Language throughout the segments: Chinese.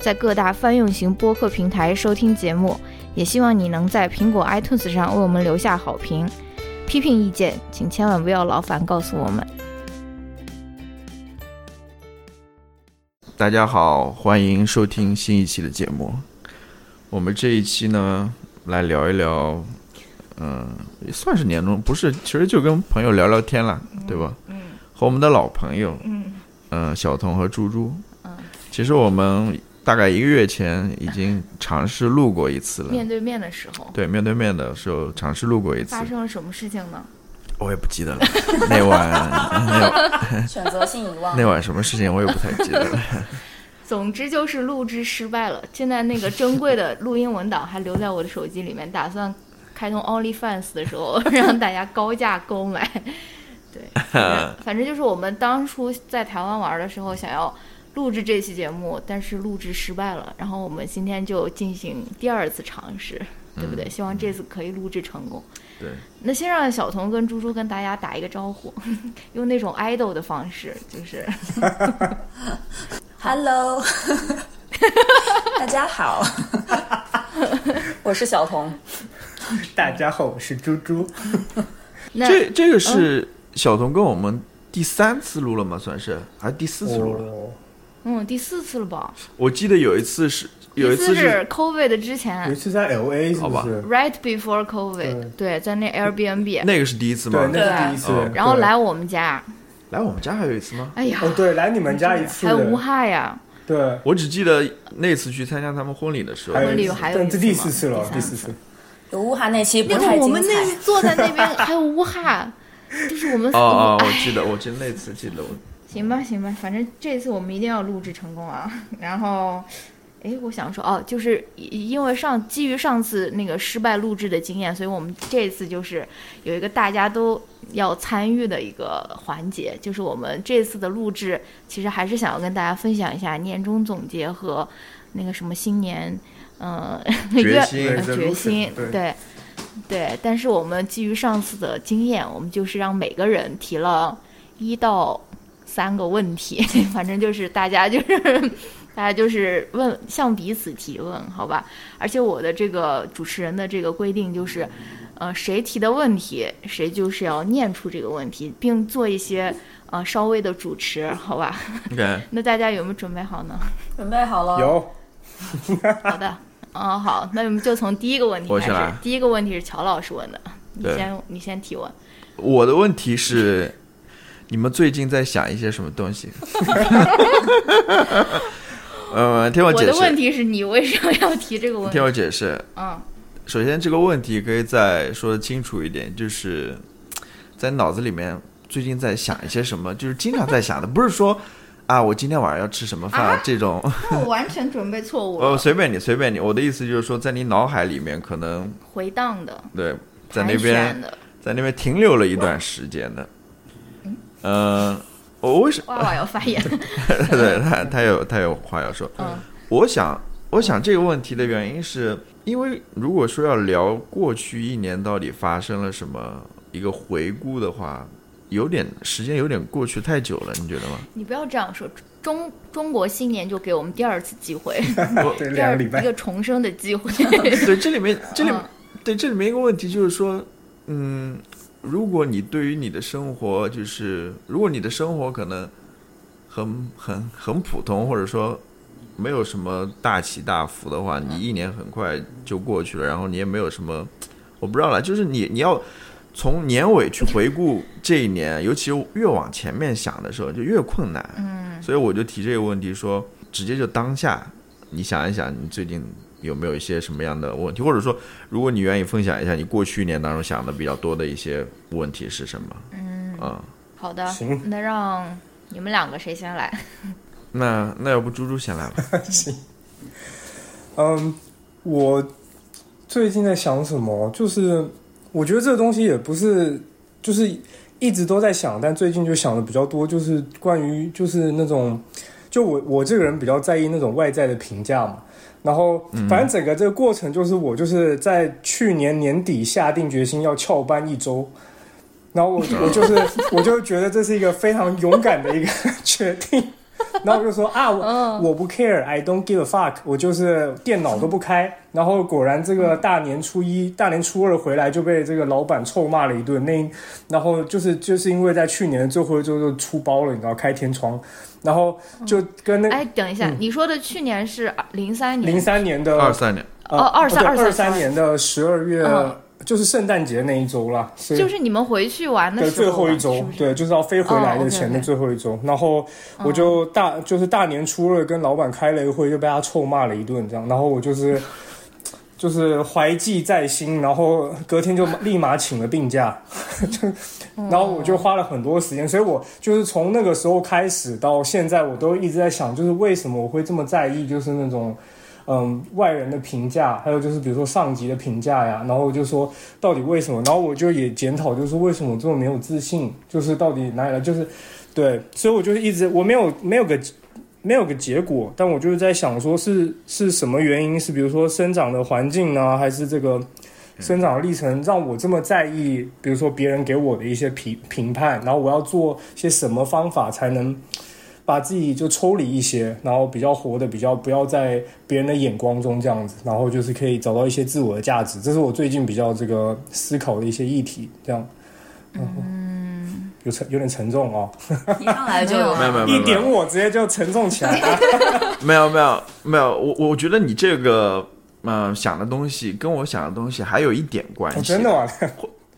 在各大泛用型播客平台收听节目，也希望你能在苹果 iTunes 上为我们留下好评。批评意见，请千万不要劳烦告诉我们。大家好，欢迎收听新一期的节目。我们这一期呢，来聊一聊，嗯、也算是年终，不是，其实就跟朋友聊聊天啦，对吧？嗯，和我们的老朋友，嗯，小童和猪猪，嗯，其实我们大概一个月前已经尝试录过一次了，面对面的时候对，面对面的时候尝试录过一次发，生了什么事情呢？我也不记得了， 那晚选择性遗忘。那晚什么事情我也不太记得了。总之就是录制失败了，现在那个珍贵的录音文档还留在我的手机里面，打算开通 OnlyFans 的时候 让大家高价购买。对，反反正就是我们当初在台湾玩的时候想要录制这期节目，但是录制失败了，然后我们今天就进行第二次尝试，对不对？希望这次可以录制成功。对，那先让小童跟猪猪跟大家打一个招呼， 用那种 idol 的方式，就是 Hello，大家好，我是小童。大家好，我是猪猪。那这这个是小童跟我们第三次录了吗？算是还是第四次录了？哦，嗯第四次了吧？我记得有一次是有一次次是是 COVID 之有一前次在 L A 是好吧不是？ ，right before COVID，对，嗯在那 Airbnb，那个是第一次对，吗？那是第一次对哦。然后对来我们家，来我们家还有一次吗？哎呀，哦，对，来你们家一次嗯还有无害啊呀，对，我只记得那次去参加他们婚礼的时候还，有婚礼一次还有一但次这吗第四次了，第第三四次次。有乌哈那期不那太个我精们那次彩，坐在那 边还有无害，就是我们哦哦，哎我记得，我记得那次记得我行吧，行吧，反正这次我们一定要录制成功啊。然后，哎，我想说哦，就是因为上基于上次那个失败录制的经验，所以我们这次就是有一个大家都要参与的一个环节，就是我们这次的录制，其实还是想要跟大家分享一下年终总结和那个什么新年，呃，决愿心呃 resolution，决心，对对。对，但是我们基于上次的经验，我们就是让每个人提了一到三个问题， 反正就是大家就是大家就是问向彼此提问，好吧？而且我的这个主持人的这个规定就是，呃，谁提的问题，谁就是要念出这个问题，并做一些呃稍微的主持，好吧？ ，OK，那大家有没有准备好 呢？准备好哦了。有好的，嗯，好，那我们就从第一个问题我开先始来。第一个问题是乔老师问的，你对先你先提问。我的问题是，你们最近在想一些什么东西？ 呃，听我我解的问释，题是你为什么要提这个问题听？我解释，嗯，首先，这个问题可以再说的清楚一点，就是在脑子里面最近在想一些什么，就是经常在想的，不是说啊，我今天晚上要吃什么饭、啊这种， 那我完全准备错误呃，随便你，随便你。我的意思就是说，在你脑海里面可能回荡的，对，在那盘边旋的，在那边停留了一段时间的，嗯、我为什哇哇要发言。 对他，他有他有话要说。嗯我想，我想这个问题的原因是因为如果说要聊过去一年到底发生了什么一个回顾的话，有点时间有点过去太久了，你觉得吗？你不要这样说，中中国新年就给我们第二次机会， 对第两二个一礼拜，个重生的机 会。对，这里面这里面嗯对这里面一个问题就是说，嗯，如果你对于你的生活，就是如果你的生活可能很很很普通，或者说没有什么大起大伏的话，你一年很快就过去了，然后你也没有什么，我不知道了，就是你你要。从年尾去回顾这一年，尤其越往前面想的时候，就越困难。嗯，所以我就提这个问题说，直接就当下，你想一想，你最近有没有一些什么样的问题，或者说，如果你愿意分享一下你过去一年当中想的比较多的一些问题是什么？嗯啊、好的行，那让你们两个谁先来？ 那那要不猪猪先来吧？行。嗯，我最近在想什么？就是我觉得这个东西也不是，就是一直都在想，但最近就想的比较多，就是关于就是那种，就我我这个人比较在意那种外在的评价嘛。然后，反正整个这个过程就是我就是在去年年底下定决心要翘班一周，然后我我就是我就觉得这是一个非常勇敢的一个 决定，然后我就说啊，我我不 care，I don't give a fuck，我就是电脑都不开。然后果然这个大年初一、大年初二回来就被这个老板臭骂了一顿。那然后就是就是因为在去年的最后一周就出包了，你知道开天窗，然后就跟那哎，等一下，你说的去年是零三年，嗯零三年的二三年，呃哦23对23 23三年的十二月嗯就是圣诞节那一周啦，所以就是你们回去玩的对，时候最啊，后一周，是不是对，就是要飞回来哦的，OK，OK 哦前的最后一周。然后我就大、就是大年初二跟老板开了一个会，就被他臭骂了一顿，这样。然后我就是就是怀记在心，然后隔天就立马请了病假， 哦就然后我就花了很多时间。所以我就是从那个时候开始到现在，我都一直在想，就是为什么我会这么在意，就是那种。嗯，外人的评价，还有就是比如说上级的评价呀，然后我就说到底为什么，然后我就也检讨，就是为什么我这么没有自信，就是到底哪里来，就是对，所以我就是一直我没有没有个没有个结果，但我就是在想说是是什么原因，是比如说生长的环境呢，还是这个生长的历程让我这么在意，比如说别人给我的一些评评判，然后我要做些什么方法才能把自己就抽离一些，然后比较活的，比较不要在别人的眼光中这样子，然后就是可以找到一些自我的价值，这是我最近比较这个思考的一些议题，这样，嗯，有沉有点沉重哦，一上来就没有没有没一有没有点我直接就沉重起来啊了。没有没有没有，我我觉得你这个嗯、呃想的东西跟我想的东西还有一点关哦系，真 的吗？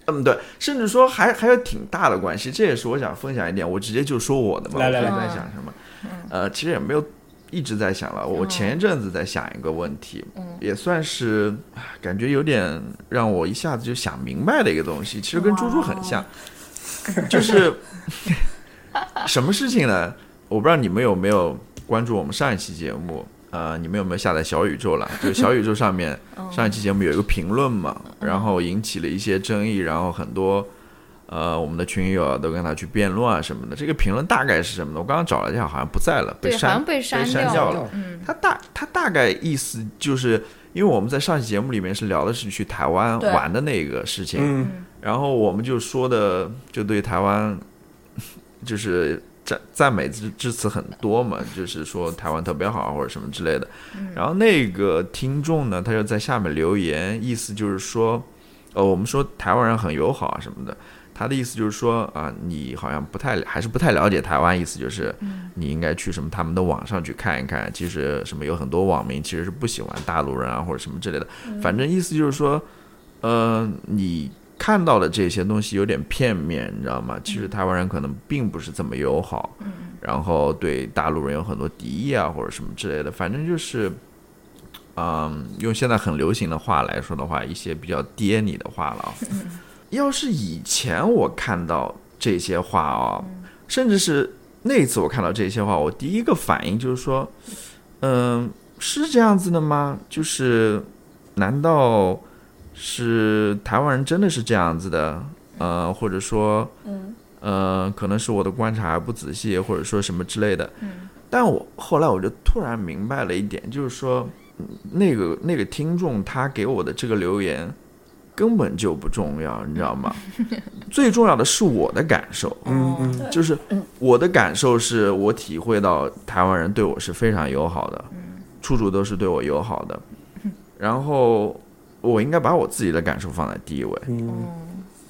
嗯，对，甚至说还还有挺大的关系，这也是我想分享一点。我直接就说我的嘛，来来我来最近在想什么？呃，其实也没有一直在想了，我前一阵子在想一个问题，也算是唉感觉有点让我一下子就想明白的一个东西，其实跟猪猪很像，就是什么事情呢？我不知道你们有没有关注我们上一期节目。呃，你们有没有下载小宇 宙了？就是小宇宙上面哦上一期节目有一个评论嘛，嗯然后引起了一些争议，然后很多呃我们的群友啊都跟他去辩论啊什么的。这个评论大概是什么呢？我刚刚找了一下，好像不在了，被对，好删像被删删掉了。嗯，他大他大概意思就是，因为我们在上期节目里面是聊的是去台湾对玩的那个事情，嗯，然后我们就说的，就对台湾就是赞赞美之之词很多嘛，就是说台湾特别好或者什么之类的。然后那个听众呢，他就在下面留言，意思就是说，呃，我们说台湾人很友好啊什么的。他的意思就是说啊、你好像不太还是不太了解台湾，意思就是你应该去什么他们的网上去看一看。其实什么有很多网民其实是不喜欢大陆人啊或者什么之类的，反正意思就是说，呃，你看到的这些东西有点片面，你知道吗？其实台湾人可能并不是这么友好，然后对大陆人有很多敌意啊，或者什么之类的。反正就是，嗯，用现在很流行的话来说的话，一些比较爹你的话了啊。要是以前我看到这些话啊、甚至是那一次我看到这些话，我第一个反应就是说，嗯，是这样子的吗？就是难道？是台湾人真的是这样子的，呃，或者说，嗯，呃，可能是我的观察不仔细，或者说什么之类的。嗯，但我后来我就突然明白了一点，就是说，嗯那个那个听众他给我的这个留言根本就不重要，你知道吗？最重要的是我的感受。 嗯哦嗯对就是我的感受是我体会到台湾人对我是非常友好的，处处都是对我友好的，然后我应该把我自己的感受放在第一位。嗯，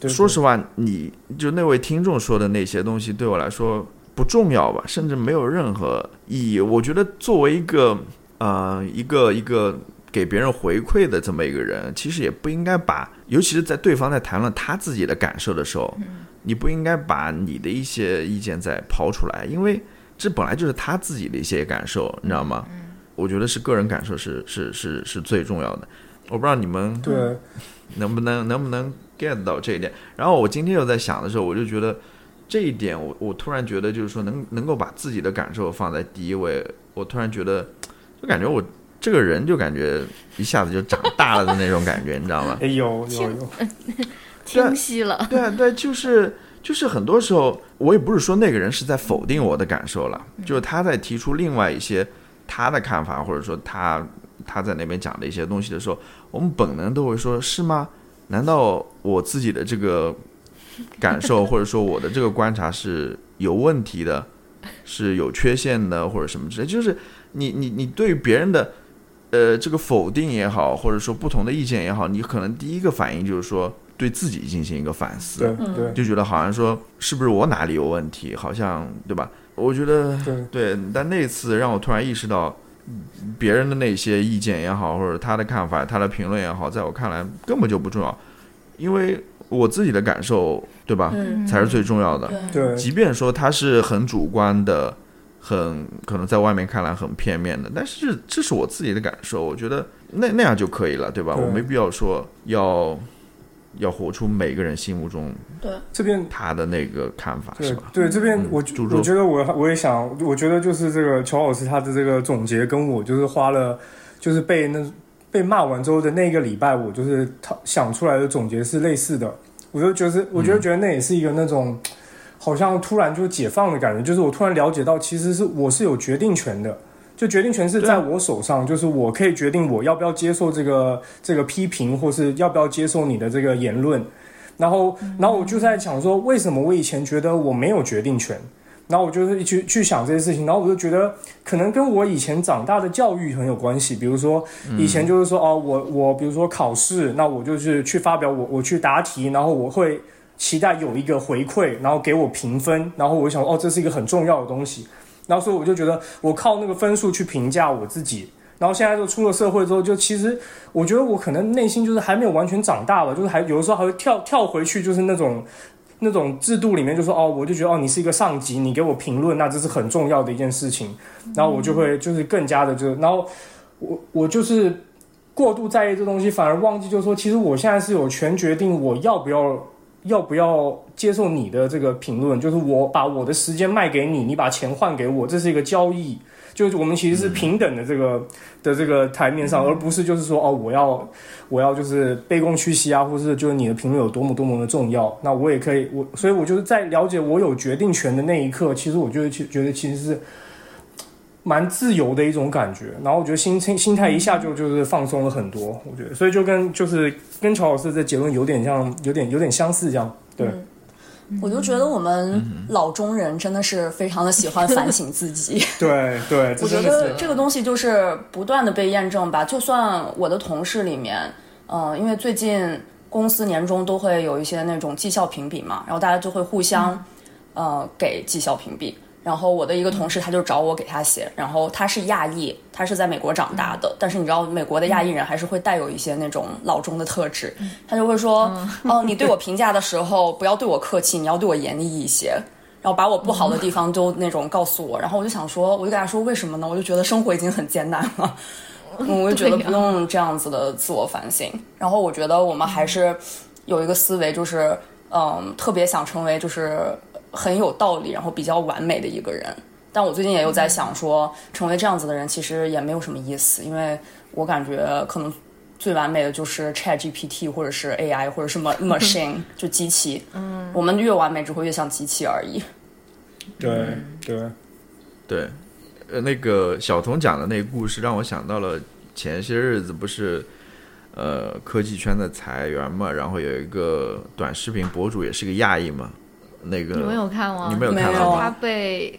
对说实话，你就那位听众说的那些东西对我来说不重要吧，甚至没有任何意义。我觉得作为一个呃一个一个给别人回馈的这么一个人，其实也不应该把，尤其是在对方在谈论他自己的感受的时候，你不应该把你的一些意见再抛出来，因为这本来就是他自己的一些感受，你知道吗？我觉得是个人感受是是是是最重要的。我不知道你们对对能不能能不能 get 到这一点？然后我今天又在想的时候，我就觉得这一点我，我突然觉得就是说能能够把自己的感受放在第一位，我突然觉得就感觉我这个人就感觉一下子就长大了的那种感觉，你知道吗？哎，有有有，清晰了。 对啊，对，就是就是很多时候，我也不是说那个人是在否定我的感受了，就是他在提出另外一些他的看法，或者说他他在那边讲的一些东西的时候，我们本能都会说：是吗？难道我自己的这个感受，或者说我的这个观察是有问题的，是有缺陷的，或者什么之类？就是你你你对于别人的。呃，这个否定也好，或者说不同的意见也好，你可能第一个反应就是说对自己进行一个反思，对对就觉得好像说是不是我哪里有问题，好像对吧？我觉得对，对，但那次让我突然意识到，嗯别人的那些意见也好，或者他的看法、他的评论也好，在我看来根本就不重要，因为我自己的感受，对吧，嗯，才是最重要的。对，对即便说它是很主观的，很可能在外面看来很片面的，但是这是我自己的感受，我觉得那那样就可以了，对吧？对我没必要说要要活出每个人心目中这边他的那个看法，对是吧？对，这边嗯我、猪肉我觉得我我也想，我觉得就是这个乔老师他的这个总结，跟我就是花了，就是被那被骂完之后的那个礼拜，我就是他想出来的总结是类似的。我就觉得，我就嗯觉得那也是一个那种、好像突然就解放的感觉，就是我突然了解到，其实是我是有决定权的。就决定权是啊在我手上，就是我可以决定我要不要接受这个这个批评，或是要不要接受你的这个言论。然后，然后我就在想说，为什么我以前觉得我没有决定权？然后我就是去去想这些事情，然后我就觉得可能跟我以前长大的教育很有关系。比如说，以前就是说哦，我我比如说考试，那我就是去发表我我去答题，然后我会期待有一个回馈，然后给我评分，然后我想哦，这是一个很重要的东西。然后所以我就觉得我靠那个分数去评价我自己。然后现在就出了社会之后，就其实我觉得我可能内心就是还没有完全长大吧，就是还有的时候还会跳跳回去，就是那种那种制度里面，就说哦，我就觉得哦，你是一个上级，你给我评论，那这是很重要的一件事情。然后我就会就是更加的就，然后我我就是过度在意这东西，反而忘记就是说，其实我现在是有权决定我要不要要不要接受你的这个评论，就是我把我的时间卖给你，你把钱换给我，这是一个交易。就是我们其实是平等的这个、的这个台面嗯上，而不是就是说哦，我要我要就是卑躬屈膝啊，或是就是你的评论有多么多么的重要，那我也可以我，所以我就是在了解我有决定权的那一刻，其实我就其觉得其实是蛮自由的一种感觉，然后我觉得心心心态一下就就是放松了很多，我觉得，所以就跟就是跟乔老师的结论有点像，有点有点相似这样，对，嗯我就觉得我们老中人真的是非常的喜欢反省自己。对对，这我觉真的得嗯是这个东西就是不断的被验证吧。就算我的同事里面，嗯、因为最近公司年终都会有一些那种绩效评比嘛，然后大家就会互相、呃给绩效评比。然后我的一个同事他就找我给他写，然后他是亚裔，他是在美国长大的，但是你知道美国的亚裔人还是会带有一些那种老中的特质，他就会说，嗯哦，你对我评价的时候不要对我客气，你要对我严厉一些，然后把我不好的地方都那种告诉我，然后我就想说，我就跟他说为什么呢？我就觉得生活已经很艰难 了，嗯我就觉得对呀不用这样子的自我反省。然后我觉得我们还嗯是有一个思维，就是嗯，特别想成为就是很有道理，然后比较完美的一个人。但我最近也有嗯在想说，成为这样子的人其实也没有什么意思，因为我感觉可能最完美的就是 Chat GPT 或者是 AI 或者什么 machine 就机器。嗯，我们越完美只会越像机器而已。对对，对，呃，那个小童讲的那个故事让我想到了前些日子不是，呃，科技圈的裁员嘛，然后有一个短视频博主也是个亚裔嘛，那个你们有看吗？你啊们有没看有到吗？他被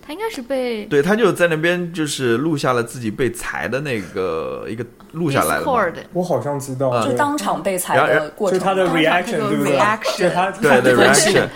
他应该是被对他就在那边就是录下了自己被裁的那个一个录下来了嘛。 Discord 我好像知道，嗯对就当场被裁然后的过就程是吧，他的当场 reaction 这个对不对？ reaction 对他对 对 reaction，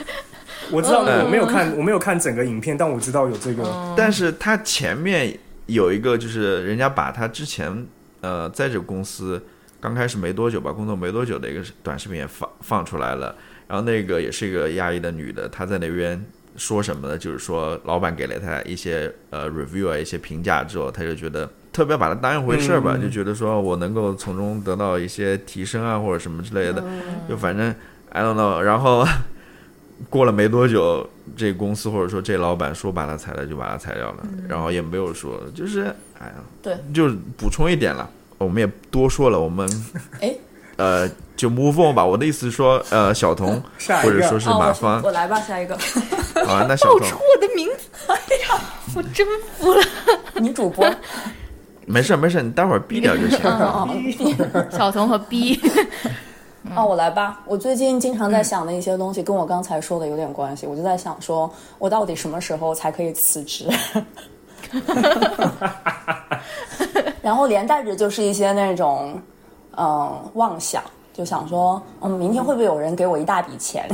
我知道嗯我没有看，我没有看整个影片，但我知道有这个。但是他前面有一个就是人家把他之前呃在这个公司刚开始没多久吧，工作没多久的一个短视频也放放出来了，然后那个也是一个亚裔的女的，她在那边。说什么呢？就是说，老板给了她一些呃 review 啊，一些评价之后，她就觉得特别把它当一回事儿吧，嗯就觉得说我能够从中得到一些提升啊，或者什么之类的。就反正 I don't know。然后 过了没多久，这公司或者说这老板说把他裁了就把他裁掉了，然后也没有说，就是哎呀，对，就是补充一点了，我们也多说了，我们哎，呃就 move on 吧。我的意思是说，呃，小童 下一或个者说是哦马我芳我来吧，下一个 好啊，那小报童出 我的名字，哎呀，我真服 了。女主播，没事没事，你待会儿闭掉就行。小童和 B，嗯哦，我来吧。我最近经常在想的一些东西，跟我刚才说的有点关系。我就在想说，我到底什么时候才可以辞职？ 然后连带着就是一些那种，嗯，妄想，就想说，嗯，明天会不会有人给我一大笔钱？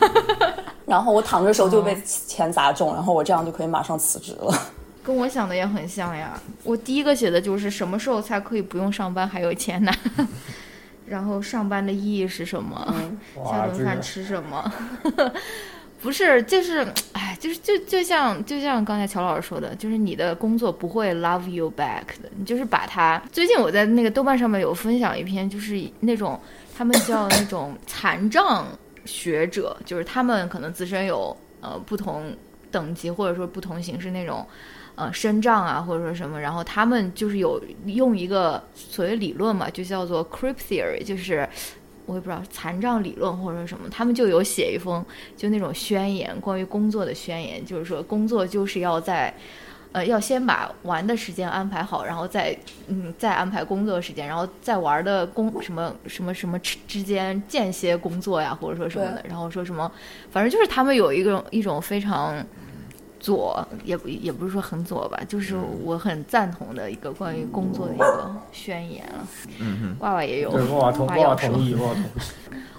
然后我躺着的时候就哦被钱砸中，然后我这样就可以马上辞职了。跟我想的也很像呀。我第一个写的就是什么时候才可以不用上班还有钱拿， 然后上班的意义是什么？下哇，顿这个饭吃什么？ 不是，就是，哎，就是就就像就像刚才乔老师说的，就是你的工作不会 love you back 的，你就是把它。最近我在那个豆瓣上面有分享一篇，就是那种他们叫那种残障学者，就是他们可能自身有呃不同等级或者说不同形式那种呃身障啊，或者说什么，然后他们就是有用一个所谓理论嘛，就叫做 crip theory，就是我也不知道残障理论或者说什么，他们就有写一封就那种宣言，关于工作的宣言，就是说工作就是要在。呃，要先把玩的时间安排好，然后再嗯再安排工作时间，然后在玩的工什么什么什么之之间间歇工作呀，或者说什么的，然后说什么，反正就是他们有一种一种非常左，也不也不是说很左吧，就是我很赞同的一个关于工作的一个宣言了。嗯哼，娃娃也有对，我同话我要说同。意，我同意。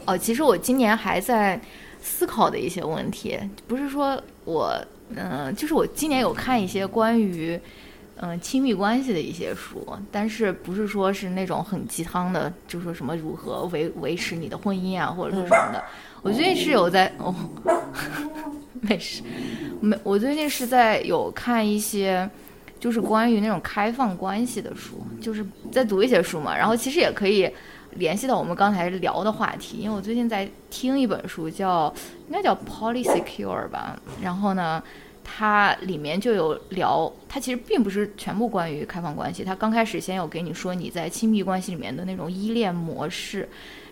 哦，其实我今年还在思考的一些问题，不是说我，嗯、就是我今年有看一些关于，嗯、亲密关系的一些书，但是不是说是那种很鸡汤的，就说什么如何维维持你的婚姻啊，或者说什么的。我最近是有在哦， 没事，没，我最近是在有看一些。就是关于那种开放关系的书，就是在读一些书嘛，然后其实也可以，联系到我们刚才聊的话题，因为我最近在听一本书叫，应该叫 Polysecure 吧，然后呢，它里面就有聊，它其实并不是全部关于开放关系，它刚开始先有给你说你在亲密关系里面的那种依恋模式，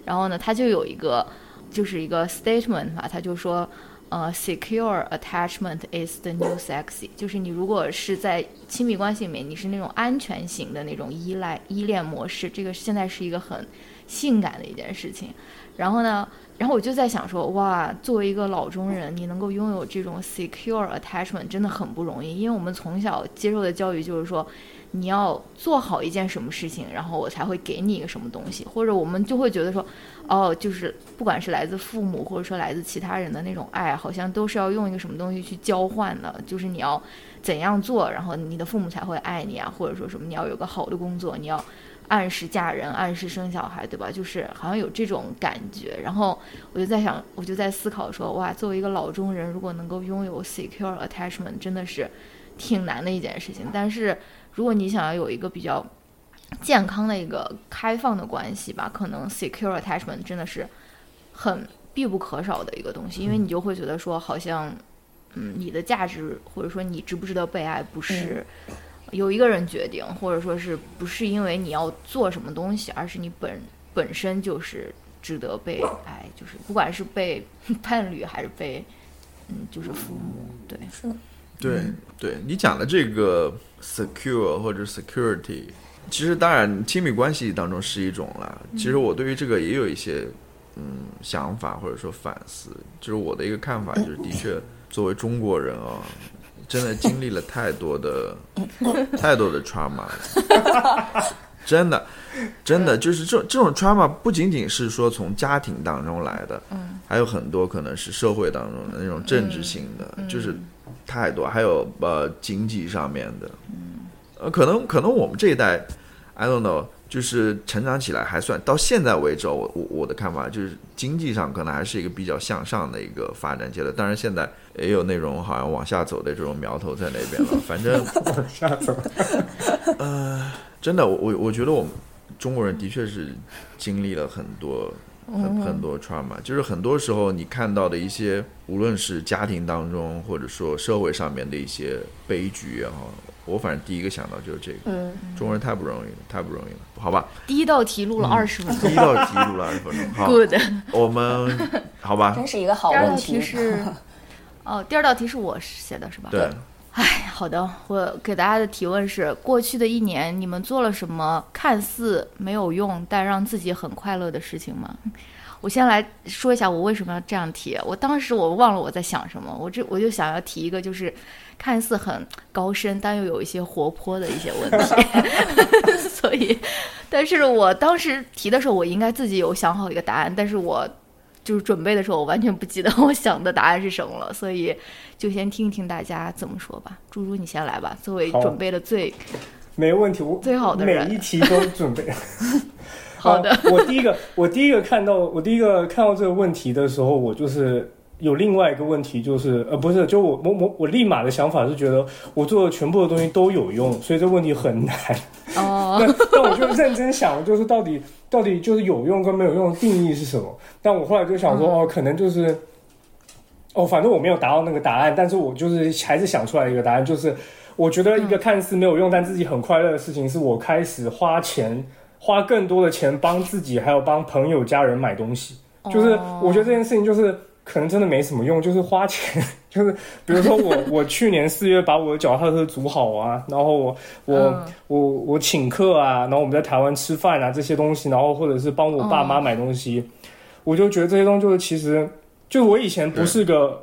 然后呢，它就有一个就是一个 statement 吧，它就说。呃、s e c u r e attachment is the new sexy，就是你如果是在亲密关系里面，你是那种安全型的那种依赖依恋模式，这个现在是一个很性感的一件事情。然后呢，然后我就在想说，哇，作为一个老中人，你能够拥有这种 secure attachment 真的很不容易，因为我们从小接受的教育就是说，你要做好一件什么事情，然后我才会给你一个什么东西，或者我们就会觉得说，哦，就是不管是来自父母或者说来自其他人的那种爱，好像都是要用一个什么东西去交换的，就是你要怎样做，然后你的父母才会爱你啊，或者说什么你要有个好的工作，你要按时嫁人、按时生小孩，对吧？就是好像有这种感觉。然后我就在想，我就在思考说，哇，作为一个老中人，如果能够拥有 secure attachment，真的是挺难的一件事情。但是如果你想要有一个比较健康的一个开放的关系吧，可能 secure attachment 真的是很必不可少的一个东西，因为你就会觉得说，好像，嗯，你的价值或者说你值不值得被爱，不是由一个人决定，或者说是不是因为你要做什么东西，而是你本本身就是值得被爱，就是不管是被伴侣还是被，嗯，就是父母，对，对对，你讲的这个 secure 或者 security，其实当然亲密关系当中是一种啦。其实我对于这个也有一些嗯想法或者说反思，就是我的一个看法就是，的确作为中国人啊、真的经历了太多的太多的 trauma 了，真的真的就是这这种 trauma 不仅仅是说从家庭当中来的，嗯，还有很多可能是社会当中的那种政治性的，就是太多，还有呃经济上面的，呃，可能可能我们这一代，I don't know，就是成长起来还算到现在为止，哦我我我的看法就是经济上可能还是一个比较向上的一个发展阶段，当然现在也有那种好像往下走的这种苗头在那边了，反正呃下次真的，我我我觉得我们中国人的确是经历了很多很很多 trauma，就是很多时候你看到的一些，无论是家庭当中，或者说社会上面的一些悲剧也好，我反正第一个想到就是这个。嗯，中国人太不容易了，太不容易了，好吧？第一道题录了二十分第钟一道题录了二十分 钟， 好， ，good。我们好吧？真是一个好第二道问题题。是，哦，第二道题是我写的是吧？哎对，好的，我给大家的提问是：过去的一年，你们做了什么看似没有用，但让自己很快乐的事情吗？我先来说一下我为什么要这样提。我当时我忘了我在想什么，我这我就想要提一个，就是看似很高深，但又有一些活泼的一些问题。 所以，但是我当时提的时候，我应该自己有想好一个答案，但是我就是准备的时候，我完全不记得 我想的答案是什么了，所以就先听一听大家怎么说吧。猪猪，你先来吧，作为好准备的最没问题，我最好的人每一题都准备 好的。呃我第一个，我第一个看到，我第一个看到这个问题的时候，我就是有另外一个问题，就是呃，不是，就我我我我立马的想法是觉得我做的全部的东西都有用，所以这问题很难。哦，但但我就认真想，就是到底到底就是有用跟没有用的定义是什么？但我后来就想说，哦，可能就是，哦，反正我没有达到那个答案，但是我就是还是想出来一个答案，就是我觉得一个看似没有用但自己很快乐的事情，是我开始花钱，花更多的钱帮自己还有帮朋友家人买东西。就是哦我觉得这件事情就是可能真的没什么用，就是花钱， 就是比如说我我去年四月把我的脚踏车组好啊，然后我我、嗯我我请客啊，然后我们在台湾吃饭啊这些东西，然后或者是帮我爸妈买东西，我就觉得这些东西就是其实就我以前不是个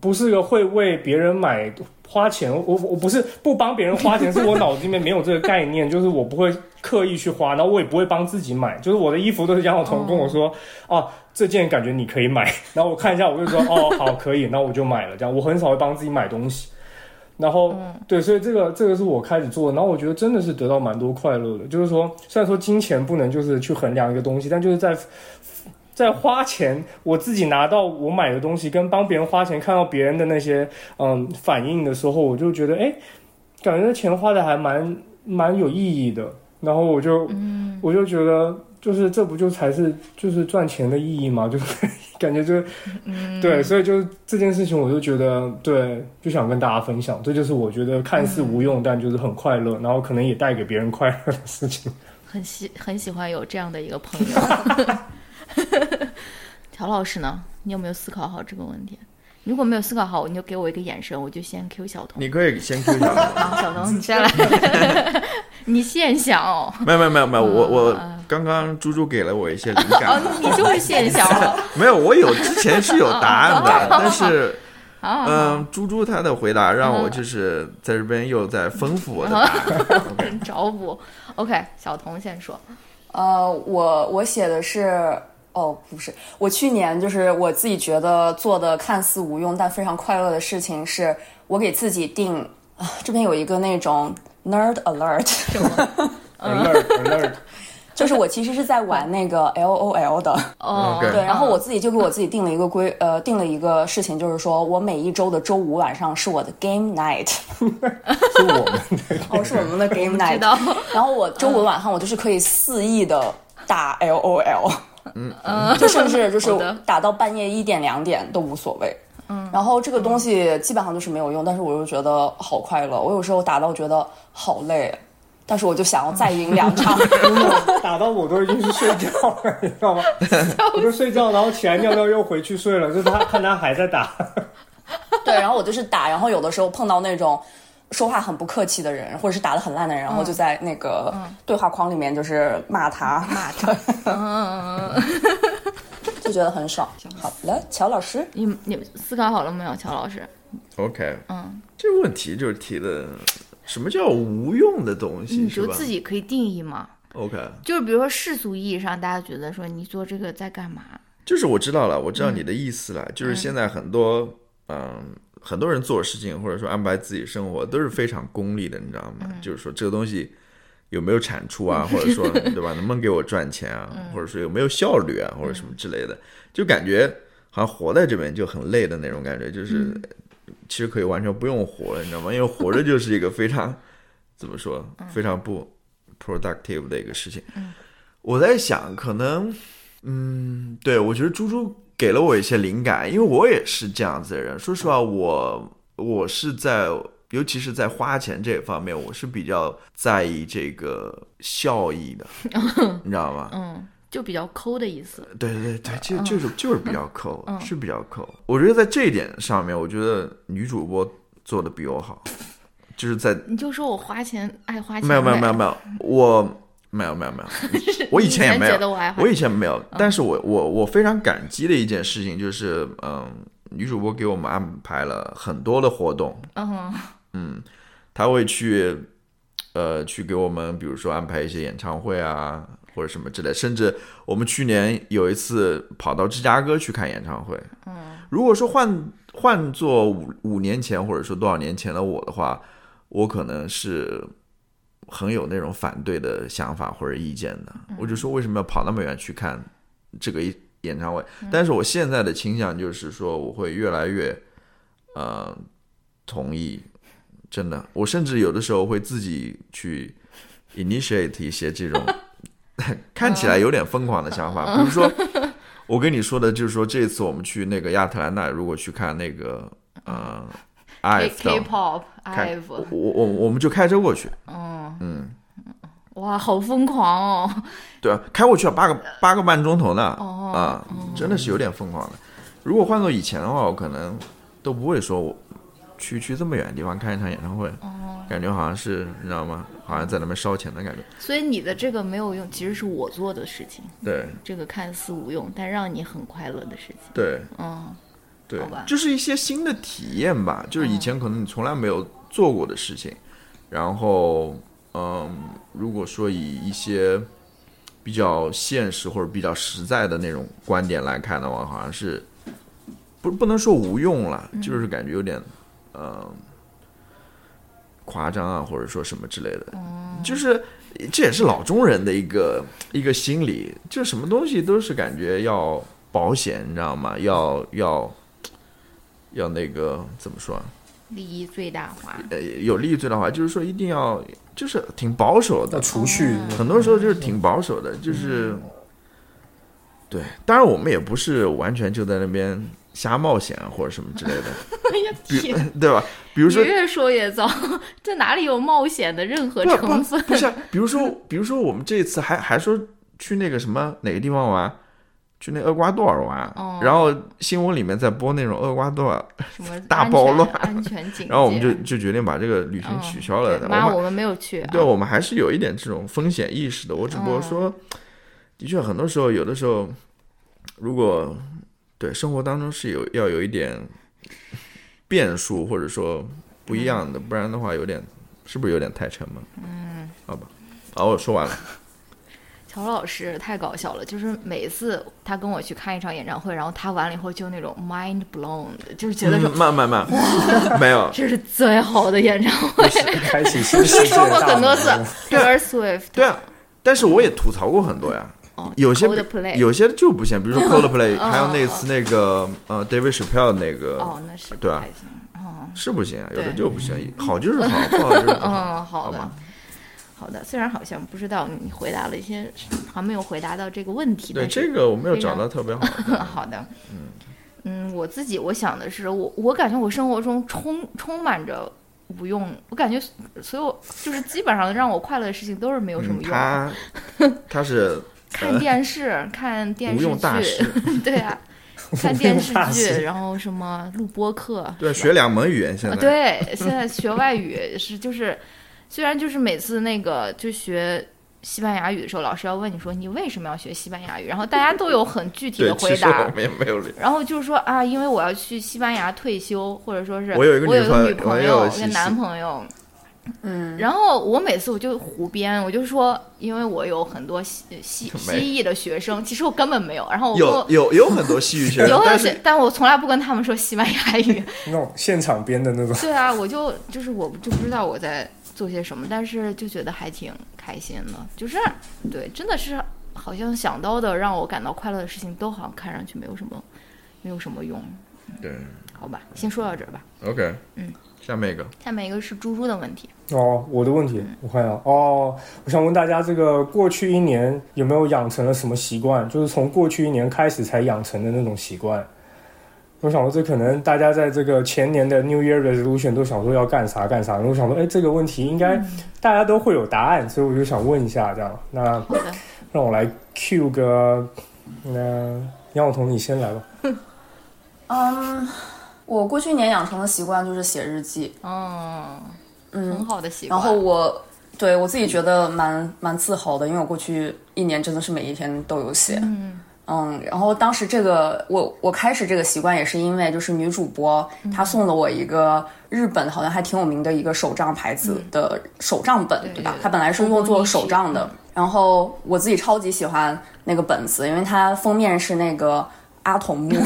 不是个会为别人买。花钱，我我不是不帮别人花钱，是我脑子里面没有这个概念，就是我不会刻意去花，然后我也不会帮自己买，就是我的衣服都是杨晓彤跟我说，哦，这件感觉你可以买，然后我看一下，我就说哦，好，可以，那我就买了。这样，我很少会帮自己买东西。然后，对，所以这个这个是我开始做的，然后我觉得真的是得到蛮多快乐的。就是说，虽然说金钱不能就是去衡量一个东西，但就是在在花钱，我自己拿到我买的东西，跟帮别人花钱，看到别人的那些嗯反应的时候，我就觉得哎，感觉这钱花的还蛮蛮有意义的。然后我就、我就觉得，就是这不就才是就是赚钱的意义吗？ 就是感觉就是，嗯对，所以就是这件事情，我就觉得对，就想跟大家分享，这就是我觉得看似嗯无用，但就是很快乐，然后可能也带给别人快乐的事情。很喜很喜欢有这样的一个朋友。 乔老师呢？你有没有思考好这个问题？如果没有思考好，你就给我一个眼神，我就先 Q 小童。你可以先 Q 一下我。啊，小童，你先来， 你现想哦，没有没有没有没有，我 啊我刚刚猪猪给了我一些灵感，哦你就是现想哦了。没有，我有之前是有答案哦的，但是。嗯，猪猪他的回答让我就是在这边又在丰富我的哦答 案。OK，找补。OK，小童先说。呃，我我写的是。哦，不是，我去年就是我自己觉得做的看似无用但非常快乐的事情，是我给自己定啊，这边有一个那种 nerd alert， 嗯 alert alert，就是我其实是在玩那个 L O L 的，哦嗯 OK 对，然啊后我自己就给我自己定了一个规，呃，定了一个事情，就是说我每一周的周五晚上是我的 game night，是我们 哦，是我们的 game 我 night，知道。 然后我周五晚上我就是可以肆意的打 L O L，嗯，就甚至就好是的打到半夜一点两点都无所谓。嗯，然后这个东西基本上就是没有用，但是我又觉得好快乐。我有时候打到觉得好累，但是我就想要再赢两场。 打到我都已经去睡觉了， 你知道吗？我就睡觉，然后起来尿尿又回去睡了，就是他看他还在打。 对，然后我就是打，然后有的时候碰到那种说话很不客气的人，或者是打得很烂的人，然后就在那个对话框里面就是骂他，嗯骂他，嗯 就觉得很爽。好了，乔老师，你你们思考好了没有，乔老师？ OK，嗯，这个问题就是提的，什么叫无用的东西你是就吧自己可以定义嘛。 ？OK，就是比如说世俗意义上，大家觉得说你做这个在干嘛？就是我知道了，我知道你的意思了，就是现在很多嗯、很多人做事情或者说安排自己生活都是非常功利的，你知道吗？就是说这个东西有没有产出啊，或者说对吧，能不能给我赚钱啊，或者说有没有效率啊，或者什么之类的，就感觉好像活在这边就很累的那种感觉，就是、其实可以完全不用活了，你知道吗？因为活着就是一个非常怎么说，非常不 productive 的一个事情。我在想，可能嗯，对，我觉得猪猪给了我一些灵感，因为我也是这样子的人。说实话，我我是在，尤其是在花钱这方面，我是比较在意这个效益 的，你知道吗？嗯，就比较抠的意思。对对对对，就就是就是比嗯较抠，是比较抠。我觉得在这一点上面，我觉得女主播做的比我好，就是在你就说我花钱爱花钱，没有没有没有没有，我没有没有没 有，我以前也没你以前觉得有，我爱花我以前没有，但是我我我非常感激的一件事情就是，嗯，女主播给我们安排了很多的活动，嗯哼她会去，呃，去给我们比如说安排一些演唱会啊。或者什么之类，甚至我们去年有一次跑到芝加哥去看演唱会。嗯，如果说换换做五五年前或者说多少年前的我的话，我可能是很有那种反对的想法或者意见的。我就说为什么要跑那么远去看这个一演唱会？但是我现在的倾向就是说，我会越来越呃同意。真的，我甚至有的时候会自己去 initiate 一些这种看起来有点疯狂的想法，比如说我跟你说的，就是说这次我们去那个亚特兰大，如果去看那个呃 IF 的话。 ，K-pop 开 IVE，我嗯我我我们就开车过去，哇，好疯狂哦！对啊，开过去要八个八个半钟头呢，啊，真的是有点疯狂了。如果换做以前的话，我可能都不会说我去去这么远的地方看一场演唱会，感觉好像是你知道吗？好像在那边烧钱的感觉。所以你的这个没有用，其实是我做的事情，对这个看似无用，但让你很快乐的事情。对嗯，对好吧，嗯就是一些新的体验吧，就是以前可能你从来没有做过的事情。然后，嗯，如果说以一些比较现实或者比较实在的那种观点来看的话，好像是不不能说无用了，就是感觉有点，嗯，夸张啊，或者说什么之类的，哦就是这也是老中人的一个一个心理，就什么东西都是感觉要保险，你知道吗？要要要那个怎么说啊？利益最大化。呃，有利益最大化，就是说一定要就是挺保守的要，储蓄，很多时候就是挺保守的，就是，对，当然我们也不是完全就在那边瞎冒险啊或者什么之类的， 比 对吧？比如你说，越说越糟，这哪里有冒险的任何不成不分？不是啊，比如说比如说我们这次还还说去那个什么哪个地方玩，啊去那厄瓜多尔玩，啊哦然后新闻里面在播那种厄瓜多尔，什么大安暴全乱安全警戒？然后我们就就决定把这个旅行嗯取消了。对我妈，们我们没有去啊。对我们还是有一点这种风险意识的。我只不过嗯说，的确很多时候，有的时候，如果对生活当中是有要有一点变数，或者说不一样的，嗯不然的话有点是不是有点太沉闷？嗯，好吧，啊，我说完了，乔老师太搞笑了，就是每次他跟我去看一场演唱会，然后他完了以后就那种 mind blown，的就是觉得说嗯慢慢 慢，没有，这是最好的演唱会。开 启新世界说过的大很多次门。 Taylor Swift，对啊，但是我也吐槽过很多呀。哦有些 Coldplay 有些就不行，比如说 Coldplay，还有那次那个呃 David Chappelle 那个哦，那是对啊不太行是不行，啊有的对就不行，好就是好，不好就是不 好。嗯，好的吧，好的。虽然好像不知道你回答了一些，好像没有回答到这个问题。对但是这个我没有非找常到特别好的， 好的，嗯，我自己我想的是，我我感觉我生活中充充满着无用，我感觉所有就是基本上让我快乐的事情都是没有什么嗯，用啊的。他 他是看电视，看电无视用大剧，师， 对 啊，看电视大剧，师然后什么录播课，对，学两门语言现啊，在，对，现在学外语是就是，虽然就是每次那个就学西班牙语的时候，老师要问你说你为什么要学西班牙语，然后大家都有很具体对的，其回实 我答。们也没有理。然后就是说啊，因为我要去西班牙退休，或者说是我有一个我有女一朋个女朋友我也友，有我信个息男朋友。嗯，然后我每次我就胡编，我就说，因为我有很多西西没西裔的学生，其实我根本没有。然后我有跟有有很多戏剧学生我，但 有是些，但我从来不跟他们说西班牙语。 那种现场编的那种，对啊，我就就是我就不知道我在做些什么，但是就觉得还挺开心的，就是对，真的是好像想到的让我感到快乐的事情，都好像看上去没有什么没有什么用，嗯对好吧，先说到这儿吧。嗯，OK，下面一个，下面一个是猪猪的问题，哦，我的问题，我看一下。哦，我想问大家，这个过去一年有没有养成了什么习惯？就是从过去一年开始才养成的那种习惯。我想说，这可能大家在这个前年的 New Year Resolution 都想说要干啥干啥。然后我想说，哎，这个问题应该大家都会有答案，所以我就想问一下，这样。那好 的，让我来 Q 个，那杨晓彤你先来吧。嗯，我过去一年养成的习惯就是写日记，嗯，很嗯，好的习然惯。后我对我自己觉得蛮蛮自豪的，因为我过去一年真的是每一天都有写，嗯嗯，然后当时这个我我开始这个习惯也是因为就是女主播、嗯她送了我一个日本好像还挺有名的一个手账牌子的手账本，嗯对对吧对？对它本来是用做手账嗯的，然后我自己超级喜欢那个本子，因为它封面是那个阿童木，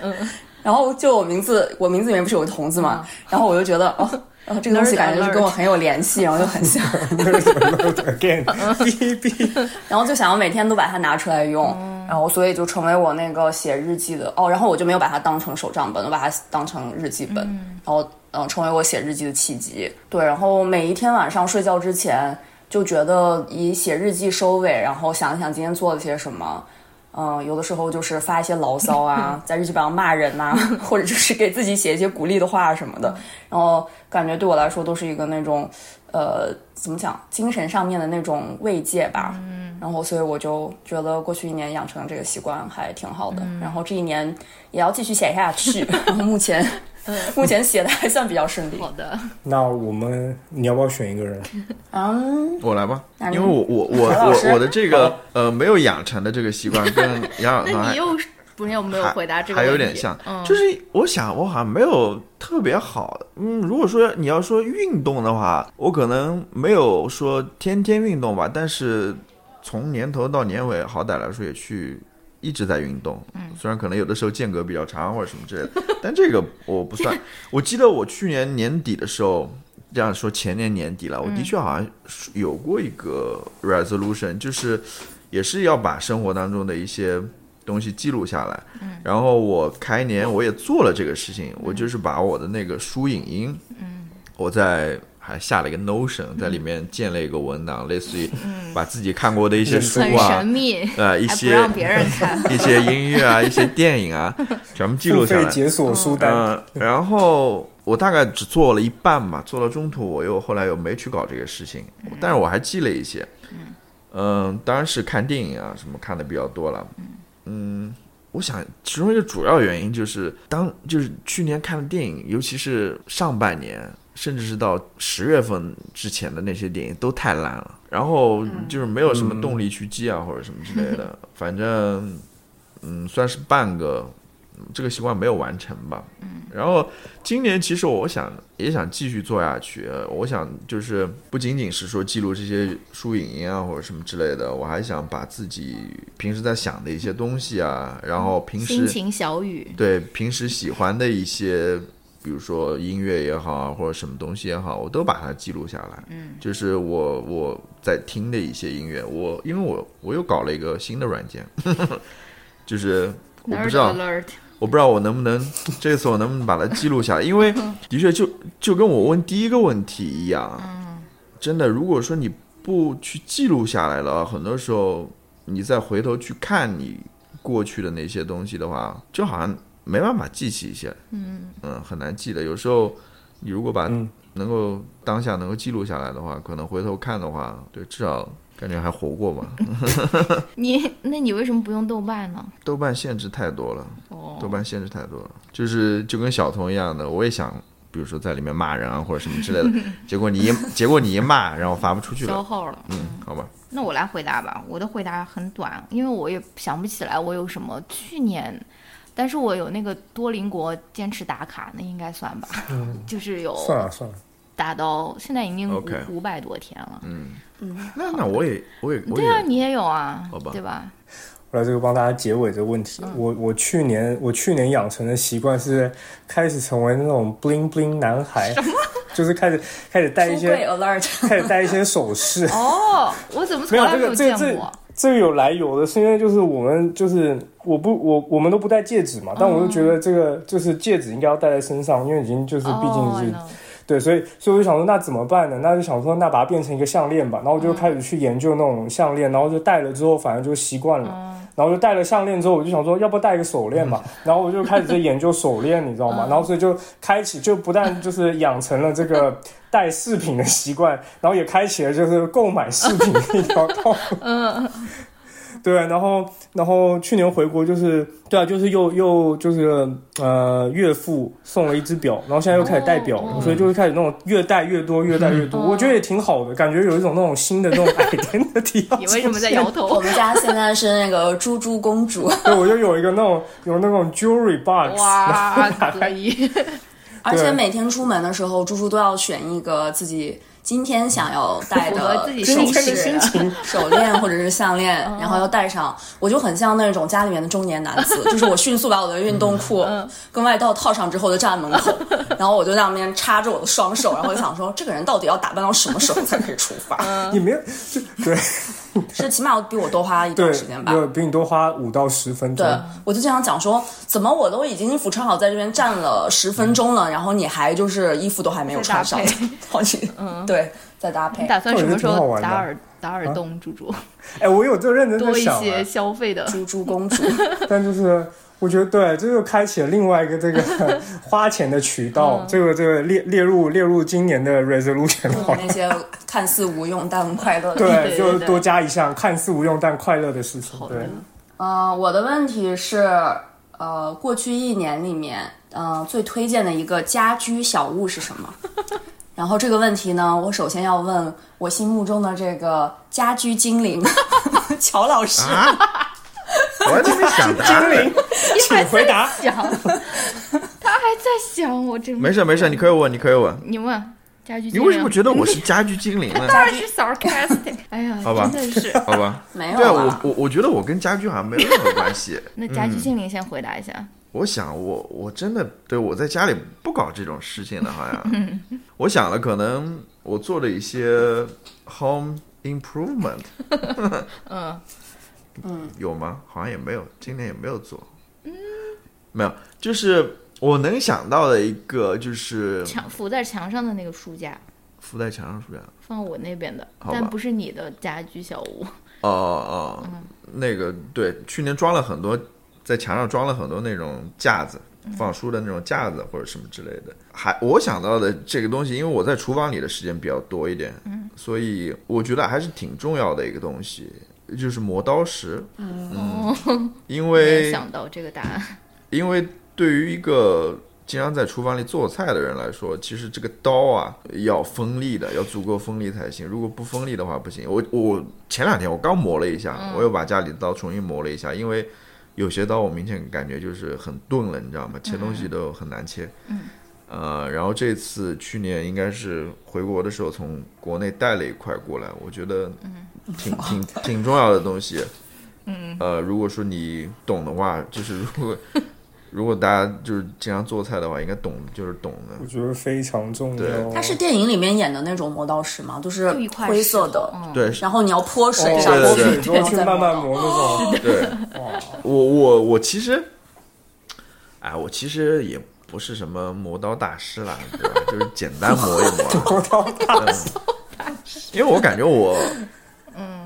嗯，嗯然后就我名字我名字里面不是有个童字嘛，然后我就觉得哦。然后这个东 Nerd 西感觉就是跟我 alert 很有 联系，然后就很像， Again，哔哔。然后就想要每天都把它拿出来用，嗯然后所以就成为我那个写日记的哦，然后我就没有把它当成手账本，我把它当成日记本，然后嗯、呃成为我写日记的契机。对，然后每一天晚上睡觉之前就觉得以写日记收尾，然后想一想今天做了些什么。嗯，有的时候就是发一些牢骚啊，在日记本上骂人呐、 或者就是给自己写一些鼓励的话什么的，然后感觉对我来说都是一个那种，呃，怎么讲，精神上面的那种慰藉吧。然后所以我就觉得过去一年养成这个习惯还挺好的，然后这一年也要继续写下去。 然后目前， 目前写的还算比较顺利。好的，那我们你要不要选一个人？嗯，我来吧，那因你为我我我 何老师我我的这个呃没有养成的这个习惯跟 杨小那还你又是不是有没有回答这个还问题？有点像，嗯，就是我想我好像没有特别好的，嗯，如果说你要说运动的话，我可能没有说天天运动吧，但是从年头到年尾，好歹来说也去一直在运动，嗯，虽然可能有的时候间隔比较长或者什么之类的，但这个我 不算。我记得我去年年底的时候。这样说，前年年底了，嗯我的确好像是有过一个 resolution，、就是也是要把生活当中的一些东西记录下来。嗯然后我开年我也做了这个事情，我就是把我的那个书影音，嗯我在还下了一个 Notion，在里面建了一个文档，类似于把自己看过的一些书很嗯啊神，秘，呃，一还不些让别人看。 一些音乐啊，一些电影啊，全部记录付下费来。解锁书单。嗯，然后我大概只做了一半吧，做到中途我又后来又没去搞这个事情，但是我还记了一些。嗯，当然是看电影啊什么看的比较多了。嗯，我想其中一个主要原因就是当就是去年看的电影，尤其是上半年。甚至是到十月份之前的那些电影都太烂了，然后就是没有什么动力去记啊、或者什么之类的，反正嗯算是半个嗯这个习惯没有完成吧。嗯然后今年其实我想也想继续做下去，呃我想就是不仅仅是说记录这些书影音啊或者什么之类的，我还想把自己平时在想的一些东西啊，然后平心时情小雨，对平时喜欢的一些，比如说音乐也好啊，或者什么东西也好，我都把它记录下来。嗯，就是我我在听的一些音乐，我因为我我又搞了一个新的软件，就是我 Nerd 不知道 alert，我不知道我能不 能这次我能不能把它记录下来，因为的确就就跟我问第一个问题一样，真的，如果说你不去记录下来了，很多时候你再回头去看你过去的那些东西的话，就好像没办法记起一些，嗯很难记的。有时候你如果把嗯能够当下能够记录下来的话，可能回头看的话，对，至少感觉还活过嘛。你那你为什么不用豆瓣呢？豆瓣限制太多了。豆哦，瓣限制太多了，就是就跟小童一样的，我也想，比如说在里面骂人啊或者什么之类的，结果你一 结果你一骂，然后发不出去消了，耗了。嗯，好吧，那我来回答吧，我的回答很短，因为我也想不起来我有什么去年，但是我有那个多邻国坚持打卡，那应该算吧，嗯就是有算了算了，打到现在已经 OK 五五百多天了。嗯那那我也我也我对啊，也你也有啊好吧，对吧？我来这个帮大家结尾这个问嗯题。我我去年我去年养成的习惯是开始成为那种 bling bling 男孩，就是开始开始戴一书柜些 alert，开始戴一些首饰。 哦，我怎么没从有来这没有个这见个这过？这个有来由的，是因为就是我们就是我不我我们都不戴戒指嘛，但我就觉得这个就是戒指应该要戴在身上，因为已经就是毕竟是、哦哦对，所以所以我就想说那怎么办呢？那就想说那把它变成一个项链吧，然后我嗯就开始去研究那种项链，然后就戴了之后反正就习惯了，然后就戴了项链之后我就想说要不戴一个手链嗯嘛，然后我就开始在研究手链，你知道吗？然后所以就开启就不但就是养成了这个戴饰品的习惯，然后也开启了就是购买饰品的一条道路。嗯 对，啊然后然后去年回国就是对啊，就是又又就是呃岳父送了一只表，然后现在又开始戴表哦了，所以就是开始那种越戴越多，越戴越嗯多，我觉得也挺好的，感觉有一种那种新 的那种 identity 要你为什么在出现摇 我头？们家现在是那个猪猪公主，对，我就有一个那种有那种 jewelry box，哇，可以！而且每天出门的时候，猪猪都要选一个自己今天想要戴 符合的自己首今天的心饰、情 手链或者是项 链，然嗯后要戴上。我就很像那种家里面的中年男 子，就是我迅速把我的运动裤嗯跟外套套上之后，就站在门 口，然后我就在那边插着我的双手，然后就想说，这个人到底要打扮到什么时候才可以出嗯发？也没有就对是起码要比我多花一段对时间吧。，有比你多花五到十分钟对。，我就经常讲说，怎么我都已经衣服穿好，在这边站了十分钟了，然后你还就是衣服都还没有穿上嗯再搭配，好奇，嗯，对，再搭配你。打算什么时这个挺好候玩的打耳打耳洞，猪猪？哎，我有这认真在多一想、些哎消费的，猪猪公主，但就是我觉得对，这就开启了另外一个这个花钱的渠道，这个这个列列入列入今年的 resolution 好了。那些看似无用但很快乐的。对对，就对对多加一项看似无用但快乐的事情好。对的，呃，我的问题是，呃，过去一年里面，呃，最推荐的一个家居小物是什 么？然后这个问题呢，我首先要问我心目中的这个家居精灵 乔老师。啊！我还真没想答精灵，请回答。想，他还在想，我真 没事没事，你可以问，你可以问。你问家居精你灵，为什么觉得我是家居精灵呢？当然是 sarcastic？哎呀，好吧真的是。好吧，没有对啊，啦我我我觉得我跟家居好像没有任何关系。那家居精灵先回答一下，我想我，我真的对我在家里不搞这种事情的，好像。我想了，可能我做了一些 home improvement。 嗯嗯，有吗？好像也没有，今年也没有做。嗯没有，就是我能想到的一个就是墙扶在墙上的那个书架，附在墙上是不是？啊放我那边的，好吧但不是你的家居小屋。哦哦，那个对，去年装了很多，在墙上装了很多那种架子，嗯放书的那种架子或者什么之类的。还我想到的这个东西，因为我在厨房里的时间比较多一点，嗯所以我觉得还是挺重要的一个东西，就是磨刀石。嗯哦， 因没有为想到这个答案。因为对于一个经常在厨房里做菜的人来说，其实这个刀啊要锋利的，要足够锋利才行。如果不锋利的话不行。我我前两天我刚磨了一下，我又把家里的刀重新磨了一下，因为有些刀我明显感觉就是很钝了，你知道吗？切东西都很难切。嗯。呃，然后这次去年应该是回国的时候从国内带了一块过来，我觉得挺挺挺重要的东西。 嗯，呃，如果说你懂的话，就是如 果如果大家就是经常做菜的话，应该懂就是懂我的。觉得非常重要。对它是电影里面演的那种磨刀石吗？就是就一块灰石头色的，嗯对然后你要泼水上对哦，对水对去，之后去慢慢磨那种。对，我我我其实，哎，我其实也不是什么磨刀大师啦，对吧？就是简单磨啊一磨。磨刀大师，因为我感觉我，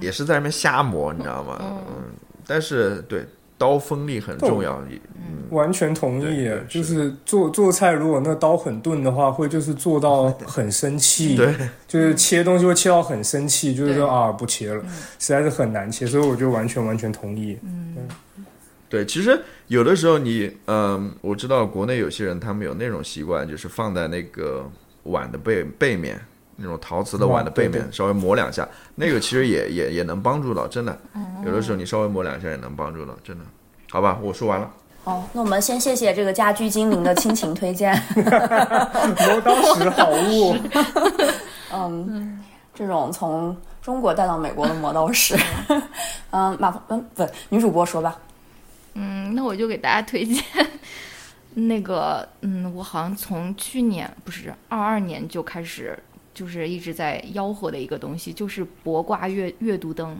也是在那边瞎磨，你知道吗？嗯，但是对刀锋利很重要，也嗯，完全同意耶，对对就是做做菜，如果那刀很钝的话，会就是做到很生气， 对，就是切东西会切到很生气，就是说对嗯啊不切了，实在是很难切，所以我就完全完全同意。 对，其实有的时候你，嗯、我知道国内有些人他们有那种习惯，就是放在那个碗的背背面，那种陶瓷的碗的背面，嗯对稍微磨两下，那个其实也也也能帮助到，真的。有的时候你稍微磨两下也能帮助到，真的。好吧，我说完了。好，哦那我们先谢谢这个家居精灵的亲情推荐。磨刀石好物，嗯，这种从中国带到美国的磨刀石。 嗯，马嗯不，女主播说吧。嗯，那我就给大家推荐 那个，嗯，我好像从去年不是二二年就开始，就是一直在吆喝的一个东西，就是博挂阅阅读灯。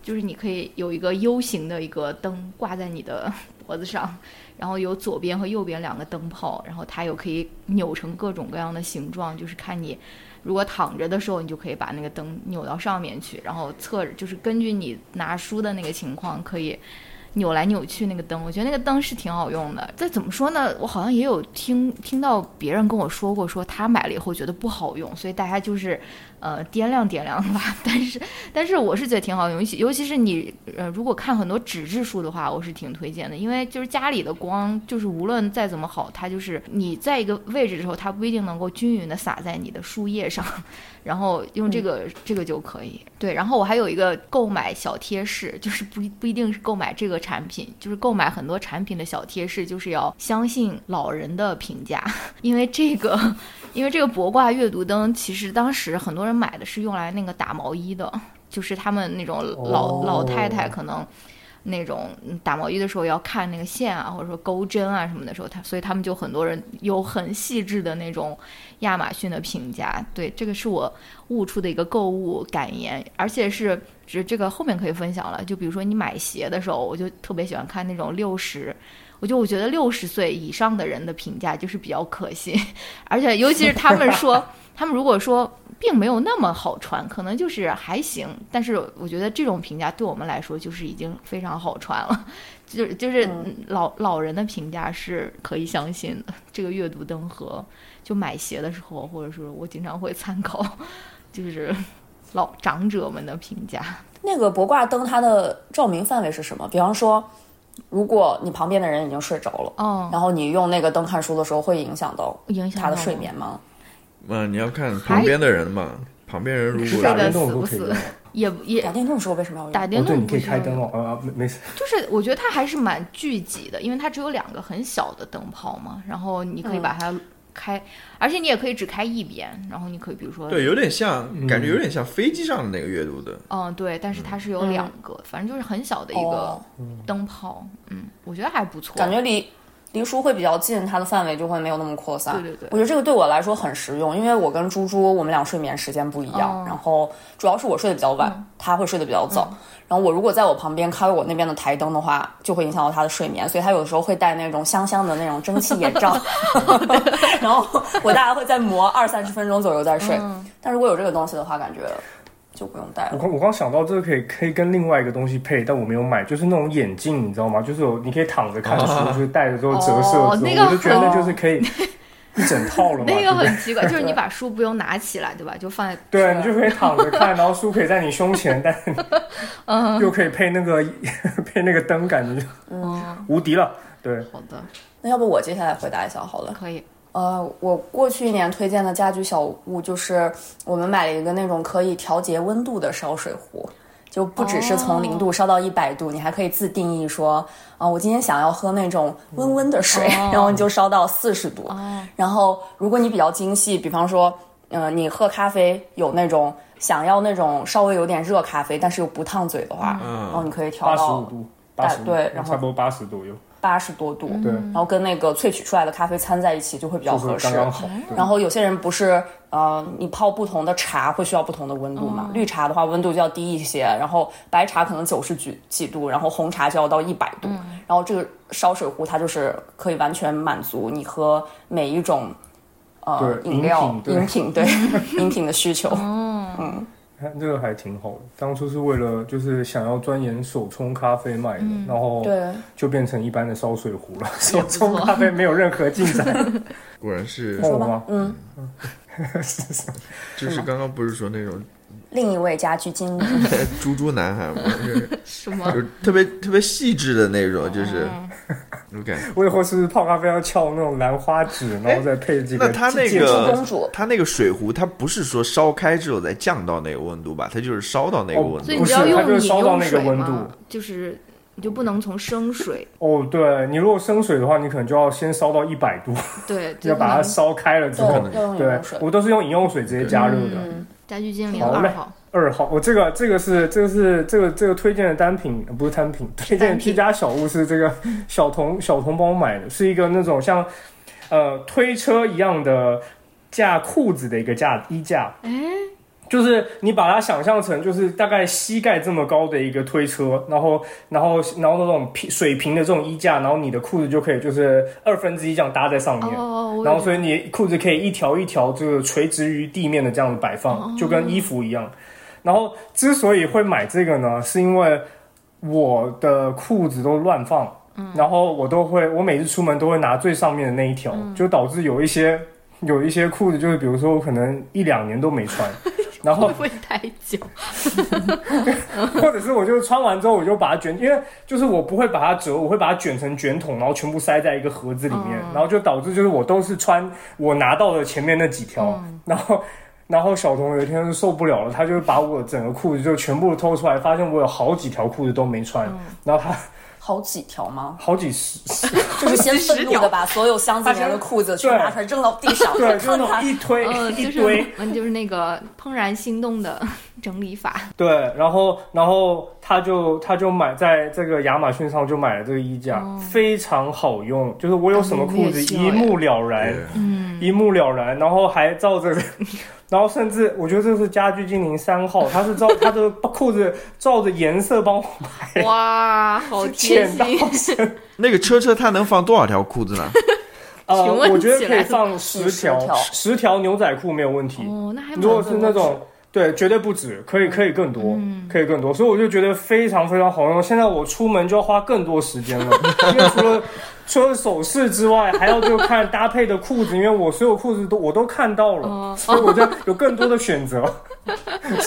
就是你可以有一个 U 型的一个灯挂在你的 脖子上，然后有左边和右边两个灯泡，然后它又可以扭成各种各样的形状，就是看你如果躺着的时候，你就可以把那个灯扭到上面去，然后侧就是根据你拿书的那个情况可以。扭来扭去那个灯，我觉得那个灯是挺好用的。这怎么说呢？我好像也有听听到别人跟我说过，说他买了以后觉得不好用，所以大家就是，呃，掂量掂量吧。 但是，但是我是觉得挺好用，尤其尤其是你呃，如果看很多纸质书的话，我是挺推荐的，因为就是家里的光，就是无论再怎么好，它就是你在一个位置之后，它不一定能够均匀的洒在你的书页上。然后用这个、这个就可以。对，然后我还有一个购买小贴士， 就是不不一定是购买这个产品，就是购买很多产品的小贴士，就是要相信老人的评价， 因为这个，因为这个博挂阅读灯，其实当时很多人买的是用来那个打毛衣的，就是他们那种老、哦老太太可能。那种嗯打毛衣的时候要看那个线啊，或者说钩针啊什么的时候，他所以他们就很多人有很细致的那种亚马逊的评价。对，这个是我悟出的一个购物感言，而且是只这个后面可以分享了。就比如说你买鞋的时候，我就特别喜欢看那种六十，我就我觉得六十岁以上的人的评价就是比较可信， 而且尤其是他们说，他们如果说并没有那么好穿，可能就是还行，但是我觉得这种评价对我们来说就是已经非常好穿了。就是就是老老人的评价是可以相信的，这个阅读灯和就买鞋的时候，或者说我经常会参考，就是 老长者们的评价。那个博挂灯它的照明范围是什么？比方说，如果你旁边的人已经睡着了，哦，然后你用那个灯看书的时候，会影响到影响他的到睡吗眠吗？嘛，你要看旁边的人嘛，旁边人如睡果打得电死动都不可以死用，也也 打电动的时候为什么要打用？电哦，对，动你不可以是开灯哦，啊，没没事，就是我觉得它还是蛮聚集的，因为它只有两个很小的灯泡嘛，然后你可以把它开，而且你也可以只开一边，然后你可以比如说对，有点像，感觉有点像飞机上的那个阅读的。嗯，对，但是它是有嗯两个，反正就是很小的一个哦灯泡，嗯，我觉得还不错，感觉离离书会比较近，它的范围就会没有那么扩散。对对对我觉得这个对我来说很实用，因为我跟猪猪我们俩睡眠时间不一样，哦嗯然后主要是我睡得比较晚，他会睡得比较早。然后我如果在我旁边开我那边的台灯的话，就会影响到他的睡眠，所以他有的时候会戴那种香香的那种蒸汽眼 罩， 然后我大概会再磨二三十分钟左右再睡。嗯但如果有这个东西的话，感觉就不用戴我了。刚我刚想到这个可以可以跟另外一个东西配，但我没有买，就是那种眼镜，你知道吗？就是有你可以躺着看书，就是戴着之后折射之后，哦哦那个我就觉得那就是可以一整套了嘛。 那对个不对很奇怪， 就是你把书不用拿起来，对吧？就放在对，你就可以躺着看，然后书可以在你 胸前，但是嗯你又可以配那个 配那个灯，感觉就嗯无敌了。对，好的，那要不我接下来回答一下好了。可以，呃，我过去一年推荐的家居小物就是我们买了一个那种可以调节温度的烧水壶，就不只是哦从零度烧到一百度，你还可以自定义说，啊、我今天想要喝那种温温的水，哦 然后你就烧到四十度。哦然后如果你比较精细，比方说，嗯、你喝咖啡有那种想要那种稍微有点热咖啡，但是又不烫嘴的话，嗯然后你可以调八十到五度，八十对然后差不多八十左右，八十多嗯度，对，然后跟那个萃取出来的咖啡掺在一起就会比较就合是适。嗯刚刚好。对然后有些人不是，呃，你泡不同的茶会需要不同的温度嗯嘛？绿茶的话温度就要低一些，然后白茶可能九十几几度，然后红茶就要到一百度。嗯然后这个烧水壶它就是可以完全满足你喝每一种，呃，对饮料、饮品对哦饮品对 饮品的需求。看这个还挺好的，当初是为了就是想要钻研手冲咖啡卖的，然后嗯对就变成一般的烧水壶了。手冲咖啡没有任何进 展，果然是，哦吗？嗯，就是刚刚不是说那种 另一位家居经理，猪猪男孩嘛，就是什么就是特别特别细致的那种，就是哦我感觉。我以后是不是泡咖啡要翘那种兰花指，然后再配几个那他那戒指猪个公主他那个水壶，它不是说烧开之后再降到那个温度吧？它就是烧到那个哦温所度以不你是要它就用是饮烧到用那个水温嘛度，就是你就不能从生水，哦，对你如果生水的话，你可能就要先烧到一百度， 对，就要把它能烧开了之后，对要用饮对用水，嗯我都是用饮用水直接加热的。家居精灵好嘞二号，二号，我、这个这个是这个是这个这个推荐的单品，呃不是单品，推荐单的品居家小物是这个小童小童帮我买的，是一个那种像呃推车一样的架裤子的一个架衣架，哎，就是你把它想象成就是大概膝盖这么高的一个推车，然后然后然后那种平水平的这种衣架，然后你的裤子就可以就是二分之一这样搭在上面，哦，我然后有所以你裤子可以一条一条这个垂直于地面的这样子摆哦放，就跟衣服一样。然后之所以会买这个呢，是因为我的裤子都乱放，嗯然后我都会，我每次出门都会拿最上面的那一条，嗯就导致有一些有一些裤子就是比如说我可能一两年都没 穿，然后会不会太久？ 或者是我就穿完之后我就把它卷，因为就是我不会把它折，我会把它卷成卷筒，然后全部塞在一个盒子里面，嗯然后就导致就是我都是穿我拿到的前面那几条，嗯然后。然后小童有一天就受不了了，他就把我整个裤子就全部偷出来，发现我有好几条裤子都没穿，嗯然后他好几条 吗？好几十，就是先愤怒的把所有箱子里面的裤子全拿出来扔到地上， 对，就是看那他种一推、嗯，就一是堆，嗯，就是那个怦然心动的 整理 法。对，然后然后他就他就买在这个亚马逊上就买了这个衣架，嗯非常好用，就是我有什么裤嗯我子也需要一目了然，嗯一目了然，然后还照着。 然后甚至我觉得这是家居精灵三号，他是照他的裤子照着颜色帮我 哇，好贴剪刀心！身，那个车车它能放多少条裤子 呢？呃，请问我觉得起可来以放十十条条，十条牛仔裤没有问题。哦，那还嗯蛮如果是那种对，绝对不止，可以可以更多，可以更多，所以我就觉得非常非常好用。现在我出门就要花更多时间了，因为除了除了首饰之外，还要就看搭配的裤子，因为我所有裤子都我都看到哦了，所以我就有更多的选择。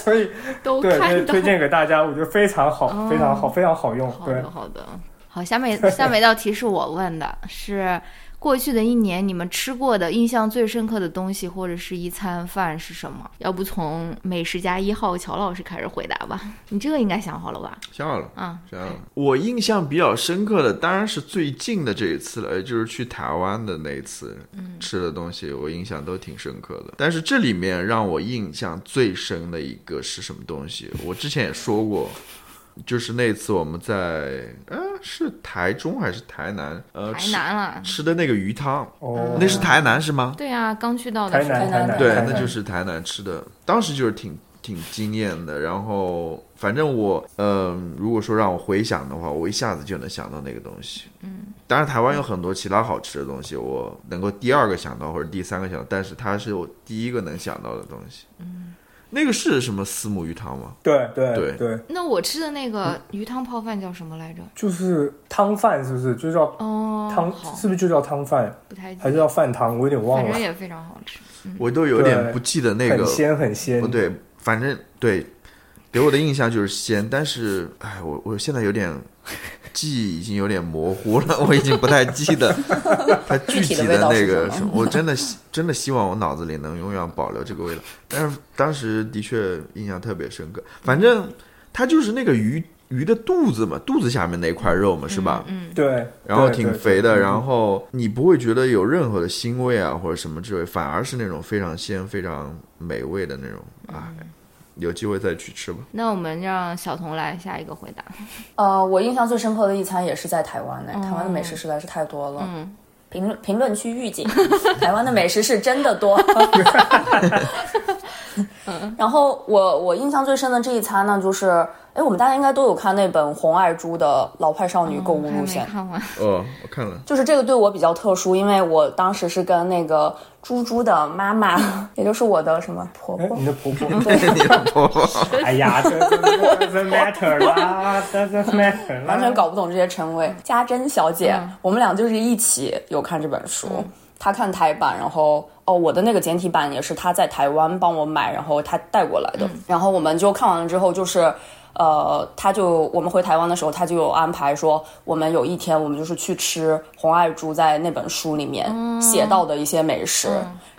所以都对，所以看到推。荐给大家，我觉得非常好，非常好，非常好用。好对的，，好的，好。下面 下面一道题是我问的，是过去的一年你们吃过的印象最深刻的东西或者是一餐饭是什么？要不从美食家一号乔老师开始回答吧？你这个应该想好了吧？想好了，啊、想好了。我印象比较深刻的当然是最近的这一次了，也就是去台湾的那一次，嗯吃的东西我印象都挺深刻的。但是这里面让我印象最深的一个是什么东西？我之前也说过，就是那次我们在呃是台中还是台南呃台吃南啦，吃的那个鱼汤，哦，那是台南是吗？对啊，刚去到的台时南候台南南对，台那南就是台南吃的，当时就是挺挺惊艳的。然后反正我，嗯、如果说让我回想的话，我一下子就能想到那个东西。嗯，当然台湾有很多其他好吃的东西，我能够第二个想到或者第三个想到，但是它是我第一个能想到的东西。嗯，那个是什么丝母鱼汤吗？对对对对，那我吃的那个鱼汤泡饭叫什么来着？就是汤饭是不是就叫哦，汤？好，是不是就叫汤饭，不太记还是得，叫饭汤？我有点忘反了正。也非常好吃。我都有点对不记得那个很鲜很鲜不，哦对，反正对，给我的印象就是鲜，但是哎，我我现在有点记忆已经有点模糊了，我已经不太记 得它具体的那个什么，我真的希真的希望我脑子里能永远保留这个味道。但是当时的确印象特别深刻，反正它就是那个鱼鱼的肚子嘛，肚子下面那块肉嘛，是吧？嗯，对，然后对挺对肥嗯的，对然后你不会觉得有任何的腥味啊或者什么之类，反而是那种非常鲜、非常美味的那种嗯啊。有机会再去吃吧。那我们让小童来下一个回答。呃，我印象最深刻的一餐也是在台湾嗯呢、台湾的美食实在是太多了。评论评论区预警，台湾的美食是真的多。 嗯然后我我印象最深的这一餐呢，就是哎，我们大家应该都有看那本红爱珠的《老派少女购嗯物还路没线》看完，哦，我看了，就是这个对我比较特殊，因为我当时是跟那个猪猪的妈妈， 也就是我的什么婆哎婆，你的婆婆， 你老婆哎呀，这这这 doesn't matter 啦，doesn't matter 完全啦。搞不懂这些称谓。家珍小姐，我们俩就是一起有看这本书，她看台版，然后哦，我的那个简体版也是她在台湾帮我买，然后她带过来的。然后我们就看完了之后，就是呃，她就我们回台湾的时候，她就有安排说，我们有一天我们就是去吃红爱珠在那本书里面写到的一些美食。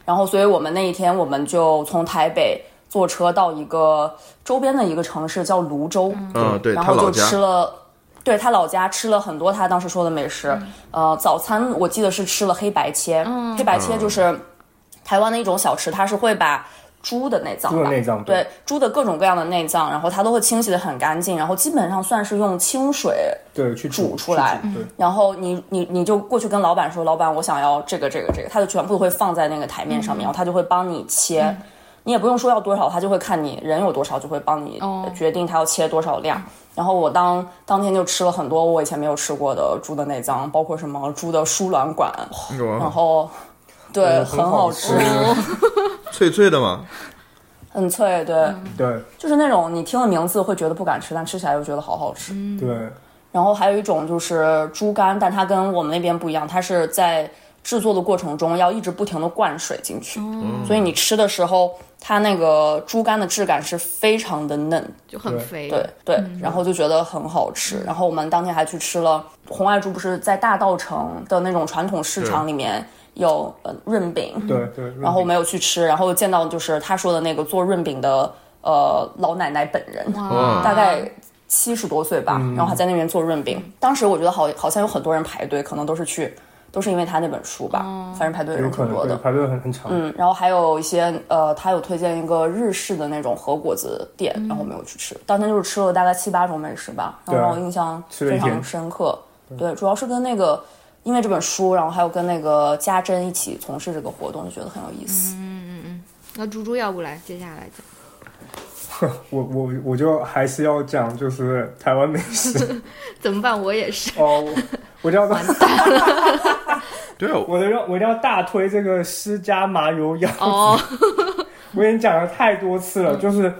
然后，所以我们那一天我们就从台北坐车到一个周边的一个城市叫泸州，嗯对然他后老就家吃了。对他老家吃了很多他当时说的美食，呃，早餐我记得是吃了黑白切，黑白切就是台湾的一种小吃，它是会把猪的内脏吧，猪的内脏对对猪的各种各样的内脏，然后它都会清洗的很干净，然后基本上算是用清水对，去煮出来去煮对，然后你你你就过去跟老板说，老板我想要这个这个这个，他就全部会放在那个台面上面，然后他就会帮你切。你也不用说要多少，他就会看你人有多少，就会帮你哦决定他要切多少量。然后我当当天就吃了很多我以前没有吃过的猪的内脏，包括什么猪的输卵管，然哇，后对、嗯很好好吃，脆脆的 嘛，很脆，对，对就是那种你听了名字会觉得不敢吃，但吃起来又觉得好好吃。对，然后还有一种就是猪肝，但它跟我们那边不一样，它是在制作的过程中要一直不停的灌水进去，所以你吃的时候，它那个猪肝的质感是非常的嫩，就很肥。对对，然后就觉得很好吃。然后我们当天还去吃了红爱猪，不是在大道城的那种传统市场里面有呃润饼，对对，润然后我饼没有去吃，然后见到就是他说的那个做润饼的呃老奶奶本人，哇大概七十多岁吧，嗯然后还在那边做润饼。当时我觉得好好像有很多人排队，可能都是去都是因为他那本书吧，反正排队的有人可挺能多对的。排队很很长，嗯，然后还有一些呃，他有推荐一个日式的那种和果子店，然后我没有去吃。当天就是吃了大概七八种美食吧，然对后啊让我印象吃了非一常天深刻。对，主要是跟那个，因为这本书，然后还有跟那个家珍一起从事这个活动，就觉得很有意思。那猪猪要不来，接下来讲。我我我就还是要讲就是台湾美食怎么办？我也是。哦，我我就要对啊，我的要我一定要大推这个施家麻油鸭，哦，我已经讲了太多次了，就是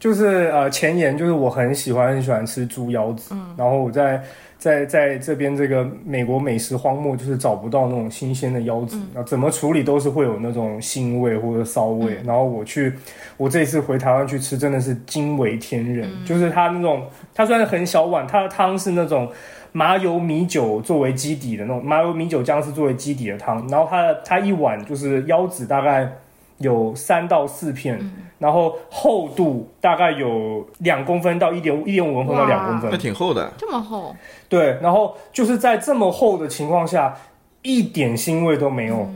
就是呃前言就是我很喜欢很喜欢吃猪腰子，然后我在在在这边这个美国美食荒漠就是找不到那种新鲜的腰子，那、怎么处理都是会有那种腥味或者骚味，然后我去我这次回台湾去吃真的是惊为天人，就是它那种它虽然很小碗，它的汤是那种。麻油米酒作为基底的那种，麻油米酒酱是作为基底的汤，然后它的它一碗就是腰子大概有三到四片，然后厚度大概有两公分到一点一点五公分到哇两公分还，挺厚的， 这么厚，对，然后就是在这么厚的情况下，一点腥味都没有，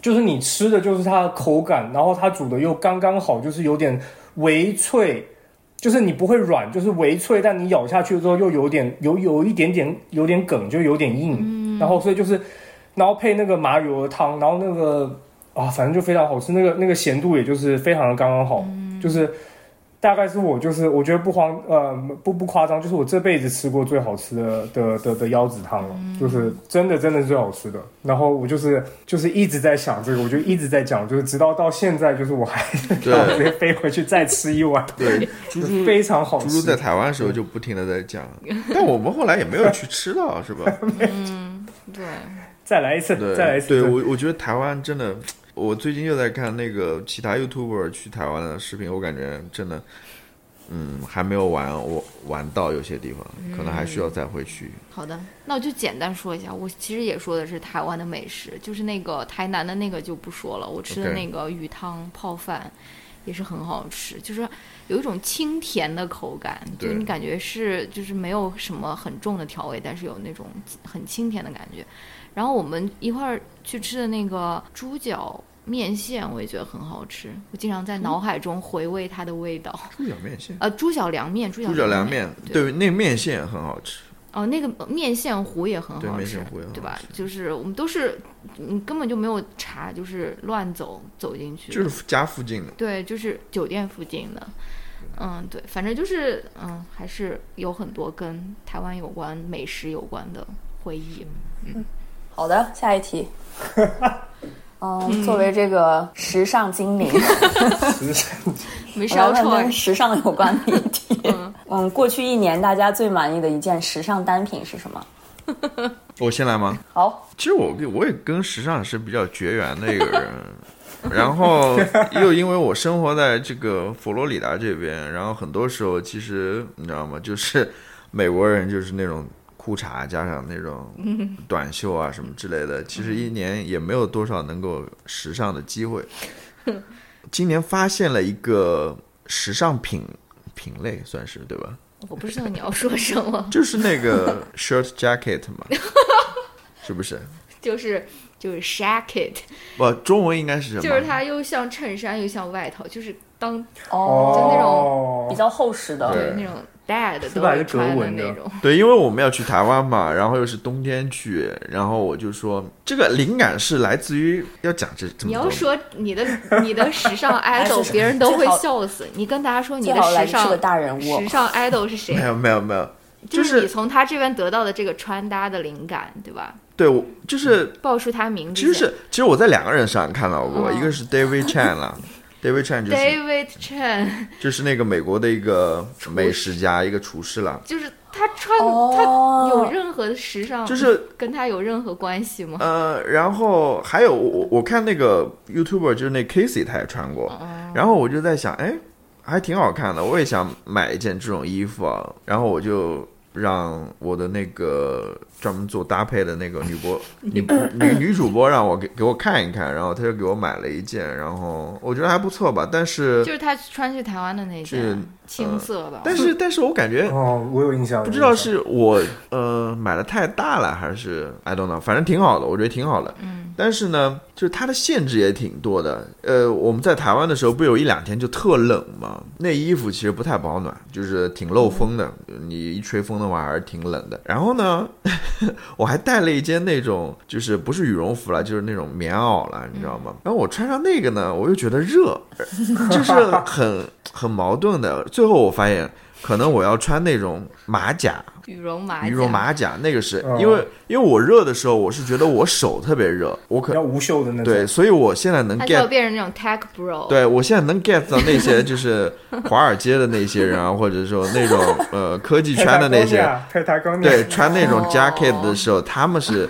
就是你吃的就是它的口感，然后它煮的又刚刚好，就是有点微脆，就是你不会软，就是微脆，但你咬下去之后又有点有有一点点有点梗，就有点硬，然后所以就是，然后配那个麻油的汤，然后那个啊，反正就非常好吃，那个那个咸度也就是非常的刚刚好，就是。大概是我就是我觉得不慌呃不不夸张，就是我这辈子吃过最好吃的的的的腰子汤了，就是真的真的是最好吃的。然后我就是就是一直在想这个，我就一直在讲，就是直到到现在，就是我 还要直对接飞回去再吃一碗，对，嗯就是非常好猪猪在吃。台湾的时候就不停的在讲，但我们后来也没有去吃到，是吧？嗯对，再来 一次，对，再来一次。对我，我觉得台湾真的，我最近又在看那个其他 YouTuber 去台湾的视频，我感觉真的，嗯，还没有玩我玩到有些地方，可能还需要再回去。好的，那我就简单说一下，我其实也说的是台湾的美食，就是那个台南的那个就不说了，我吃的 OK 那个鱼汤泡饭也是很好吃，就是有一种清甜的口感，就对你感觉是就是没有什么很重的调味，但是有那种很清甜的感觉。然后我们一块儿去吃的那个猪脚面线，我也觉得很好吃，我经常在脑海中回味它的味道。猪脚面线，呃，猪脚凉面，猪脚猪脚凉面，对对，那面线很好吃，哦，那个面线糊也很对好面吃线糊也，很对好吧？吃就是我们都是，嗯，根本就没有查，就是乱走走进去的，就是家附近的。对，就是酒店附近的，嗯，对，反正就是，嗯，还是有很多跟台湾有关、美食有关的回忆。嗯好的，下一 题。嗯，作为这个时尚精灵，没事我要要问串跟，时尚有关的一 题。 嗯，过去一年大家最满意的一件时尚单品是什么？我先来吗？好，其实我我也跟时尚是比较绝缘的一个人， 然后又因为我生活在这个佛罗里达这边，然后很多时候其实你知道吗？就是美国人就是那种裤衩加上那种短袖啊什么之类的，其实一年也没有多少能够时尚的机会。今年发现了一个时尚品品类，算是对吧？我不知道你要说什么， 就是那个 shirt jacket 嘛，是不是？就是就是 shacket，不，中文应该是什么？就是它又像衬衫又像外套，就是当哦，就那种哦比，较厚实的，对对那种 dad 四都百会是德穿文的那种，对，因为我们要去台湾嘛，然后又是冬天去，然后我就说这个灵感是来自于要讲这这你么要多。说你的你的时 尚哎是 idol，是别人都会最好笑死。你跟大家说你最的好来时是个尚大人物时。尚 idol 是谁没？有没有没有，就哎就是是你从他这边得到的这个穿搭的灵感，对吧？对，我就是报出他名字其先，实是其实我在两个人上看到过，嗯一个是 David Chan 啦，David Chan 就是 David Chen，就是那个美国的一个美食家，一个厨师啦，就是他穿、他有哦，任何时尚，就是跟他有任何关系吗？呃，然后还有我我我看那个 YouTuber 就是那 Casey 他也穿过，然后我就在想，哎，还挺好看的，我也想买一件这种衣服啊，然后我就。让我的那个专门做搭配的那个女播女女女主播让我给给我看一看，然后她就给我买了一件，然后我觉得还不错吧，但是就是他穿去台湾的那呃是呃件青色吧，但是，但是我感觉哦，我有印象，不有知印道象是我呃买的太大了，还是 I don't know，反正挺好的，我觉得挺好的。嗯，但是呢，就是它的限制也挺多的。呃，我们在台湾的时候，不有一两天就特冷嘛，那衣服其实不太保暖，就是挺漏风的，你一吹风的话还是挺冷的。然后呢， 我还带了一件那种就是不是羽绒服了，就是那种棉袄了，你知道吗？然后我穿上那个呢，我又觉得热，就是很 很矛盾的。最后我发现，可能我要穿那种马甲，羽绒马甲，羽绒马甲，那个是哦因为因为我热的时候，我是觉得我手特别热，我可比较无袖的那种。对，所以我现在能他就要 get，变成那种 tech bro，，对我现在能 get 到那些就是华尔街的那些人啊，或者说那种呃科技佩圈的塔 哥那尼些人，亚，佩塔高尼亚 对，穿那种哦 jacket 的时候，他们是，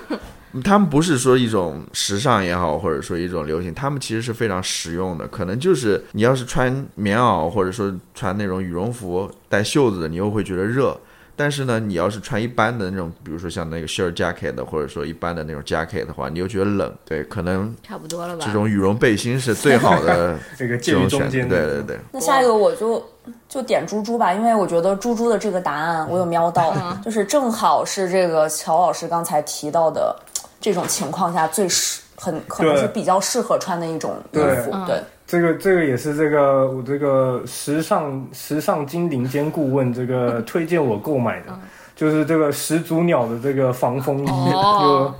他们不是说一种时尚也好，或者说一种流行，他们其实是非常实用的。可能就是你要是穿棉袄，或者说穿那种羽绒服带袖子的，你又会觉得热。但是呢，你要是穿一般的那种，比如说像那个 s h i r t jacket，或者说一般的那种 jacket 的话，你又觉得冷。对，可能差不多了吧？这种羽绒背心是最好的这个这 介种于中选择。间对的，对对，那下一个我就就点猪猪吧，因为我觉得猪猪的这个答案我有瞄到，嗯 就是正好是这个乔老师刚才提到的这种情况下最适很可能对是比较适合穿的一种衣对服，嗯对。这个这个也是这个我这个时尚时尚精灵兼顾问这个推荐我购买嗯的，就是这个始祖鸟的这个防风衣， 哦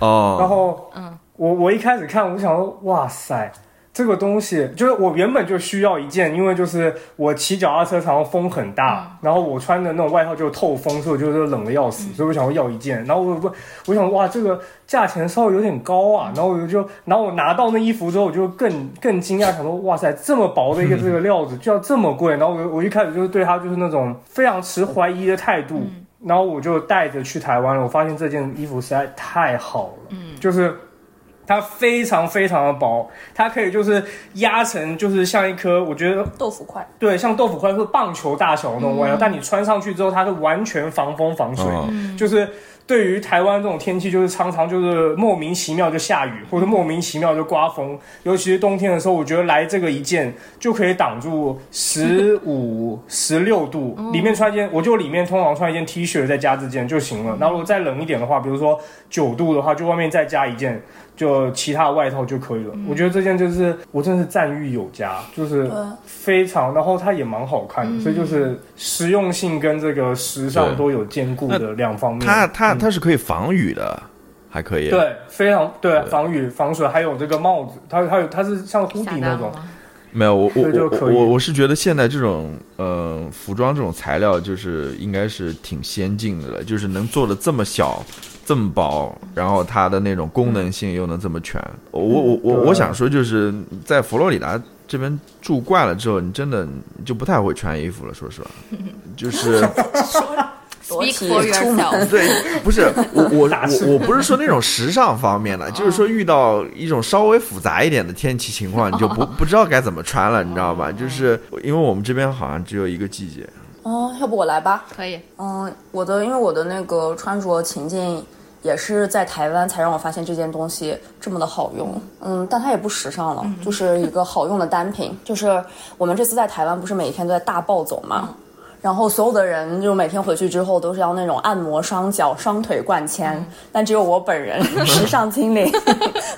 就然哦，后嗯我我一开始看，我就想说，哇塞。这个东西就是我原本就需要一件，因为就是我骑脚踏车常常风很大，然后我穿的那种外套就透风，所以我就是冷的要死，所以我想要要一件。然后我我我想哇，这个价钱稍微有点高啊。然后我就然后我拿到那衣服之后，我就更更惊讶，想说哇塞，这么薄的一个这个料子就要这么贵。然后我我一开始就是对它就是那种非常持怀疑的态度。然后我就带着去台湾了，我发现这件衣服实在太好了，嗯，就是它非常非常的薄，它可以就是压成就是像一颗，我觉得豆腐块，对，像豆腐块或者棒球大小的那种外套，但你穿上去之后，它是完全防风防水，嗯就是。对于台湾这种天气，就是常常就是莫名其妙就下雨，或者莫名其妙就刮风，尤其是冬天的时候，我觉得来这个一件就可以挡住十 五、十六度，哦里面穿一件，我就里面通常穿一件 T 恤再加这件就嗯行了。然后如果再冷一点的话，比如说九度的话，就外面再加一件，就其他外套就可以了。嗯我觉得这件就是我真的是赞誉有加，就是非常，然后它也蛮好看的，嗯所以就是实用性跟这个时尚对都有兼顾的两方面。它它它是可以防雨的，还可以。嗯对，非常对，防雨、防水，还有这个帽子，它还有它是像下呼单底了那种，吗没有，我我这就我可以我我是觉得现在这种呃服装这种材料，就是应该是挺先进的了，就是能做的这么小、这么薄，然后它的那种功能性又能这么全。我我我嗯对我想说，就是在佛罗里达这边住惯了之后，你真的就不太会穿衣服了，说实话，就是。裸？Speak 体 for 出 yourself，门，对，不是我 我打我我不是说那种时尚方面的，就是说遇到一种稍微复杂一点的天气情况，你 就不不知道该怎么穿了，你知道吧？就是因为我们这边好像只有一个季节，哦，要不我来吧。可以，嗯，我的因为我的那个穿着情境也是在台湾才让我发现这件东西这么的好用。嗯，但它也不时尚了，就是一个好用的单品。就是我们这次在台湾不是每天都在大暴走嘛，然后所有的人就每天回去之后都是要那种按摩双脚、双腿灌铅，但只有我本人时尚精灵，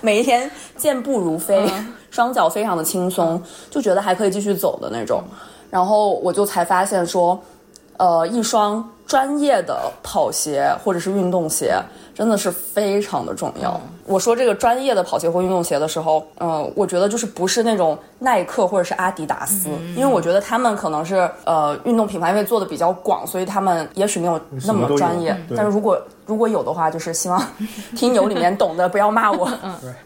每一天健步如飞，双脚非常的轻松，就觉得还可以继续走的那种。然后我就才发现说，呃一双专业的跑鞋或者是运动鞋，真的是非常的重要。我说这个专业的跑鞋或运动鞋的时候，嗯、我觉得就是不是那种耐克或者是阿迪达斯，因为我觉得他们可能是呃运动品牌因为做的比较广，所以他们也许没有那什么么都有专业嗯，对但是如果如果有的话，就是希望听友里面懂的不要骂我。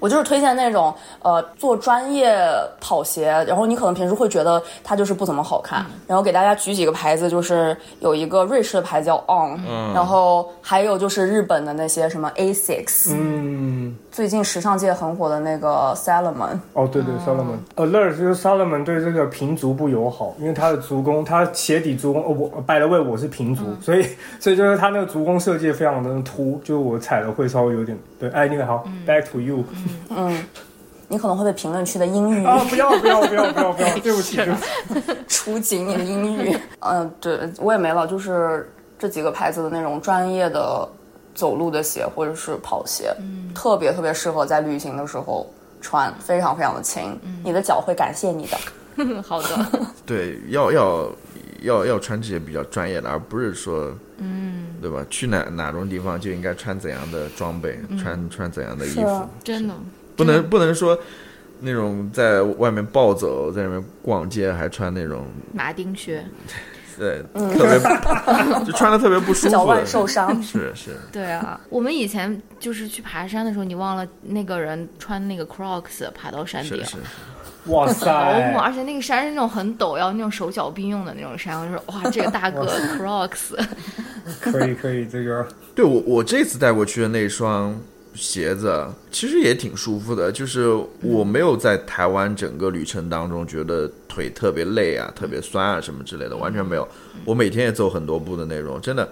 我就是推荐那种呃做专业跑鞋，然后你可能平时会觉得它就是不怎么好看，然后给大家举几个牌子，就是有一个瑞士的牌子叫 On，、然后还有就是日本的那些什么 Asics，、嗯，最近时尚界很火的那个 Salomon，哦，对嗯对，Solomon alert 就是 Solomon 对这个平足不友好，因为他的足弓，他鞋底足弓，哦，我拜了位我是平足，嗯所以所以就是他那个足弓设计非常的凸，就是我踩了会稍微有点对。哎，那个好、b 嗯 a c k to you，、你可能会被评论区的英语。啊，不要不要不要不要不要，对不起啊对不起，除警你的英 语。嗯，对我也没了，就是这几个牌子的那种专业的走路的鞋或者是跑鞋，特别特别适合在旅行的时候穿，非常非常的轻，你的脚会感谢你的。嗯好的，对，要要要要穿这些比较专业的，而不是说，嗯，对吧？去哪哪种地方就应该穿怎样的装备，穿穿怎样的衣嗯是啊服，真的。不能不能说那种在外面暴走，在那边逛街还穿那种马丁靴，对、特别 就穿的特别不舒服的，嗯脚腕受伤 是是，对啊， 我们以前就是去爬山的时候，你忘了那个人穿那个 Crocs 爬到山顶是，是，哇好啊猛！塞，而且那个山是那种很陡，要那种手脚并用的那种山。我就说哇，这个大 哥 Crocs，可以可以，这个对我我这次带过去的那双鞋子，啊其实也挺舒服的，就是我没有在台湾整个旅程当中觉得腿特别累啊、特别酸啊什么之类的，完全没有。我每天也走很多步的那种，真的。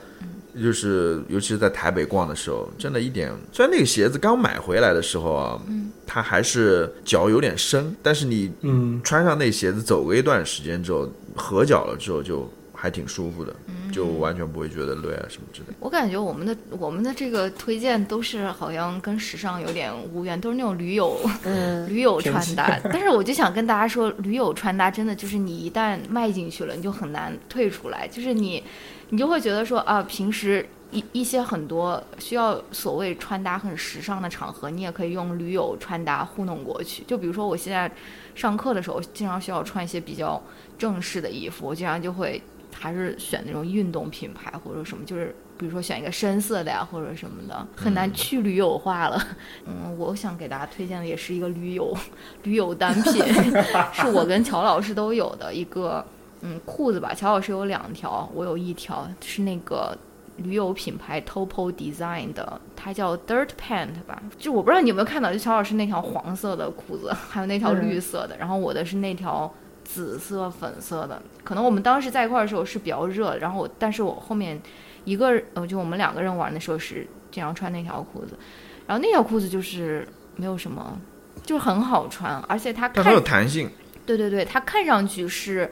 就是，尤其是在台北逛的时候，真的一点。虽然那个鞋子刚买回来的时候啊，它还是脚有点深，但是你嗯，穿上那鞋子走个一段时间之后，合脚了之后就还挺舒服的，嗯就完全不会觉得累啊什么之类的。我感觉我们的我们的这个推荐都是好像跟时尚有点无缘，都是那种驴友嗯，驴友穿搭。但是我就想跟大家说，驴友穿搭真的就是你一旦迈进去了，你就很难退出来。就是你，你就会觉得说啊，平时一一些很多需要所谓穿搭很时尚的场合，你也可以用驴友穿搭糊弄过去。就比如说我现在上课的时候，经常需要穿一些比较正式的衣服，我经常就会还是选那种运动品牌或者什么，就是。比如说选一个深色的呀，或者什么的，很难去驴友化了。嗯，我想给大家推荐的也是一个驴友 驴友单品， 是我跟乔老师都有的一个嗯裤子吧。乔老师有两条，我有一条，是那个驴友品牌 Topo Design 的，它叫 Dirt Pant 吧。就我不知道你有没有看到，就乔老师那条黄色的裤子，还有那条绿色的，然后我的是那条。紫色、粉色的，可能我们当时在一块儿的时候是比较热，然后我，但是我后面一个人，呃，就我们两个人玩的时候是经常穿那条裤子，然后那条裤子就是没有什么，就是很好穿，而且它但看很有弹性，对对对，它看上去是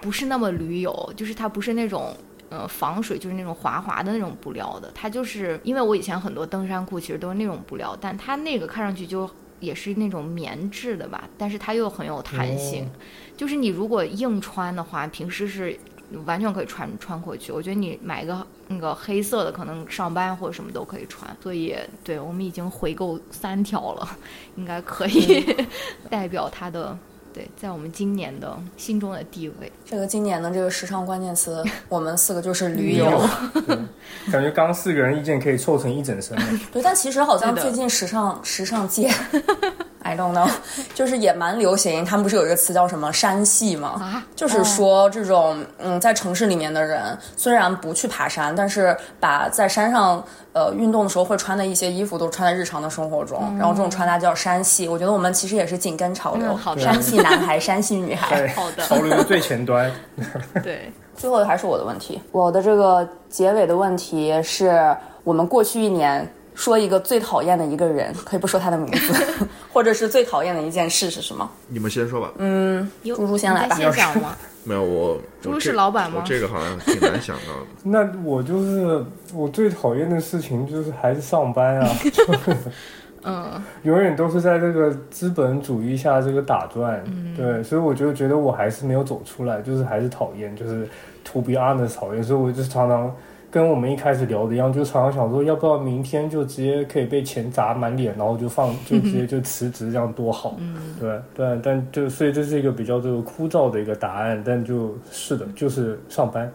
不是那么驴油，就是它不是那种。呃，防水就是那种滑滑的那种布料的，它就是因为我以前很多登山裤其实都是那种布料，但它那个看上去就也是那种棉质的吧，但是它又很有弹性，就是你如果硬穿的话，平时是完全可以穿穿过去。我觉得你买一个那个黑色的，可能上班或者什么都可以穿。所以，对我们已经回购三条了， 应该可以 代表它的对，在我们今年的心中的地位。这个今年的这个时尚关键词，我们四个就是驴驴友友。感觉刚刚四个人意见可以凑成一整身了，对，但其实好像对的最近时尚时尚界，I don't know，就是 也蛮流行。他们不是有一个词叫什么“山系”吗？啊就是说这种嗯，在城市里面的人虽然不去爬山，但是把在山上呃运动的时候会穿的一些衣服都穿在日常的生活中，然后这种穿搭叫山系。我觉得我们其实也是紧跟潮流，嗯好的山系男孩、山系女孩。在 好的潮流的最前端， 对，最后还是我的问题，我的这个结尾的问题是我们过去一年说一个最讨厌的一个人，可以不说他的名字， 或者是最讨厌的一件事是什么？你们先说吧。猪猪猪先来吧先讲吗？没有我，猪我是这老板吗我这个好像挺难想到的。那我就是我最讨厌的事情就是还是上班啊，嗯，永远都是在这个资本主义下这个打转，对，所以我就觉得我还是没有走出来，就是还是讨厌，就是 to be honest 讨厌，所以我就常常跟我们一开始聊的一样，就常常想说，要不要明天就直接可以被钱砸满脸，然后就放就直接就辞职，这样多好，对对，但就所以这是一个比较这个枯燥的一个答案，但就是的，就是上班，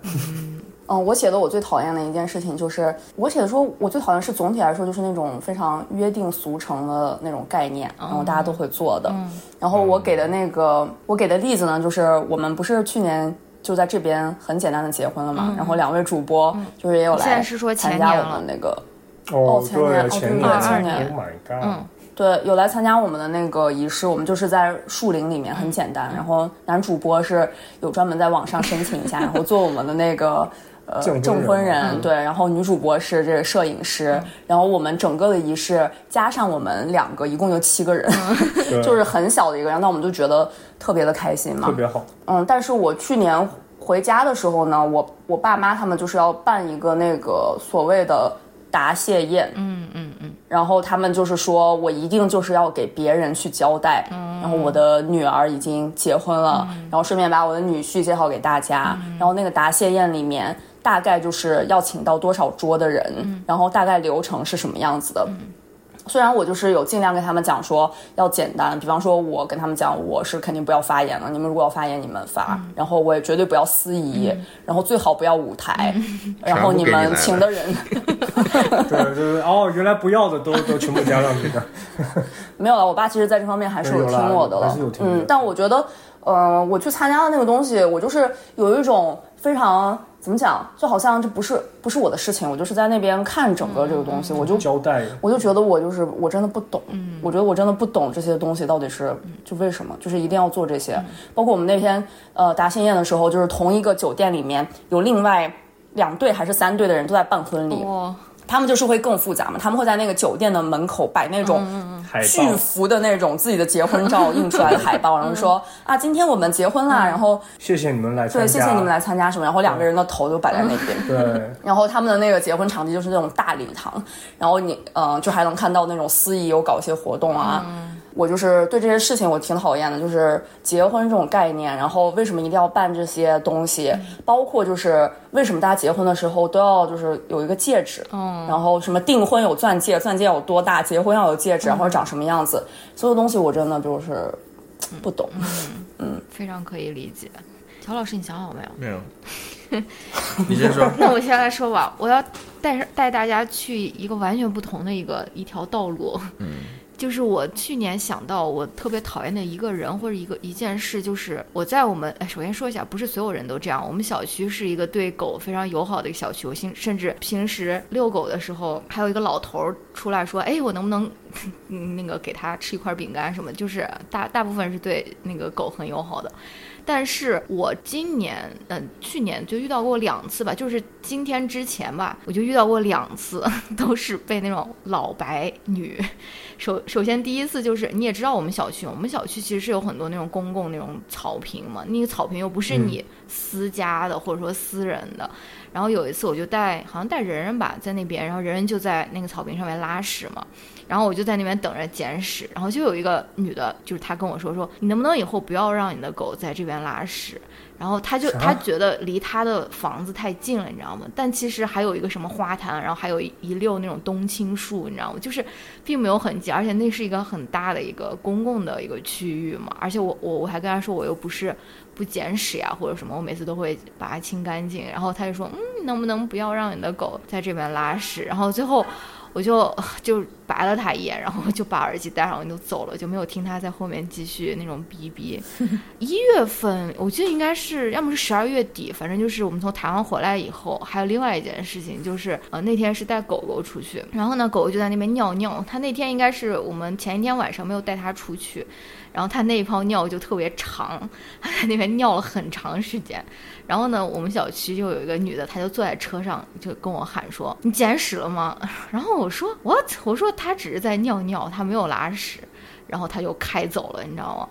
嗯，我写的我最讨厌的一件事情就是，我写的说我最讨厌是总体来说就是那种非常约定俗成的那种概念，然后大家都会做的。然后我给的那个我给的例子呢，就是我们不是去年就在这边很简单的结婚了嘛，然后两位主播嗯就是也有现在来是说前参加年我了们那个哦哦，前年对，哦前对年22 ，Oh 年 my god，嗯对，有来参加我们的那个仪式，我们就是在树林里面，很简单。然后男主播是有专门在网上申请一下，然后做我们的那 个呃证婚人啊证婚嗯人，对。然后女主播是这个摄影师，然后我们整个的仪式加上我们两个，一共有七个人，嗯 对就是很小的一个人，那我们就觉得特别的开心嘛，特 别好，嗯，但是我去年回家的时候呢，我我爸妈他们就是要办一个那个所谓的答谢宴，嗯嗯嗯，然后他们就是说我一定就是要给别人去交代，然后我的女儿已经结婚了，然后顺便把我的女婿介绍给大家，然后那个答谢宴里面大概就是要请到多少桌的人，然后大概流程是什么样子的，嗯虽然我就是有尽量跟他们讲说要简单，比方说我跟他们讲我是肯定不要发言了，你们如果要发言你们发，嗯然后我也绝对不要司仪，然后最好不要舞台，然后你全部给你们来请的人对，就是哦，原来不要的都都全部加上去的，没有了。我爸其实在这方面还是有听我的有啦了，还是有听你的嗯，但我觉得，呃，我去参加的那个东西，我就是有一种非常怎么讲，就好像这不是不是我的事情，我就是在那边看整个这个东西， 嗯我就交代。我就觉得我就是我真的不懂，我觉得我真的不懂这些东西到底是就为什么，就是一定要做这些。包括我们那天呃答谢宴的时候，就是同一个酒店里面有另外两队还是三队的人都在办婚礼，哇，他们就是会更复杂嘛，他们会在那个酒店的门口摆那种海巨报，幅的那种自己的结婚照印出来的海报，然后说啊今天我们结婚啦，然后谢谢你们来参对加，谢谢你们来参加什么，然后两个人的头就摆在那边。对， 然后他们的那个结婚场地就是那种大礼堂，然后你呃就还能看到那种司仪有搞一些活动啊。我就是对这些事情我挺讨厌的，就是结婚这种概念，然后为什么一定要办这些东西，包括就是为什么大家结婚的时候都要就是有一个戒指，嗯然后什么订婚有钻戒，钻戒有多大，结婚要有戒指，然后长什么样子，所有东西我真的就是嗯不懂。 非常可以理解。乔老师，你想好没有？没有，你先说。那我先来说吧，我要带上带大家去一个完全不同的一个一条道路。嗯， 就是我去年想到我特别讨厌的一个人或者一个一件事，就是我在我们哎，首先说一下，不是所有人都这样。我们小区是一个对狗非常友好的一个小区，我甚甚至平时遛狗的时候，还有一个老头儿出来说：“哎，我能不能嗯，那个给它吃一块饼干什么，就是大大部分是对那个狗很友好的。但是我今年，嗯、去年就遇到过两次吧，就是今天之前吧，我就遇到过两次， 都是被那种老白女。首首先第一次就是你也知道我们小区，我们小区其实是有很多那种公共那种草坪嘛，那个草坪又不是你私家的、或者说私人的。然后有一次我就带好像带人人吧，在那边，然后人人就在那个草坪上面拉屎嘛。然后我就在那边等着捡屎，然后就有一个女的，就是她跟我说说，你能不能以后不要让你的狗在这边拉屎？然后她就啥她觉得离她的房子太近了，你知道吗？但其实还有一个什么花坛，然后还有一一溜那种冬青树，你知道吗？就是并没有很近，而且那是一个很大的一个公共的一个区域嘛。而且我我我还跟她说，我又不是不捡屎呀、或者什么，我每次都会把它清干净。然后她就说，嗯，能不能不要让你的狗在这边拉屎？然后最后。我就就白了他一眼，然后就把耳机戴上，我就走了，就没有听他在后面继续那种逼逼。一月份，我记得应该是，要么是十二月底，反正就是我们从台湾回来以后，还有另外一件事情，就是呃那天是带狗狗出去，然后呢狗狗就在那边尿尿，它那天应该是我们前一天晚上没有带它出去，然后它那一泡尿就特别长， 它在那边尿了很长时间。然后呢，我们小区就有一个女的，她就坐在车上就跟我喊说：“你捡屎了吗？” 然后我说 what？我说他只是在尿尿，他没有拉屎，然后他就开走了，你知道吗？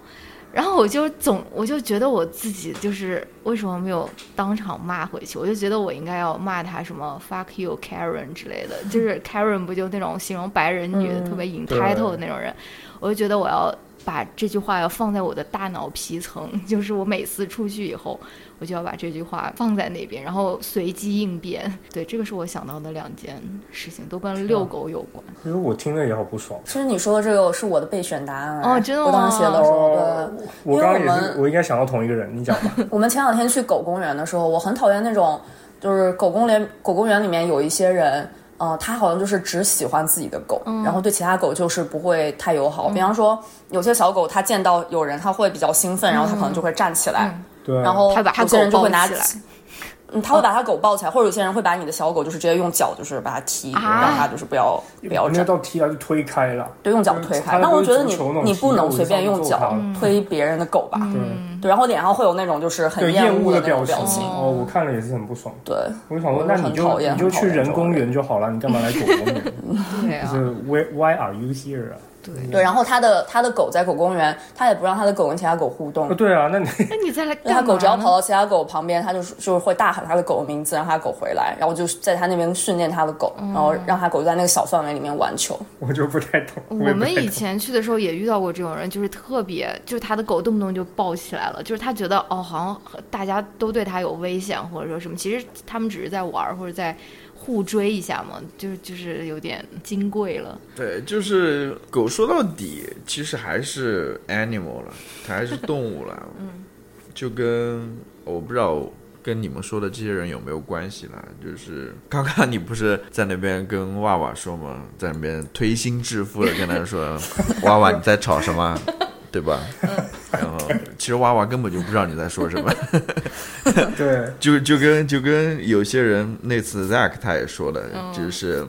然后我就总我就觉得我自己就是为什么没有当场骂回去，我就觉得我应该要骂他什么 fuck you Karen 之类的，就是 Karen 不就那种形容白人女的、特别 entitled 的那种人，我就觉得我要把这句话要放在我的大脑皮层， 就是我每次出去以后，我就要把这句话放在那边，然后随机应变。对，这个是我想到的两件事情，都跟啊遛狗有 关。因为我听了也好不爽。其实你说的这个是我的备选答案哎哦真的吗我当时写的时候，对，哦我刚刚因也为我是，们我应该想到同一个人，你讲 吧。我们前两天去狗公园的时候，我很讨厌那种，就是狗公园狗公园里面有一些人，呃，他好像就是只喜欢自己的狗，嗯然后对其他狗就是不会太友好。比方说，有些小狗它见到有人，它会比较兴奋，然后它可嗯能就会站起来，对，然后它把它有些人狗就抱会拿起来起。嗯，他会把他狗抱起来，或者有些人会把你的小狗就是直接用脚就是把它踢，啊让它就是不要不要没有站，到踢啊，就推开了。对，用脚推开。它但我觉得不你是足球那种你踢不能我随就便上去用揍脚它嗯了推别人的狗吧？对，然后脸上会有那种就是嗯很嗯对，厌厌恶恶的那表嗯种表情。嗯哦，我看了也是很不爽。对，我就想说，我那很你讨就厌你就很讨去厌这人种公人园就好了，你干嘛来狗公园？对 就啊，是 Why Why are you here 啊？ 对，然后他的他的狗在狗公园，他也不让他的狗跟其他狗互动哦，。对啊，那你那你再来那他干嘛狗只要呢跑到其他狗旁边，他就是就是会大喊他的狗的名字，让他狗回来，然后就在他那边训练他的狗，然后嗯让他狗在那个小范围里面玩球。我就不太懂。也我们不太以懂前去的时候也遇到过这种人，就是特别，就是他的狗动不动就抱起来了，就是他觉得哦，好像大家都对他有危险或者说什么，其实他们只是在玩儿或者在互追一下嘛，就是就是有点金贵了。对，就是狗说到底其实还是 animal 了，它还是动物了。嗯，就跟我不知道跟你们说的这些人有没有关系啦。就是 刚刚你不是在那边跟娃娃说吗？在那边推心置腹的跟他说：“娃娃，你在吵什么？”对吧？然后其实娃娃根本就不知道你在说什么。对就就跟就跟有些人那次 Zack 他也说了，嗯就是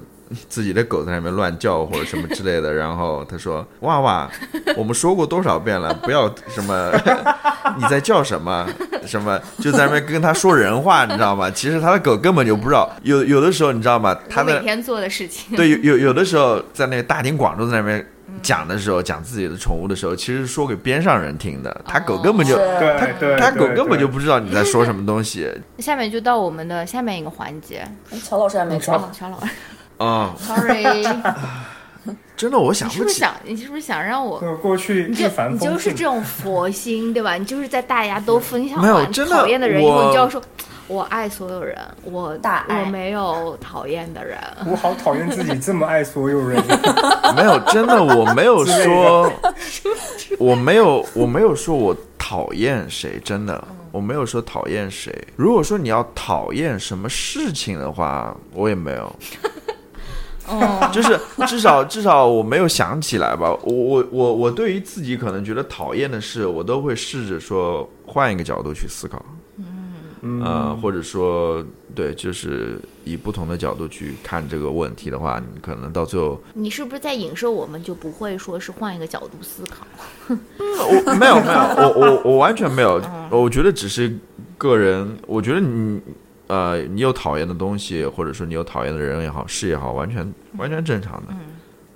自己的狗在那边乱叫或者什么 之类的，然后他说：“哇哇，我们说过多少遍了，不要什么， 你在叫什么什么，就在那边跟他说人话，你知道吗？其实他的狗根本就不知道。有有的时候你知道吗？他我每的天做的事情，对，有有有的时候在那个大庭广众在那边讲的时候，讲自己的宠物的时候，其实说给边上人听的，他狗根本哦就。是对对，他狗对根本就对不知道你在说什么 东西下面就到我们的下面一个环节。哎乔老师还嗯没说，哦，小老啊、 ，sorry，你真的我想是不不是起，想，你是不是想让我？对过去你一就帆你就风是顺这。种佛心，对吧？你就是在大家都分享没有完真的讨厌的人以后，我你就要说，我爱所有人，我大爱我没有讨厌的人。我好讨厌自己这么爱所有 人，没有，真的我 没有说，我没有，我没有说我讨厌谁，真的，我没有说讨厌谁。如果说你要讨厌什么事情的话，我也没有，哦，就是至少至少我没有想起来吧。我我我我对于自己可能觉得讨厌的事，我都会试着说换一个角度去思考，嗯呃，或者说对，就是以不同的角度去看这个问题的话，你可能到最后 你是不是在影射我们就不会说是换一个角度思考？我 没有没有，我我我完全没有，我觉得只是个人，我觉得你呃，你有讨厌的东西，或者说你有讨厌的人也好，事也好，完全完全正常的。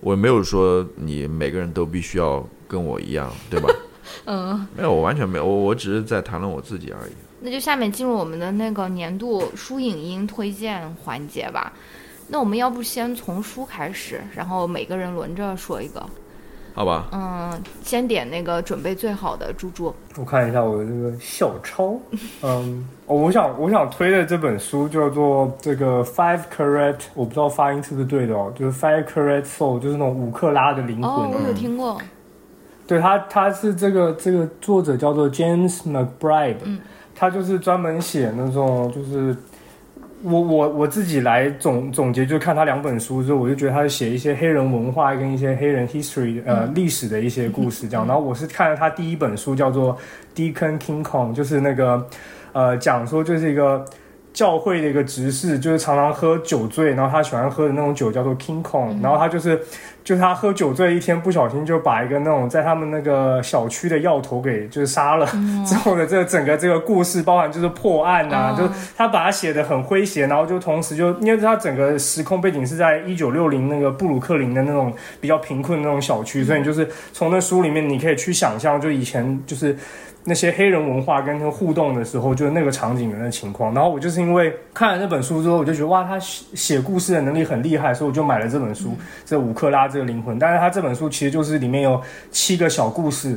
我没有说你每个人都必须要跟我一样，对吧？嗯，没有，我完全没有，我我只是在谈论我自己而已。那就下面进入我们的那个年度书影音推荐环节吧。那我们要不先从书开始，然后每个人轮着说一个。好吧，嗯，先点那个准备最好的猪猪。我看一下我的这个小抄，嗯，哦我想我想推的这本书叫做这个 Five Carat，我不知道发音是不是对的哦，就是 Five Carat Soul，就是那种五克拉的灵魂。哦，我有听过。对他，他是这个这个作者叫做 James McBride，、他就是专门写那种就是我我我自己来总总结，就是看他两本书之后，我就觉得他写一些黑人文化跟一些黑人 history 呃、历史的一些故事这样。然后我是看了他第一本书叫做 Deacon King Kong，就是那个呃讲说就是一个。教会的一个执事，就是常常喝酒醉，然后他喜欢喝的那种酒叫做 King Kong，、然后他就是就是他喝酒醉一天不小心就把一个那种在他们那个小区的药头给就是杀了、 之后的这个整个这个故事，包含就是破案啊，就是他把它写的很诙谐，然后就同时就因为他整个时空背景是在一九六零那个布鲁克林的那种比较贫困的那种小区，所以你就是从那书里面你可以去想象，就以前就是。那些黑人文化跟他互动的时候，就是那个场景的那情况。然后我就是因为看了那本书之后，我就觉得哇，他写写故事的能力很厉害，所以我就买了这本书，这《五克拉这个灵魂》。但是他这本书其实就是里面有七个小故事，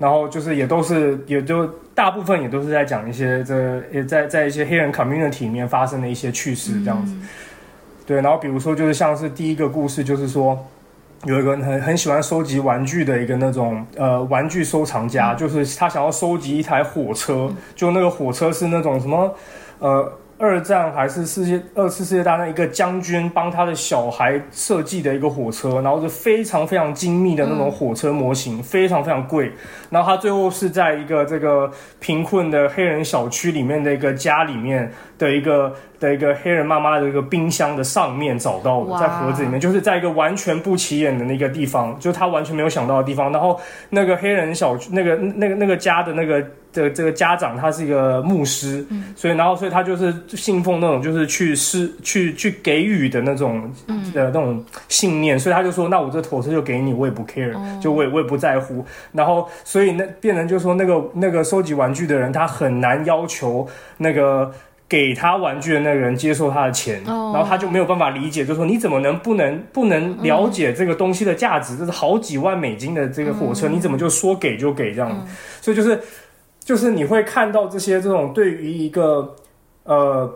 然后就是也都是也就大部分也都是在讲一些这也在在一些黑人 community 里面发生的一些趣事这样子。对，然后比如说就是像是第一个故事，就是说有一个人很很喜欢收集玩具的一个那种呃玩具收藏家，就是他想要收集一台火车，就那个火车是那种什么呃。二战还是世界二次世界大战，一个将军帮他的小孩设计的一个火车，然后是非常非常精密的那种火车模型，非常非常贵。然后他最后是在一个这个贫困的黑人小区里面的一个家里面的一个的一个黑人妈妈的一个冰箱的上面找到的，哇在盒子里面，就是在一个完全不起眼的那个地方，就是他完全没有想到的地方。然后那个黑人小区，那个那个那个家的那个的这个家长，他是一个牧师，所以然后所以他就是信奉那种就是去施去去给予的那种、呃那种信念，所以他就说，那我这火车就给你，我也不 care，、就我也我也不在乎。然后所以那变成就说那个那个收集玩具的人，他很难要求那个。给他玩具的那个人接受他的钱哦然后他就没有办法理解，就说你怎么能不能不能了解这个东西的价值？这是好几万美金的这个火车，你怎么就说给就给这样？所以就是就是你会看到这些这种对于一个呃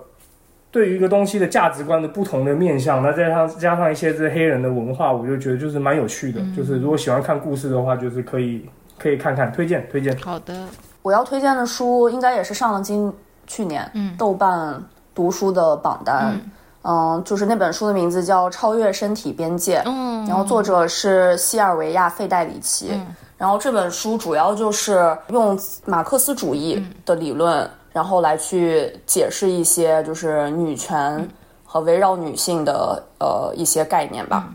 对于一个东西的价值观的不同的面向，那再加上加上一些这黑人的文化，我就觉得就是蛮有趣嗯的。就是如果喜欢看故事的话，就是可以可以看看，推荐推荐。好的，我要推荐的书应该也是上了今去年、嗯豆瓣读书的榜单，嗯、就是那本书的名字叫《超越身体边界》，嗯，然后作者是西尔维亚·费代里奇。然后这本书主要就是用马克思主义的理论，然后来去解释一些就是女权和围绕女性的呃一些概念吧。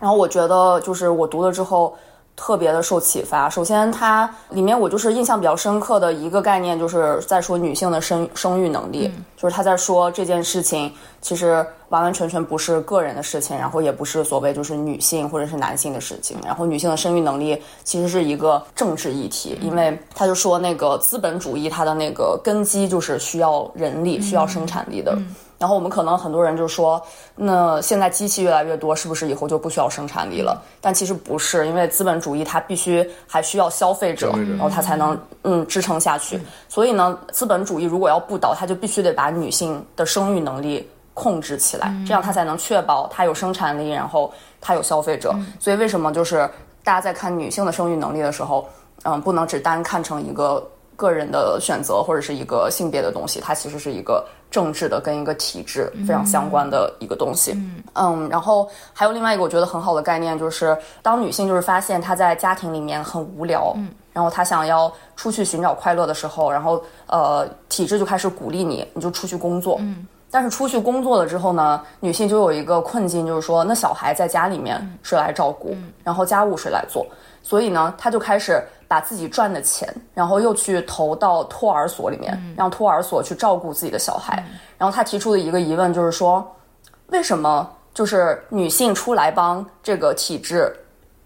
然后我觉得就是我读了之后特别的受启发。首先，它里面我就是印象比较深刻的一个概念，就是在说女性的生生育能力，就是他在说这件事情其实完完全全不是个人的事情，然后也不是所谓就是女性或者是男性的事情。然后女性的生育能力其实是一个政治议题，因为他就说那个资本主义它的那个根基就是需要人力、需要生产力的。然后我们可能很多人就说，那现在机器越来越多，是不是以后就不需要生产力了？但其实不是，因为资本主义它必须还需要消费者，消费者然后它才能嗯支撑下去。所以呢，资本主义如果要不倒，它就必须得把女性的生育能力控制起来，这样它才能确保它有生产力，然后它有消费者。所以为什么就是大家在看女性的生育能力的时候，嗯，不能只单看成一个个人的选择或者是一个性别的东西，它其实是一个政治的跟一个体制非常相关的一个东西。嗯然后还有另外一个我觉得很好的概念就是，当女性就是发现她在家庭里面很无聊，然后她想要出去寻找快乐的时候，然后呃，体制就开始鼓励你，你就出去工作，但是出去工作了之后呢，女性就有一个困境，就是说，那小孩在家里面谁来照顾，然后家务谁来做？所以呢，她就开始把自己赚的钱，然后又去投到托儿所里面，让托儿所去照顾自己的小孩。然后她提出的一个疑问就是说，为什么就是女性出来帮这个体制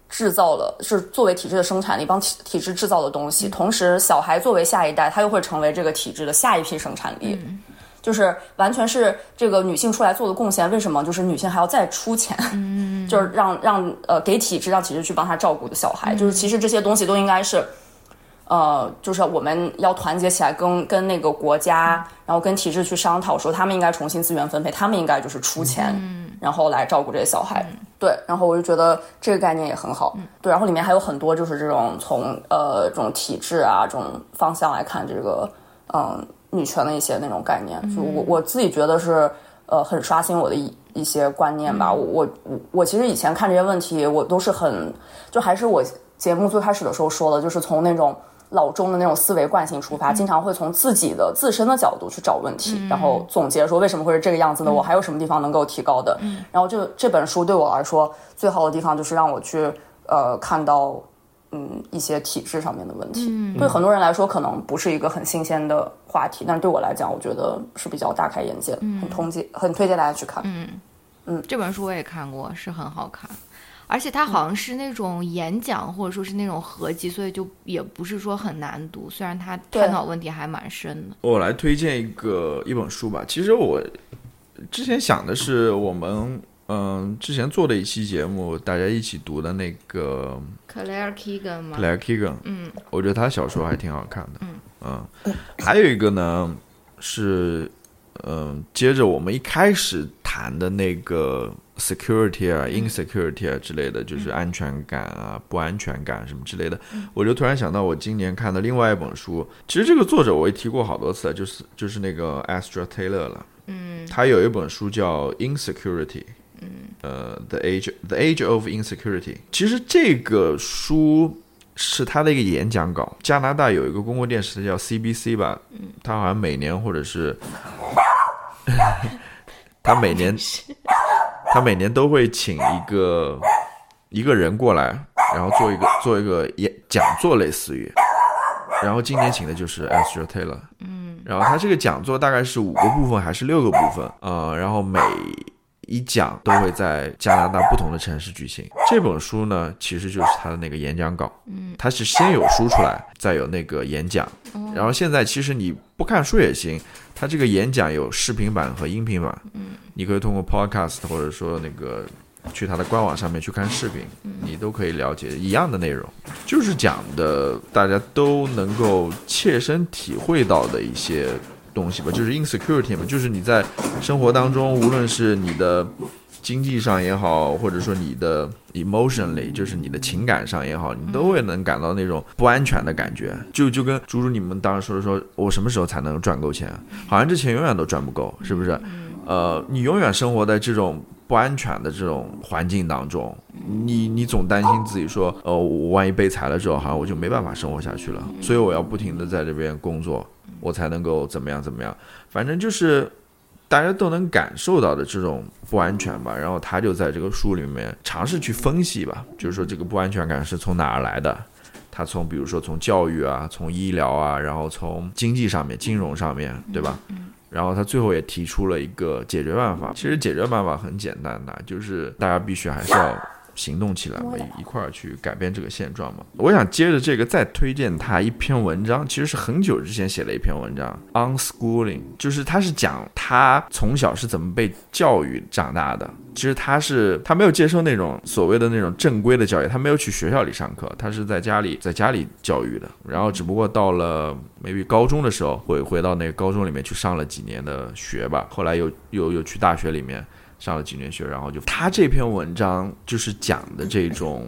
制造了，是作为体制的生产力帮体体制制造的东西，同时小孩作为下一代，他又会成为这个体制的下一批生产力。就是完全是这个女性出来做的贡献，为什么就是女性还要再出钱？就是让让呃给体制让体制去帮她照顾的小孩，就是其实这些东西都应该是，呃，就是我们要团结起来跟跟那个国家，然后跟体制去商讨，说他们应该重新资源分配，他们应该就是出钱，然后来照顾这些小孩。对，然后我就觉得这个概念也很好。对，然后里面还有很多就是这种从呃这种体制啊这种方向来看这个嗯女权的一些那种概念，就我我自己觉得是呃很刷新我的一一些观念吧。我我我我其实以前看这些问题，我都是很就还是我节目最开始的时候说的，就是从那种老钟的那种思维惯性出发，经常会从自己的自身的角度去找问题，然后总结说为什么会是这个样子的，我还有什么地方能够提高的。然后这这本书对我来说最好的地方就是让我去呃看到嗯一些体制上面的问题。对很多人来说可能不是一个很新鲜的话题，但是对我来讲，我觉得是比较大开眼界，很推荐很推荐大家去看。这本书我也看过，是很好看，而且它好像是那种演讲或者说是那种合集，所以就也不是说很难读。虽然它对探讨问题还蛮深的，我来推荐一个一本书吧。其实我之前想的是，我们嗯之前做的一期节目，大家一起读的那个 Claire Keegan 吗 Claire Keegan，嗯，我觉得他小说还挺好看的。嗯还有一个呢是嗯，接着我们一开始谈的那个 security 啊、insecurity 啊之类的，就是安全感啊、不安全感什么之类的，我就突然想到我今年看的另外一本书，其实这个作者我也提过好多次，啊就是就是那个 Astra Taylor 了。嗯，他有一本书叫《Insecurity》。呃，《The Age The Age of Insecurity》，其实这个书是他的一个演讲稿。加拿大有一个公共电视台叫 CBC 吧，他好像每年或者是， 他每年他每年都会请一个一个人过来，然后做一个做一个演讲座，类似于。然后今年请的就是 Astra Taylor，嗯，然后他这个讲座大概是五个部分还是六个部分，呃，然后每一讲都会在加拿大不同的城市举行。这本书呢，其实就是他的那个演讲稿，嗯，哦他是先有书出来，再有那个演讲，然后现在其实你不看书也行，他这个演讲有视频版和音频版，嗯，你可以通过 podcast 或者说那个去他的官网上面去看视频，你都可以了解一样的内容，就是讲的大家都能够切身体会到的一些东西吧，就是 insecurity 嘛，就是你在生活当中，无论是你的经济上也好，或者说你的 emotionally，就是你的情感上也好，你都会能感到那种不安全的感觉。就就跟猪猪你们当时说的说，我什么时候才能赚够钱？好像这钱永远都赚不够，是不是？呃，你永远生活在这种不安全的这种环境当中，你你总担心自己说，呃，我万一被裁了之后，好像我就没办法生活下去了，所以我要不停的在这边工作，我才能够怎么样怎么样。反正就是大家都能感受到的这种不安全吧。然后他就在这个书里面尝试去分析吧，就是说这个不安全感是从哪儿来的。他从比如说从教育啊，从医疗啊，然后从经济上面、金融上面，对吧？然后他最后也提出了一个解决办法。其实解决办法很简单的，就是大家必须还是要行动起来嘛，一一块儿去改变这个现状嘛。我想接着这个再推荐他一篇文章，其实是很久之前写的一篇文章《Unschooling》，就是他是讲他从小是怎么被教育长大的。其实他是他没有接受那种所谓的那种正规的教育，他没有去学校里上课，他是在家里在家里教育的。然后只不过到了 maybe 高中的时候，回回到那个高中里面去上了几年的学吧，后来又又又去大学里面上了几年学，然后就他这篇文章就是讲的这种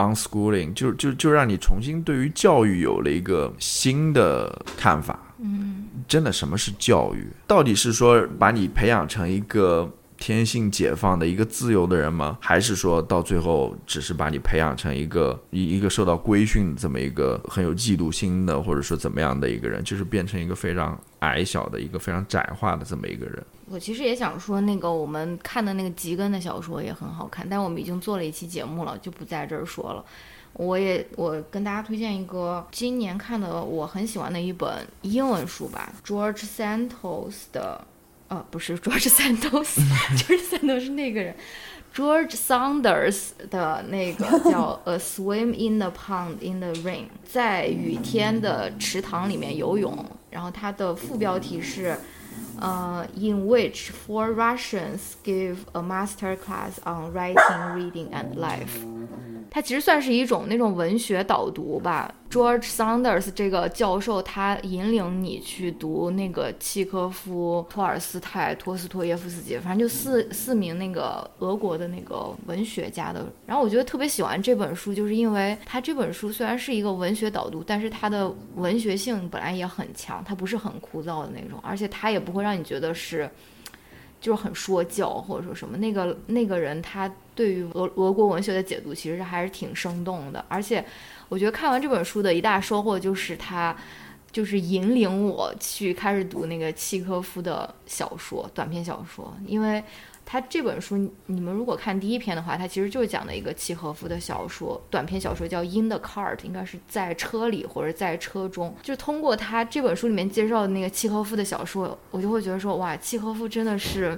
unschooling，就就就让你重新对于教育有了一个新的看法。嗯，真的什么是教育？到底是说把你培养成一个天性解放的一个自由的人吗？还是说到最后只是把你培养成一个一一个受到规训这么一个很有嫉妒心的，或者说怎么样的一个人，就是变成一个非常矮小的一个非常窄化的这么一个人？我其实也想说，那个我们看的那个吉根的小说也很好看，但我们已经做了一期节目了，就不在这儿说了。我也我跟大家推荐一个今年看的我很喜欢的一本英文书吧，George Santos 的，呃，不是 George Santos，George Santos 是那个人，George Saunders 的那个叫《A Swim in the Pond in the Rain》，在雨天的池塘里面游泳，然后它的副标题是。呃、i n which four Russians give a master class on writing, reading and life。它其实算是一种那种文学导读吧。George Saunders 这个教授，他引领你去读那个契科夫、托尔斯泰、托斯托耶夫斯基，反正就四四名那个俄国的那个文学家的。然后我觉得特别喜欢这本书，就是因为它这本书虽然是一个文学导读，但是它的文学性本来也很强，它不是很枯燥的那种，而且它也不会让你觉得是就是很说教或者说什么。那个那个人他对于俄俄国文学的解读其实还是挺生动的，而且我觉得看完这本书的一大收获就是他。就是引领我去开始读那个契科夫的小说，短篇小说，因为他这本书，你们如果看第一篇的话，它其实就是讲的一个契诃夫的小说，短篇小说叫《In the Cart》，应该是在车里或者在车中。就通过他这本书里面介绍的那个契诃夫的小说，我就会觉得说，哇，契诃夫真的是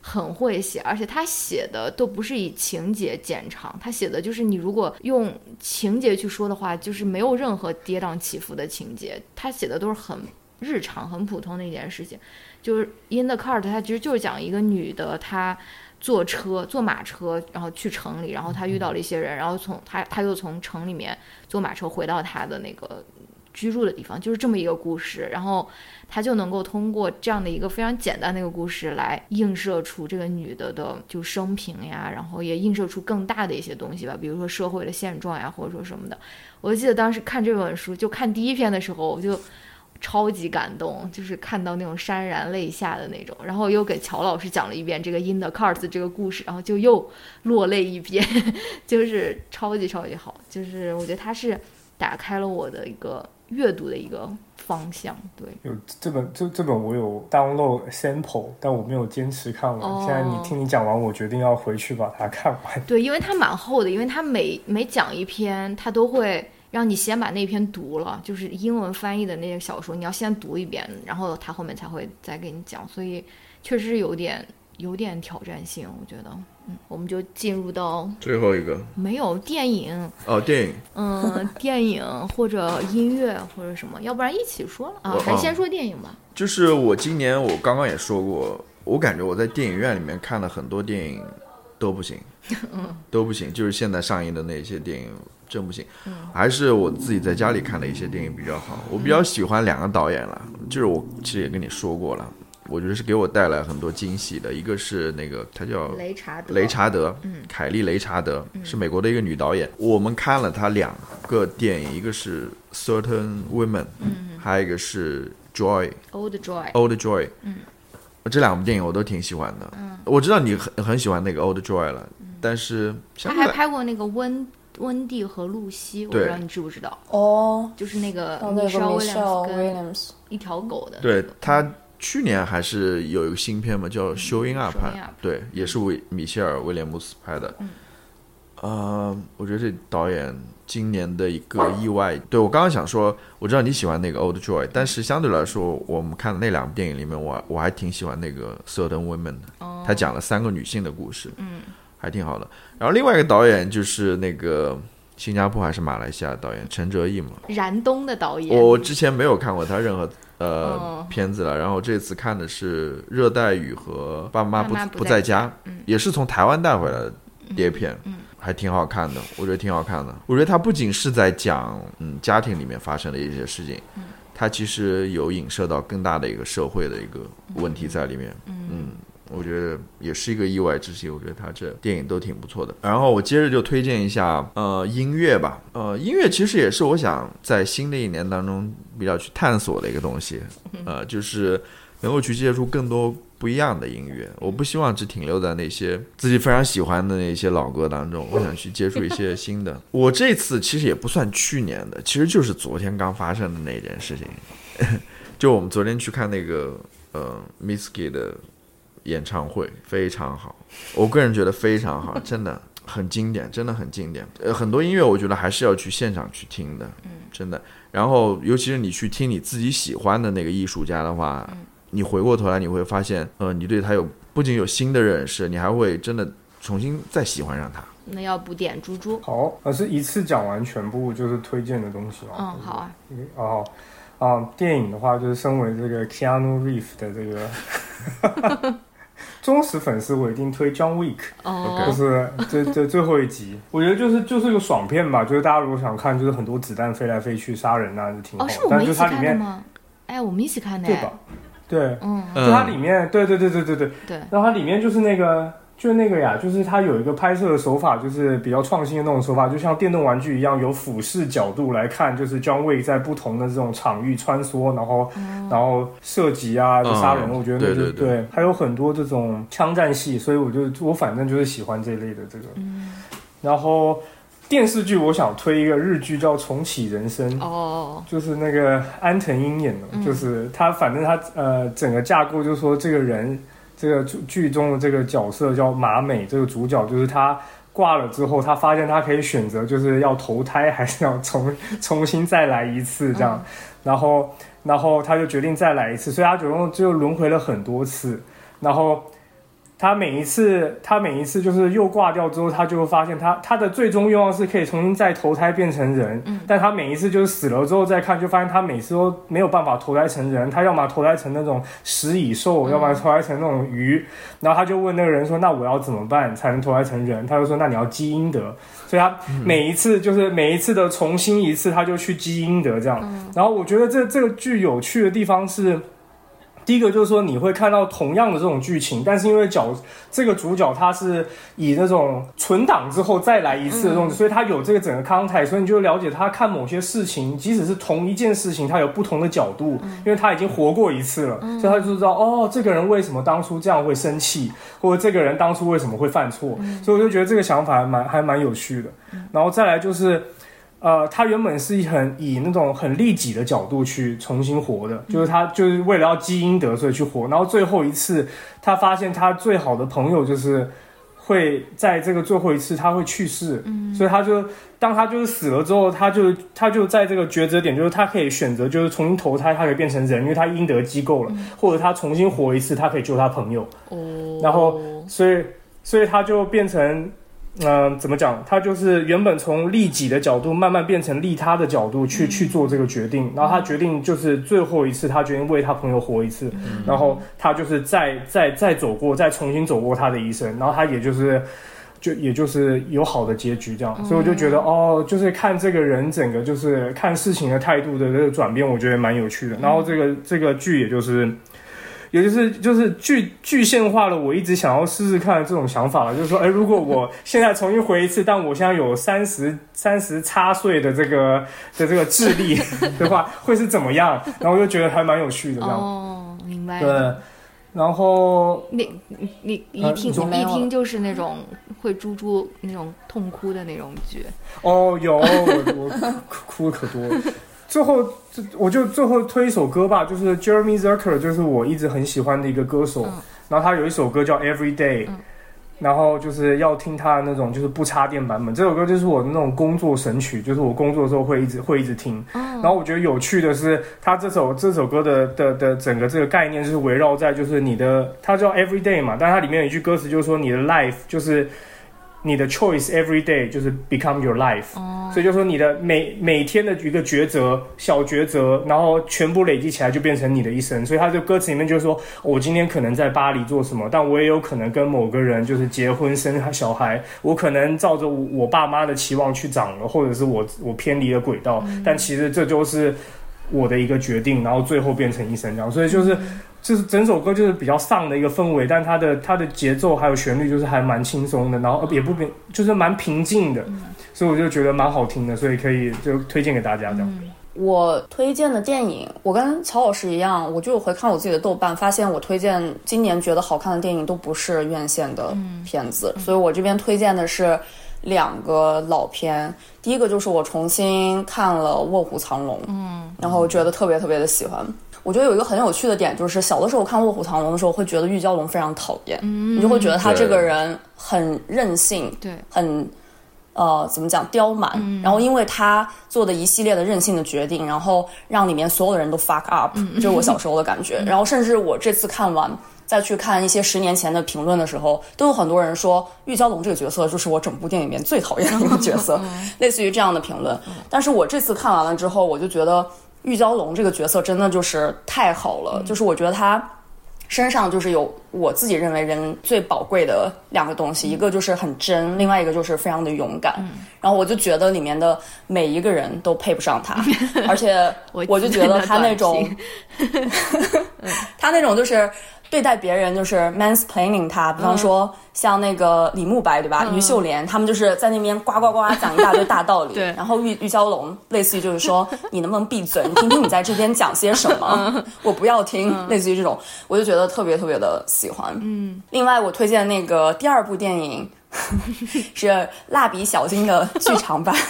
很会写，而且他写的都不是以情节见长，他写的就是你如果用情节去说的话，就是没有任何跌宕起伏的情节，他写的都是很日常、很普通的一件事情。就是《In the Cart》，它其实就是讲一个女的，她坐车坐马车，然后去城里，然后她遇到了一些人，然后从她她又从城里面坐马车回到她的那个居住的地方，就是这么一个故事。然后她就能够通过这样的一个非常简单的一个故事来映射出这个女的的就生平呀，然后也映射出更大的一些东西吧，比如说社会的现状呀，或者说什么的。我记得当时看这本书，就看第一篇的时候，我就。超级感动，就是看到那种潸然泪下的那种，然后又给乔老师讲了一遍这个《In the Cars》这个故事，然后就又落泪一遍， 就是超级超级好，就是我觉得他是打开了我的一个阅读的一个方向。对，有这本这这本我有 download sample，但我没有坚持看完。哦现在你听你讲完，我决定要回去把它看完。对，因为它蛮厚的，因为它每每讲一篇，它都会让你先把那篇读了，就是英文翻译的那些小说，你要先读一遍，然后它后面才会再给你讲，所以确实是有点有点挑战性，我觉得。嗯，我们就进入到最后一个没有电影，哦，电影， 嗯，电影或者音乐或者什么，要不然一起说了啊我，哦还是先说电影吧。就是我今年我刚刚也说过，我感觉我在电影院里面看了很多电影都不行，都不行，就是现在上映的那些电影真不行，还是我自己在家里看的一些电影比较好。我比较喜欢两个导演了，就是我其实也跟你说过了，我觉得是给我带来很多惊喜的，一个是那个他叫雷查德，哦雷查德，凯莉·雷查德是美国的一个女导演。我们看了她两个电影，一个是《Certain Women》，还有一个是《Joy》 ，Old Joy， 《Old Joy》。嗯，这两部电影我都挺喜欢的。嗯，我知道你很很喜欢那个《Old Joy》了，但是他相对还来拍过那个温温蒂和露西，我不对知道你知不知道。哦，就是那个到那个 Michelle Michelle Williams 跟 Williams，一条狗的，对她去年还是有一个新片嘛，叫《Showing 嗯 Up》 Showing Up 对，也是为米歇尔·威廉姆斯拍的。嗯，呃，我觉得这导演今年的一个意外，对我刚刚想说，我知道你喜欢那个《Old Joy》，但是相对来说，我们看那两部电影里面，我我还挺喜欢那个《Certain Women》的，他讲了三个女性的故事，嗯，还挺好的。然后另外一个导演就是那个新加坡还是马来西亚导演陈哲艺嘛，燃冬的导演，我之前没有看过他任何呃、哦片子了，然后这次看的是《热带雨》和《爸妈不爸妈不不在嗯在家》也是从台湾带回来的碟片，还挺好看的，我觉得挺好看的。我觉得它不仅是在讲嗯家庭里面发生的一些事情，嗯它其实有影射到更大的一个社会的一个问题在里面，嗯。我觉得也是一个意外之喜，我觉得他这电影都挺不错的。然后我接着就推荐一下，呃，音乐吧。呃，音乐其实也是我想在新的一年当中比较去探索的一个东西，嗯呃，就是能够去接触更多不一样的音乐。我不希望只停留在那些自己非常喜欢的那些老歌当中，我想去接触一些新的。我这次其实也不算去年的，其实就是昨天刚发生的那件事情。 就我们昨天去看那个呃 Misky 的演唱会，非常好，我个人觉得非常好，真的很经典，真的很经典。呃，很多音乐我觉得还是要去现场去听的，真的。然后，尤其是你去听你自己喜欢的那个艺术家的话，你回过头来你会发现，呃，你对他有不仅有新的认识，你还会真的重新再喜欢上他。那要不点猪猪？好，而呃是一次讲完全部就是推荐的东西吗？嗯，好啊，哦，啊、电影的话，就是身为这个 Keanu Reeves 的这个 忠实粉丝，我一定推 John Wick，就哦，是这这最后一集，我觉得就是就是个爽片吧，就是大家如果想看，就是很多子弹飞来飞去杀人啊，就挺好。哦，是我但们就一是起它里看的面，吗？哎，我们一起看的，对吧？对，嗯，就它里面，对对对对对对，对，然后它里面就是那个就那个呀，就是它有一个拍摄的手法，就是比较创新的那种手法，就像电动玩具一样，有俯视角度来看，就是 John Wick 在不同的这种场域穿梭，然后、然后射击啊，就杀人，嗯我觉得那就对对对还有很多这种枪战戏，所以我就我反正就是喜欢这一类的这个。然后电视剧我想推一个日剧叫《重启人生》，哦，就是那个安藤英演的，就是他，反正他呃，整个架构就是说，这个人，这个剧剧中的这个角色叫马美，这个主角就是他挂了之后，他发现他可以选择，就是要投胎还是要重 重新再来一次这样，然后然后他就决定再来一次，所以他总共就轮回了很多次，然后。他每一次，他每一次就是又挂掉之后，他就会发现他他的最终愿望是可以重新再投胎变成人，但他每一次就是死了之后再看，就发现他每次都没有办法投胎成人，他要么投胎成那种食蚁兽，要么投胎成那种鱼，然后他就问那个人说：“那我要怎么办才能投胎成人？”他就说：“那你要积阴德。”所以他每一次就是每一次的重新一次，他就去积阴德这样。然后我觉得这这个剧有趣的地方是。第一个就是说，你会看到同样的这种剧情，但是因为角这个主角他是以那种存档之后再来一次的东西，所以他有这个整个 context，所以你就了解他看某些事情，即使是同一件事情，他有不同的角度，因为他已经活过一次了，所以他就知道哦，这个人为什么当初这样会生气，或者这个人当初为什么会犯错，所以我就觉得这个想法还蛮还蛮有趣的。然后再来就是。呃，他原本是很以那种很利己的角度去重新活的，就是他就是为了要积阴德，所以去活。然后最后一次，他发现他最好的朋友就是会在这个最后一次他会去世，所以他就当他就是死了之后，他就他就在这个抉择点，就是他可以选择就是重新投胎，他可以变成人，因为他阴德机够了，或者他重新活一次，他可以救他朋友。哦，然后所以所以他就变成，嗯、怎么讲？他就是原本从利己的角度，慢慢变成利他的角度去、去做这个决定。然后他决定就是最后一次，他决定为他朋友活一次。然后他就是再再再走过，再重新走过他的一生。然后他也就是。就也就是有好的结局这样，所以我就觉得哦，就是看这个人整个就是看事情的态度的这个转变，我觉得蛮有趣的。然后这个这个剧也就是也就是就是具具现化了我一直想要试试看的这种想法了，就是说，哎，如果我现在重新回一次，但我现在有三十三十差岁的这个的这个智力的话，会是怎么样？然后我就觉得还蛮有趣的这样，哦，明白了。对。然后你你你一呃听、你说一没有听就是那种会猪猪那种痛哭的那种剧，哦，有我我哭哭的 可多了。最后，这我就最后推一首歌吧，就是 Jeremy Zucker，就是我一直很喜欢的一个歌手。嗯然后他有一首歌叫 Every Day，、嗯然后就是要听他的那种就是不插电版本。这首歌就是我的那种工作神曲，就是我工作的时候会一直会一直听。嗯然后我觉得有趣的是，他这首这首歌的的的整个这个概念是围绕在就是你的，它叫 Every Day 嘛，但它里面有一句歌词就是说你的 life 就是你的 choice every day 就是 become your life。哦，所以就说你的每每天的一个抉择，小抉择，然后全部累积起来就变成你的一生。所以他这歌词里面就是说，哦我今天可能在巴黎做什么，但我也有可能跟某个人就是结婚生小孩，我可能照着我我爸妈的期望去长了，或者是我我偏离了轨道，但其实这就是我的一个决定，然后最后变成一生这样。所以就是。就是整首歌就是比较丧的一个氛围，但它的它的节奏还有旋律就是还蛮轻松的，然后呃也不平，就是蛮平静的，所以我就觉得蛮好听的，所以可以就推荐给大家这样。我推荐的电影，我跟曹老师一样，我就有回看我自己的豆瓣，发现我推荐今年觉得好看的电影都不是院线的嗯片子，所以我这边推荐的是两个老片。第一个就是我重新看了《卧虎藏龙》，嗯，然后觉得特别特别的喜欢。我觉得有一个很有趣的点，就是小的时候看《卧虎藏龙》的时候，会觉得玉娇龙非常讨厌，你就会觉得他这个对人很任性，嗯对，很呃怎么讲刁蛮、然后因为他做的一系列的任性的决定，然后让里面所有的人都 fuck up，、这是我小时候的感觉。然后甚至我这次看完。再去看一些十年前的评论的时候，都有很多人说玉娇龙这个角色就是我整部电影里面最讨厌的一个角色，类似于这样的评论。但是我这次看完了之后，我就觉得玉娇龙这个角色真的就是太好了，就是我觉得她身上就是有我自己认为人最宝贵的两个东西，一个就是很真，另外一个就是非常的勇敢。然后我就觉得里面的每一个人都配不上他，而且我我就觉得他那种记得短信他那种就是对待别人就是 mansplaining 他，比方说像那个李慕白对吧，于秀莲他们就是在那边呱呱呱讲一大堆大道理，对然后玉玉娇龙类似于就是说你能不能闭嘴，你听听你在这边讲些什么，我不要听，类似于这种，我就觉得特别特别的喜欢。嗯，另外我推荐那个第二部电影 是蜡笔小新的剧场版。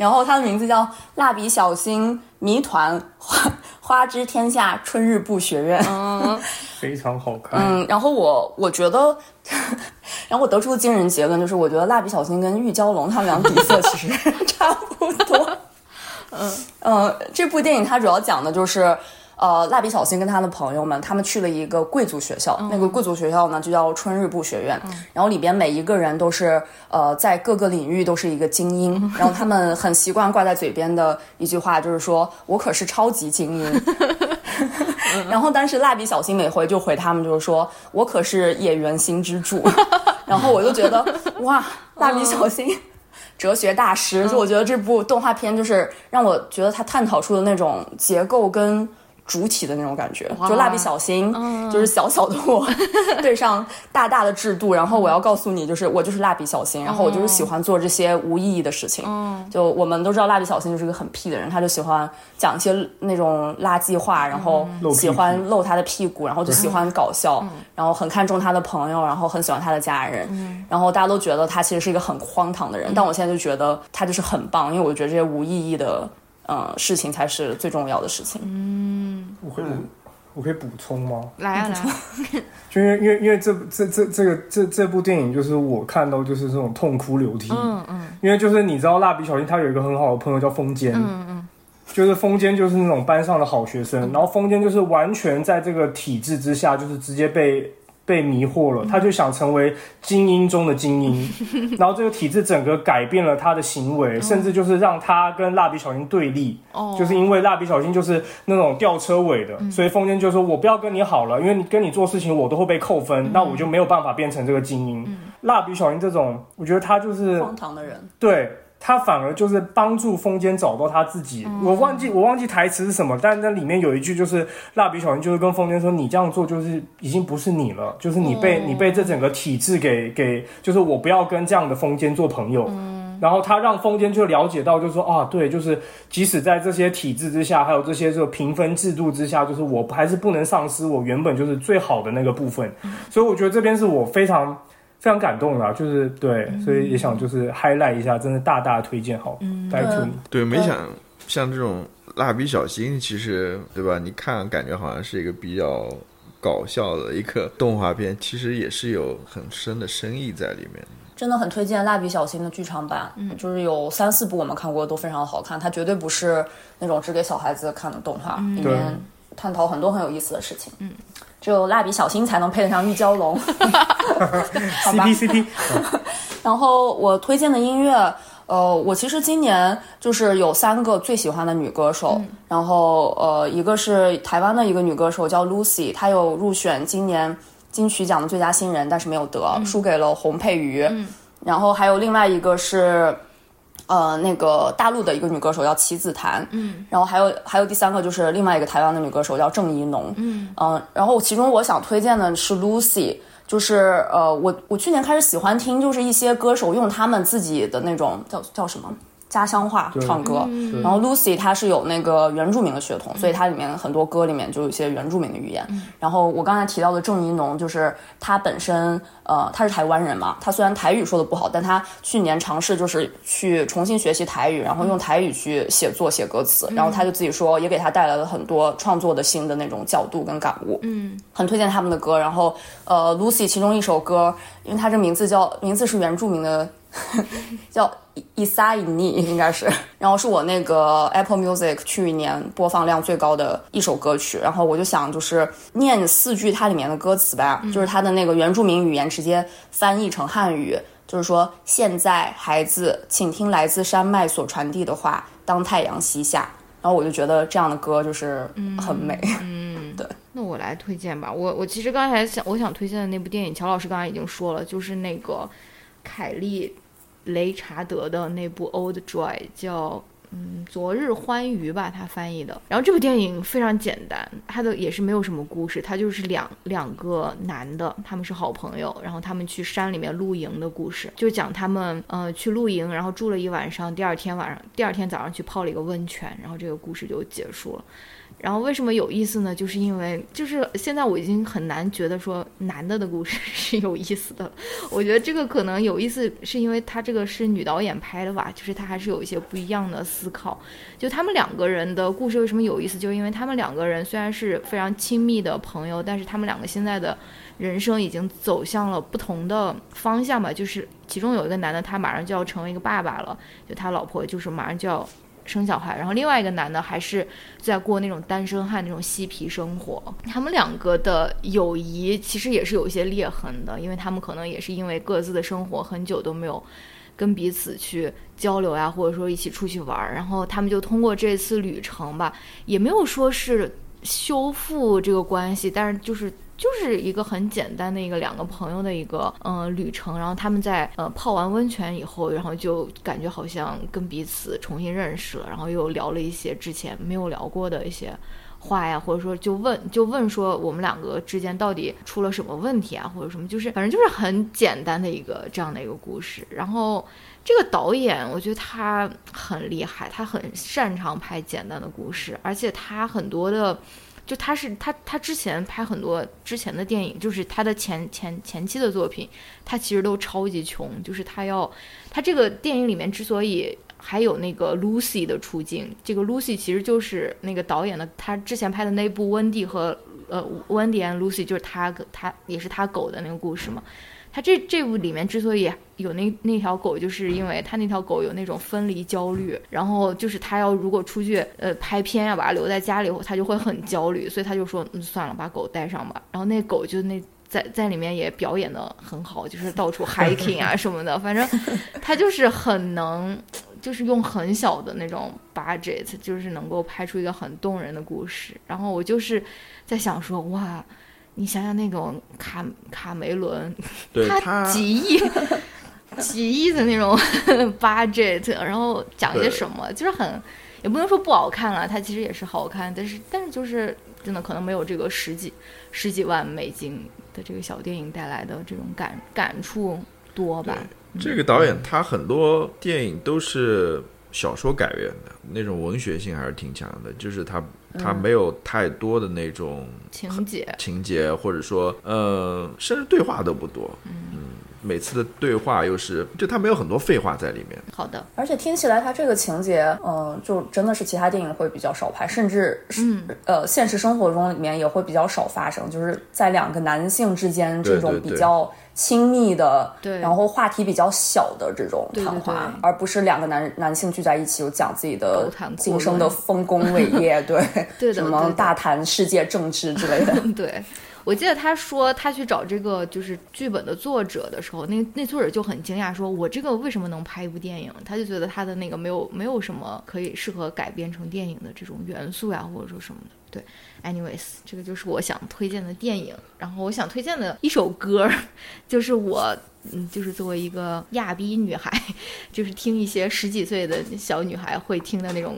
然后它的名字叫《蜡笔小新谜团花花之天下春日部学院》。非常好看。嗯，然后我我觉得， 然后我得出的惊人结论就是，我觉得蜡笔小新跟玉娇龙他们俩底 色其实差不多。嗯呃，这部电影它主要讲的就是，呃，蜡笔小新跟他的朋友们，他们去了一个贵族学校，那个贵族学校呢就叫春日部学院，然后里边每一个人都是呃在各个领域都是一个精英，然后他们很习惯挂在嘴边的一句话就是说我可是超级精英。然后，但是蜡笔小新每回就回他们，就是说我可是野原新之助， 然后我就觉得哇，蜡笔小新哲学大师，就我觉得这部动画片就是让我觉得他探讨出的那种结构跟主体的那种感觉，就蜡笔小新就是小小的我 对上大大的制度，然后我要告诉你，就是我就是蜡笔小新，然后我就是喜欢做这些无意义的事情。就我们都知道蜡笔小新就是个很屁的人，他就喜欢讲一些那种垃圾话，然后嗯露屁嗯喜股欢露他的屁股，然后就喜欢搞笑， 然后很看重他的朋友，然后很喜欢他的家人，嗯然后大家都觉得他其实是一个很荒唐的人，但我现在就觉得他就是很棒，因为我觉得这些无意义的。呃事情才是最重要的事情。我可以我可以补充吗？来啊来啊， 就因为因为因为这这这这个这这部电影，就是我看到就是这种痛哭流涕。嗯嗯，因为就是你知道蜡笔小新他有一个很好的朋友叫风间，嗯嗯，就是风间就是那种班上的好学生，然后风间就是完全在这个体制之下，就是直接被。被迷惑了，他就想成为精英中的精 英，然后这个体制整个改变了他的行为，甚至就是让他跟蜡笔小新对立，哦，就是因为蜡笔小新就是那种吊车尾的，所以风间就说：“我不要跟你好了，因为你跟你做事情我都会被扣分，那我就没有办法变成这个精英。蜡笔小新这种，我觉得他就是荒唐的人，对他反而就是帮助风间找到他自己。我忘记我忘记台词是什么，但那里面有一句就是蜡笔小新就是跟风间说：“你这样做就是已经不是你了，就是你被、你被这整个体制给给，就是我不要跟这样的风间做朋友。然后他让风间就了解到，就是说啊，对，就是即使在这些体制之下，还有这些这个评分制度之下，就是我还是不能丧失我原本就是最好的那个部分。所以我觉得这边是我非常非常感动的、啊，就是对，嗯所以也想就是 highlight 一下，真的大大推荐好，嗯拜呃托你。对，没想呃像这种蜡笔小新，其实对吧？你看感觉好像是一个比较搞笑的一个动画 片，其实也是有很深的深意在里面。真的很推荐《蜡笔小新》的剧场版，就是有三四部我们看过都非常好看，它绝对不是那种只给小孩子看的动画，里对面探讨很多很有意思的事情。嗯，只有蜡笔小新才能配得上玉娇龙。好吧 CP CP，然后我推荐的音乐，呃，我其实今年就是有三个最喜欢的女歌手，然后呃，一个是台湾的一个女歌手叫 Lucy，她有入选今年金曲奖的最佳新人，但是没有得，输给了洪佩瑜。然后还有另外一个是。呃，那个大陆的一个女歌手叫齐子檀，嗯，然后还有还有第三个就是另外一个台湾的女歌手叫郑怡农，嗯、然后其中我想推荐的是 Lucy，就是呃，我我去年开始喜欢听，就是一些歌手用他们自己的那种叫叫什么家乡话唱歌，然后 Lucy 她是有那个原住民的血统，所以它里面很多歌里面就有一些原住民的语言。然后我刚才提到的郑怡农，就是他本身呃他是台湾人嘛，他虽然台语说的不好，但他去年尝试就是去重新学习台语，然后用台语去写作写歌词，然后他就自己说也给他带来了很多创作的新的那种角度跟感悟。很推荐他们的歌。然后呃，Lucy 其中一首歌，因为它这名字叫名字是原住民的， 叫伊伊萨伊尼应该是，然后是我那个 Apple Music 去年播放量最高的一首歌曲。然后我就想就是念四句它里面的歌词吧，就是它的那个原住民语言直接翻译成汉语。就是说，现在孩子，请听来自山脉所传递的话。当太阳西下，然后我就觉得这样的歌就是很美。那我来推荐吧。我我其实刚才想，我想推荐的那部电影，乔老师刚才已经说了，就是那个凯利·雷查德的那部《Old Joy》，叫嗯，昨日欢愉吧，他翻译的。然后这部电影非常简单，它的也是没有什么故事，它就是两两个男的，他们是好朋友，然后他们去山里面露营的故事，就讲他们呃去露营，然后住了一晚上，第二天晚上，第二天早上去泡了一个温泉，然后这个故事就结束了。然后为什么有意思呢？就是因为就是现在我已经很难觉得说男的的故事是有意思的了，我觉得这个可能有意思，是因为他这个是女导演拍的吧，就是他还是有一些不一样的思考。就他们两个人的故事为什么有意思，就是因为他们两个人虽然是非常亲密的朋友，但是他们两个现在的人生已经走向了不同的方向吧。就是其中有一个男的，他马上就要成为一个爸爸了，就他老婆就是马上就要生小孩，然后另外一个男的还是在过那种单身汉那种嬉皮生活。他们两个的友谊其实也是有一些裂痕的，因为他们可能也是因为各自的生活很久都没有跟彼此去交流呀、或者说一起出去玩儿，然后他们就通过这次旅程吧，也没有说是修复这个关系，但是就是。就是一个很简单的一个两个朋友的一个嗯、呃旅程，然后他们在呃泡完温泉以后，然后就感觉好像跟彼此重新认识了，然后又聊了一些之前没有聊过的一些话呀，或者说就问就问说我们两个之间到底出了什么问题啊，或者什么，就是反正就是很简单的一个这样的一个故事。然后这个导演，我觉得他很厉害，他很擅长拍简单的故事，而且他很多的。就他是他他之前拍很多之前的电影，就是他的前前前期的作品，他其实都超级穷，就是他要他这个电影里面之所以还有那个 Lucy 的出镜，这个 Lucy 其实就是那个导演的他之前拍的那部《温蒂》和呃《温迪 and Lucy》，就是他跟他也是他狗的那个故事嘛。他这这部里面之所以有那那条狗，就是因为他那条狗有那种分离焦虑，然后就是他要如果出去呃拍片要把它留在家里，他就会很焦虑，所以他就说嗯算了，把狗带上吧。然后那狗就那在在里面也表演的很好，就是到处 hiking 啊什么的，反正他就是很能。就是用很小的那种 budget，就是能够拍出一个很动人的故事。然后我就是在想说，哇，你想想那种卡卡梅伦，对他他几亿、几亿的那种 budget，然后讲些对什么，就是很也不能说不好看了，它其实也是好看，但是但是就是真的可能没有这个十几十几万美金的这个小电影带来的这种感感触多吧。这个导演他很多电影都是小说改编的，那种文学性还是挺强的，就是他他没有太多的那种情节，情节，或者说呃，甚至对话都不多。嗯，每次的对话又是就他没有很多废话在里面。好的，而且听起来他这个情节，嗯、就真的是其他电影会比较少拍，甚至是、嗯呃，现实生活中里面也会比较少发生，就是在两个男性之间这种对对比较亲密的，对然后话题比较小的这种对对谈话，对而不是两个男男性聚在一起有讲自己的狗谈阔今论生的丰功伟 业，对，对的什对么的大谈世界政治之 类的，对，我记得他说他去找这个就是剧本的作者的时候，那那作者就很惊讶，说我这个为什么能拍一部电影？他就觉得他的那个没有没有什么可以适合改编成电影的这种元素呀，或者说什么的。对，anyways，这个就是我想推荐的电影。然后我想推荐的一首歌儿，就是我嗯，就是作为一个亚逼女孩， 就是听一些十几岁的小女孩会听的那种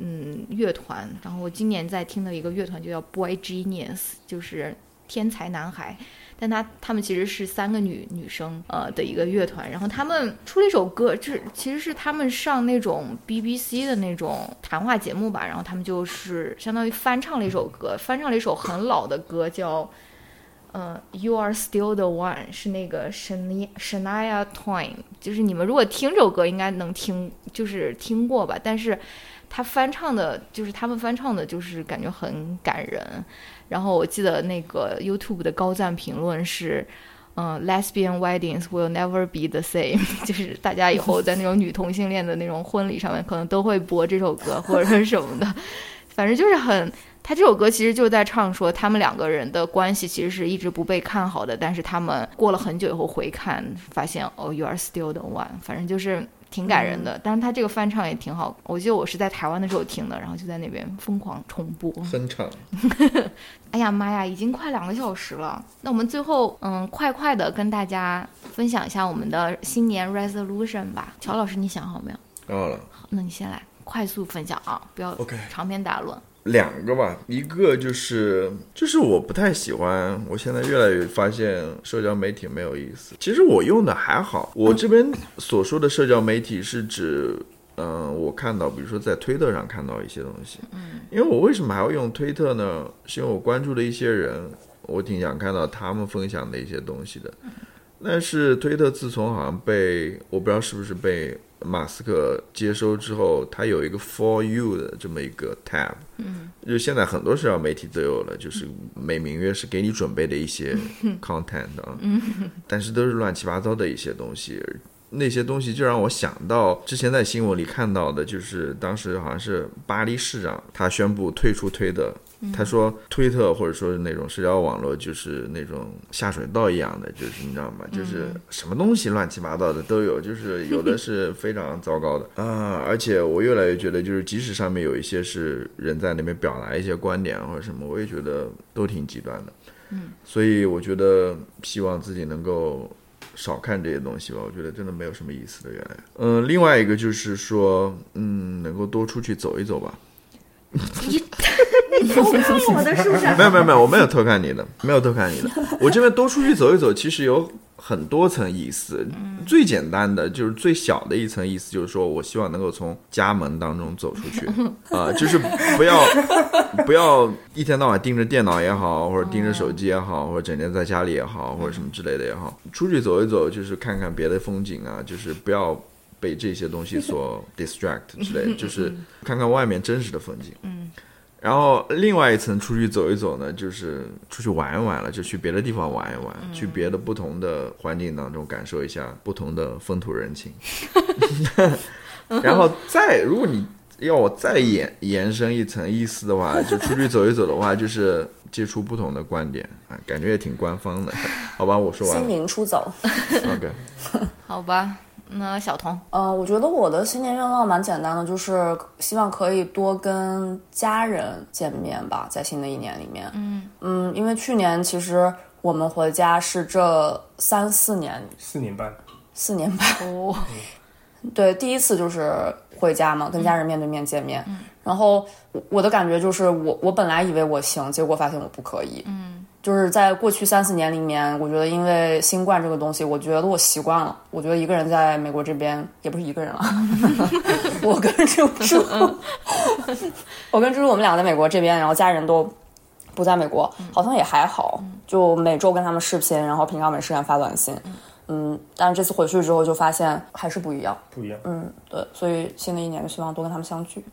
嗯乐团，然后我今年在听的一个乐团就叫 Boy Genius，就是天才男孩，但他他们其实是三个女女生呃的一个乐团，然后他们出了一首歌，这其实是他们上那种 BBC 的那种谈话节目吧，然后他们就是相当于翻唱了一首歌，翻唱了一首很老的歌叫。呃，You are still the one 是那个 Shania Shania Twain，就是你们如果听这首歌应该能听，就是听过吧。但是他翻唱的，就是他们翻唱的，就是感觉很感人。然后我记得那个 YouTube 的高赞评论是，嗯、l e s b i a n weddings will never be the same，就是 大家以后在那种女同性恋的那种婚礼上面，可能都会播这首歌或者是什么的，反正就是很。他这首歌其实就是在唱说，他们两个人的关系其实是一直不被看好的，但是他们过了很久以后回看，发现哦，you are still the one，反正就是挺感人的。但是他这个翻唱也挺好，我记得我是在台湾的时候听的，然后就在那边疯狂重播。哼唱，哎呀妈呀，已经快两个小时了。那我们最后，嗯，快快的跟大家分享一下我们的新年 resolution 吧。乔老师，你想好没有？然后了，好，那你先来，快速分享啊，不要 OK 长篇大论。两个吧，一个就是就是我不太喜欢，我现在越来越发现社交媒体没有意思。其实我用的还好，我这边所说的社交媒体是指，嗯、我看到，比如说在推特上看到一些东西，嗯，因为我为什么还要用推特呢？是因为我关注了一些人，我挺想看到他们分享的一些东西的。但是推特自从好像被我不知道是不是被马斯克接收之后，它有一个 For You 的这么一个 tab，就现在很多社交媒体都有了，就是美名曰是给你准备的一些 content 啊，但是都是乱七八糟的一些东西。那些东西就让我想到之前在新闻里看到的，就是当时好像是巴黎市长他宣布退出推特，他说推特或者说是那种社交网络就是那种下水道一样的，就是你知道吗？就是什么东西乱七八糟的都有，就是有的是非常糟糕的 啊！而且我越来越觉得，就是即使上面有一些是人在那边表达一些观点或者什么，我也觉得都挺极端的。嗯，所以我觉得希望自己能够少看这些东西吧，我觉得真的没有什么意思的。原来，嗯，另外一个就是说，嗯，能够多出去走一走吧。你偷看 我的是不是？ 没有没有没有，我没有偷看你的， 没有偷看你的。我这边多出去走一走，其实有很多层意思。最简单的就是最小的一层意思，就是说我希望能够从家门当中走出去啊、就是不要不要一天到晚盯着电脑也好，或者盯着手机也好，或者整天在家里也好，或者什么之类的也好，出去走一走，就是看看别的风景啊，就是不要。被这些东西所 distract 之类的，就是看看外面真实的风景。然后另外一层出去走一走呢，就是出去玩一玩了，就去别的地方玩一玩，去别的不同的环境当中感受一下不同的风土人情。然后再，如果你要我再延延伸一层意思的话，就出去走一走的话，就是接触不同的观点啊，感觉也挺官方的，好吧？我说完心了灵出走。 ，OK。好吧，那小童，呃，我觉得我的新年愿望蛮简单的，就是希望可以多跟家人见面吧，在新的一年里面。嗯因为去年其实我们回家是这三四年 四年半，四年吧，哦，对，第一次就是回家嘛，跟家人面对面见面。然后我我的感觉就是我，我本来以为我行，结果发现我不可以。嗯，就是在过去三四年里面，我觉得因为新冠这个东西，我觉得我习惯了。我觉得一个人在美国这边也不是一个人 了，我跟猪猪，嗯 我跟猪猪我们俩在美国这边，然后家人都。不在美国，好像也还好，就每周跟他们视频，然后平常没事干发短信，嗯，但是这次回去之后就发现还是不一样，不一样。嗯，对，所以新的一年就希望多跟他们相聚。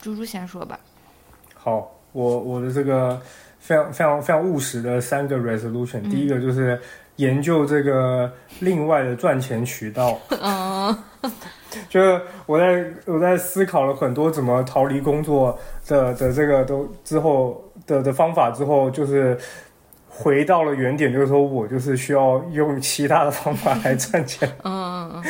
猪猪先说吧。好，我我的这个非常非常非常务实的三个 resolution，、第嗯一个就是研究这个另外的赚钱渠道。就是我在我在思考了很多怎么逃离工作的的这个都之后的的方法之后，就是回到了原点，就是说我就是需要用其他的方法来赚钱。嗯，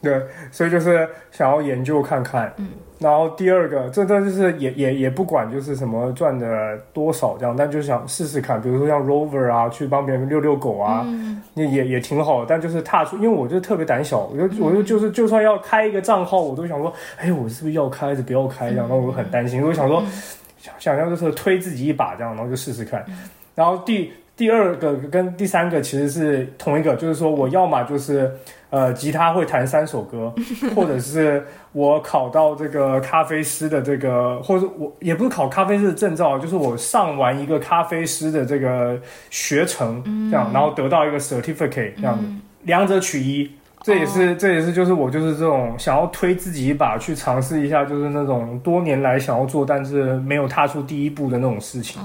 对，所以就是想要研究看看。嗯，然后第二个，这这就是也也也不管就是什么赚的多少这样，但就想试试看，比如说像 Rover 啊，去帮别人遛遛狗啊，嗯那、也也挺好的。但就是踏出，因为我就特别胆小，我就我就就是就算要开一个账号，我都想说，哎，我是不是要开还是不要开这样？然后我很担心，我就想说，想想要就是推自己一把这样，然后就试试看。然后第第二个跟第三个其实是同一个，就是说我要么就是呃吉他会弹三首歌，或者是我考到这个咖啡师的这个，或者我也不是考咖啡师的证照，啊就是我上完一个咖啡师的这个学程，这样，然后得到一个 certificate 这样子，两者取一。这也是，这也是，就是我就是这种想要推自己一把，去尝试一下，就是那种多年来想要做但是没有踏出第一步的那种事情。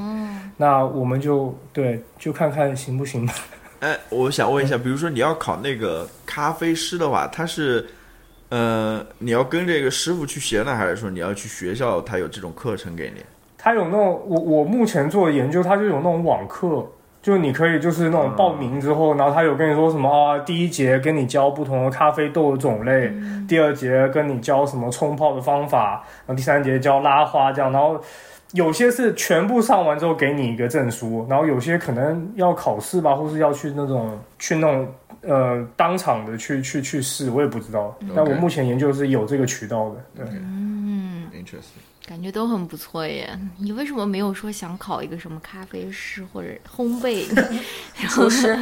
那我们就对，就看看行不行吧。哎，我想问一下，嗯比如说你要考那个咖啡师的话，他是，呃，你要跟这个师傅去学呢，还是说你要去学校，他有这种课程给你？它有那种，我我目前做的研究，它就有那种网课，就你可以就是那种报名之后，然后他有跟你说什么啊，第一节跟你教不同的咖啡豆的种类，第二节跟你教什么冲泡的方法，然后第三节教拉花这样，然后。有些是全部上完之后给你一个证书，然后有些可能要考试吧，或是要去那种去那种呃当场的去去去试，我也不知道。但我目前研究是有这个渠道的，对。嗯 Interesting，感觉都很不错耶。你为什么没有说想考一个什么咖啡师或者烘焙 厨师？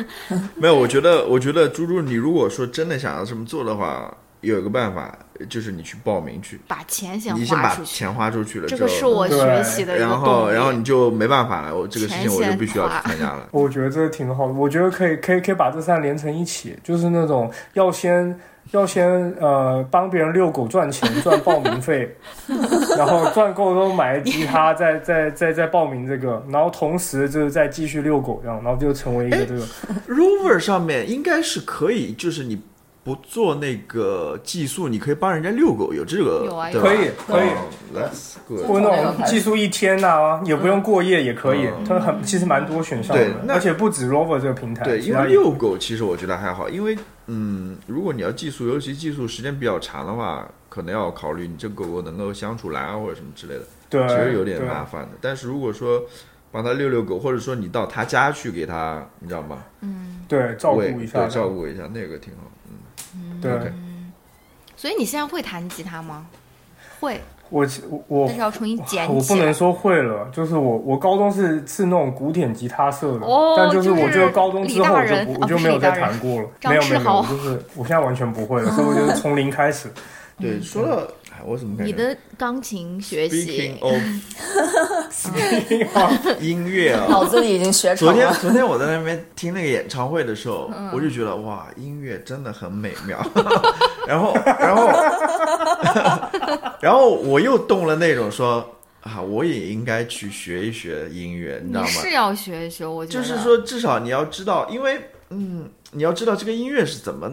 没有，我觉得，我觉得猪猪，你如果说真的想要这么做的话，有一个办法，就是你去报名去，把钱先你先花把出去？钱花出去了之这后，个是我学对习的一个然动后力然后你就没办法了，我这个事情我钱就先必须要花去参加了。我觉得这挺好的，我觉得可以，可以，可以把这三连成一起，就是那种要先要先呃帮别人遛狗赚钱，赚报名费， 然后赚够之后买吉他，再再再再报名这个，然后同时就是再继续遛狗，这样，然后就成为一个这个 Rover 上面应该是可以，就是你不做那个寄宿，你可以帮人家遛狗，有这个有啊有对啊吧可以可以哦 That's good。或者那种寄宿一天呐、也不用过夜也可以，它很其实蛮多选项的对，那而且不止 Rover 这个平台，对，其因他为也遛狗其实我觉得还好，因为嗯，如果你要寄宿，尤其寄宿时间比较长的话，可能要考虑你这狗狗能够相处来啊，或者什么之类的，对，其实有点呃对啊麻烦的。但是如果说帮它遛遛狗，或者说你到他家去给它，你知道吗？对，照顾喂一下，对照顾一下，那个挺好。对。 OK 所以你现在会弹吉他吗？会，我哦我但是要重新捡我起不来。能说会了，就是我我高中是是那种古典吉他社的，哦但就是我就是这个高中之后李大我就人不哦我就不是没有李大再人弹过了，张没有志没有没有，豪我就是我现在完全不会了，所以我就是从零 开始。对，说到哎我怎么嗯感你觉的钢琴学习 Speaking of 音乐啊， 脑子里已经学成昨天了。啊昨天我在那边听那个演唱会的时候，嗯我就觉得哇，音乐真的很美妙。 然后然后 然后我又动了那种说啊，我也应该去学一学音乐，你知道你吗？是要学一学，我觉就得是说，至少你要知道，因为嗯，你要知道这个音乐是怎么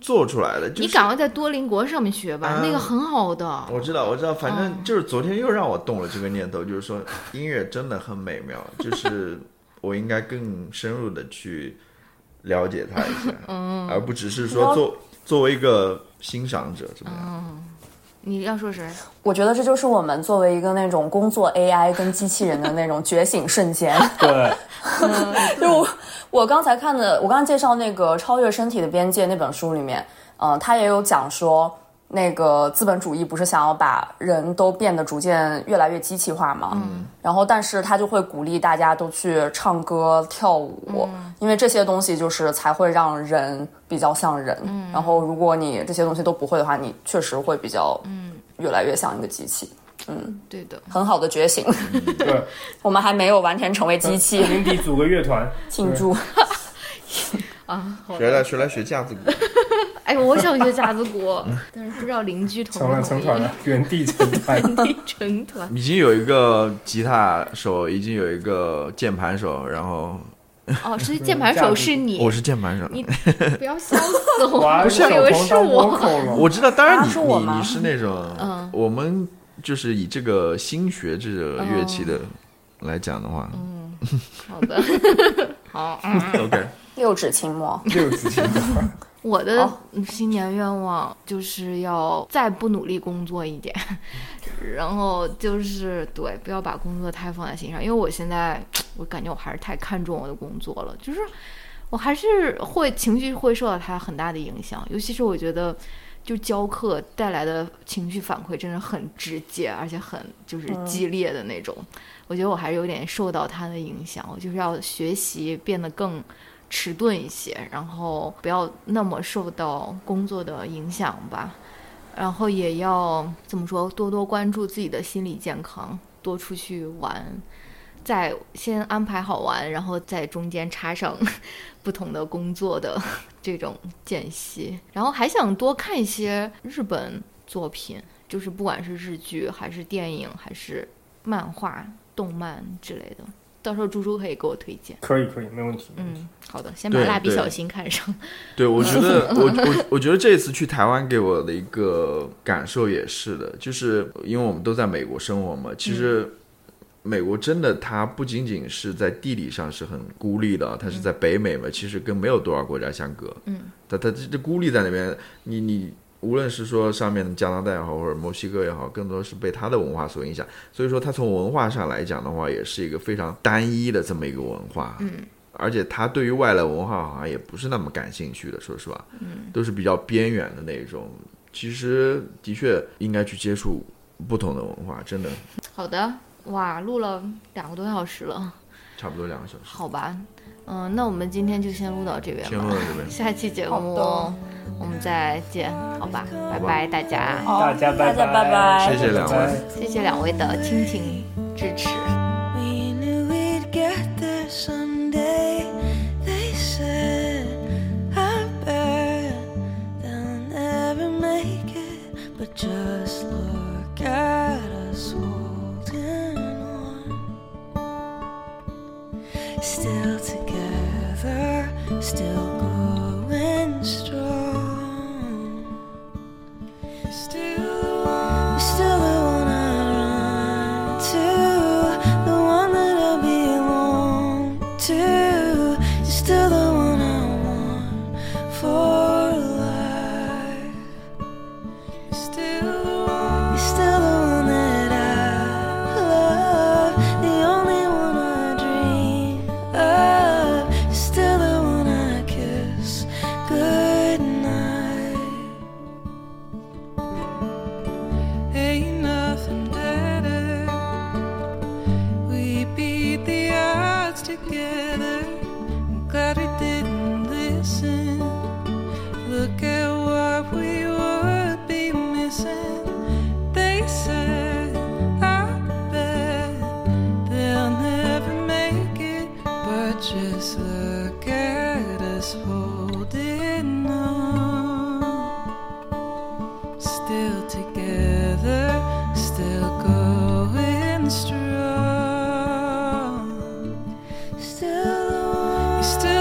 做出来的。就是、你赶快在多邻国上面学吧，嗯那个很好的。我知道，我知道，反正就是昨天又让我动了这个念头，就是说音乐真的很美妙，就是我应该更深入的去了解它一下，而不只是说作作为一个欣赏者怎么样。你要说谁？我觉得这就是我们作为一个那种工作 AI 跟机器人的那种觉醒瞬间。对， 就我我刚才看的，我刚才介绍那个《超越身体的边界》那本书里面，嗯、他也有讲说，那个资本主义不是想要把人都变得逐渐越来越机器化嘛？嗯。然后，但是他就会鼓励大家都去唱歌、跳舞，因为这些东西就是才会让人比较像人。嗯。然后，如果你这些东西都不会的话，你确实会比较嗯越来越像一个机器。对的，很好的觉醒，对， 我们还没有完全成为机器。年底组个乐团，庆祝。啊，好学的。来学来学架子鼓，哎，我想学架子鼓，嗯但是不知道邻居同成不了同成意。团了， 原地成团。地成团，已经有一个吉他手，已经有一个键盘手，然后哦，所以键盘手是你我，是键盘手，你不要笑死 我，哇，我小以为鹏是当我。 vocal 了，我知道，当然啊你、是我你吗你是那种，嗯我们就是以这个新学这个乐器的来讲的话、好的，好，嗯 o k 六指琴魔，六指琴我的好新年愿望就是要再不努力工作一点，嗯 然后就是对，不要把工作太放在心上，因为我现在我感觉我还是太看重我的工作了，就是我还是会情绪会受到它很大的影响，尤其是我觉得。就教课带来的情绪反馈真的很直接，而且很就是激烈的那种。嗯我觉得我还是有点受到它的影响，我就是要学习变得更迟钝一些，然后不要那么受到工作的影响吧。然后也要怎么说，多多关注自己的心理健康，多出去玩，再先安排好玩，然后在中间插上 不同的工作的 这种间隙。然后还想多看一些日本作品，就是不管是日剧还是电影还是漫画、动漫之类的，到时候猪猪可以给我推荐。可以可以，没问题。嗯，好的，先把对蜡笔对小新看上。 对，我觉得我我我觉得这次去台湾给我的一个感受也是的，就是因为我们都在美国生活嘛，其实美国真的它不仅仅是在地理上是很孤立的啊，它是在北美嘛，其实跟没有多少国家相隔，嗯，它它这这孤立在那边，你你。无论是说上面的加拿大也好，或者墨西哥也好，更多是被它的文化所影响。所以说，它从文化上来讲的话，也是一个非常单一的这么一个文化。嗯，而且他对于外来文化好像也不是那么感兴趣的，说实话，都是比较边缘的那种。其实的确应该去接触不同的文化，真的好的，哇，录了两个多小时了，差不多两个小时。好吧，嗯，那我们今天就先录到这边先吧录。到这边， 下期节目好的我们再见，好吧，拜吧拜大家，好大家拜大家拜拜谢谢两位。谢谢两位的倾听支持。 We knew we'd get there someday. They said, I bet they'll never make it. But just look at us holding on. Still together, still going strong. Still one. Still the one I run to. The one that I belong to. You're still the one I want for life. You're still the one that I love, the only one I dream of. You're still the one I kiss goodnight. Ain't nothing better. We beat the odds together. I'm glad we didn't listen. Look at what we would be missing. They said, I bet they'll never make it. But just look at us holding on still together, still going strong. Still, the one. You're still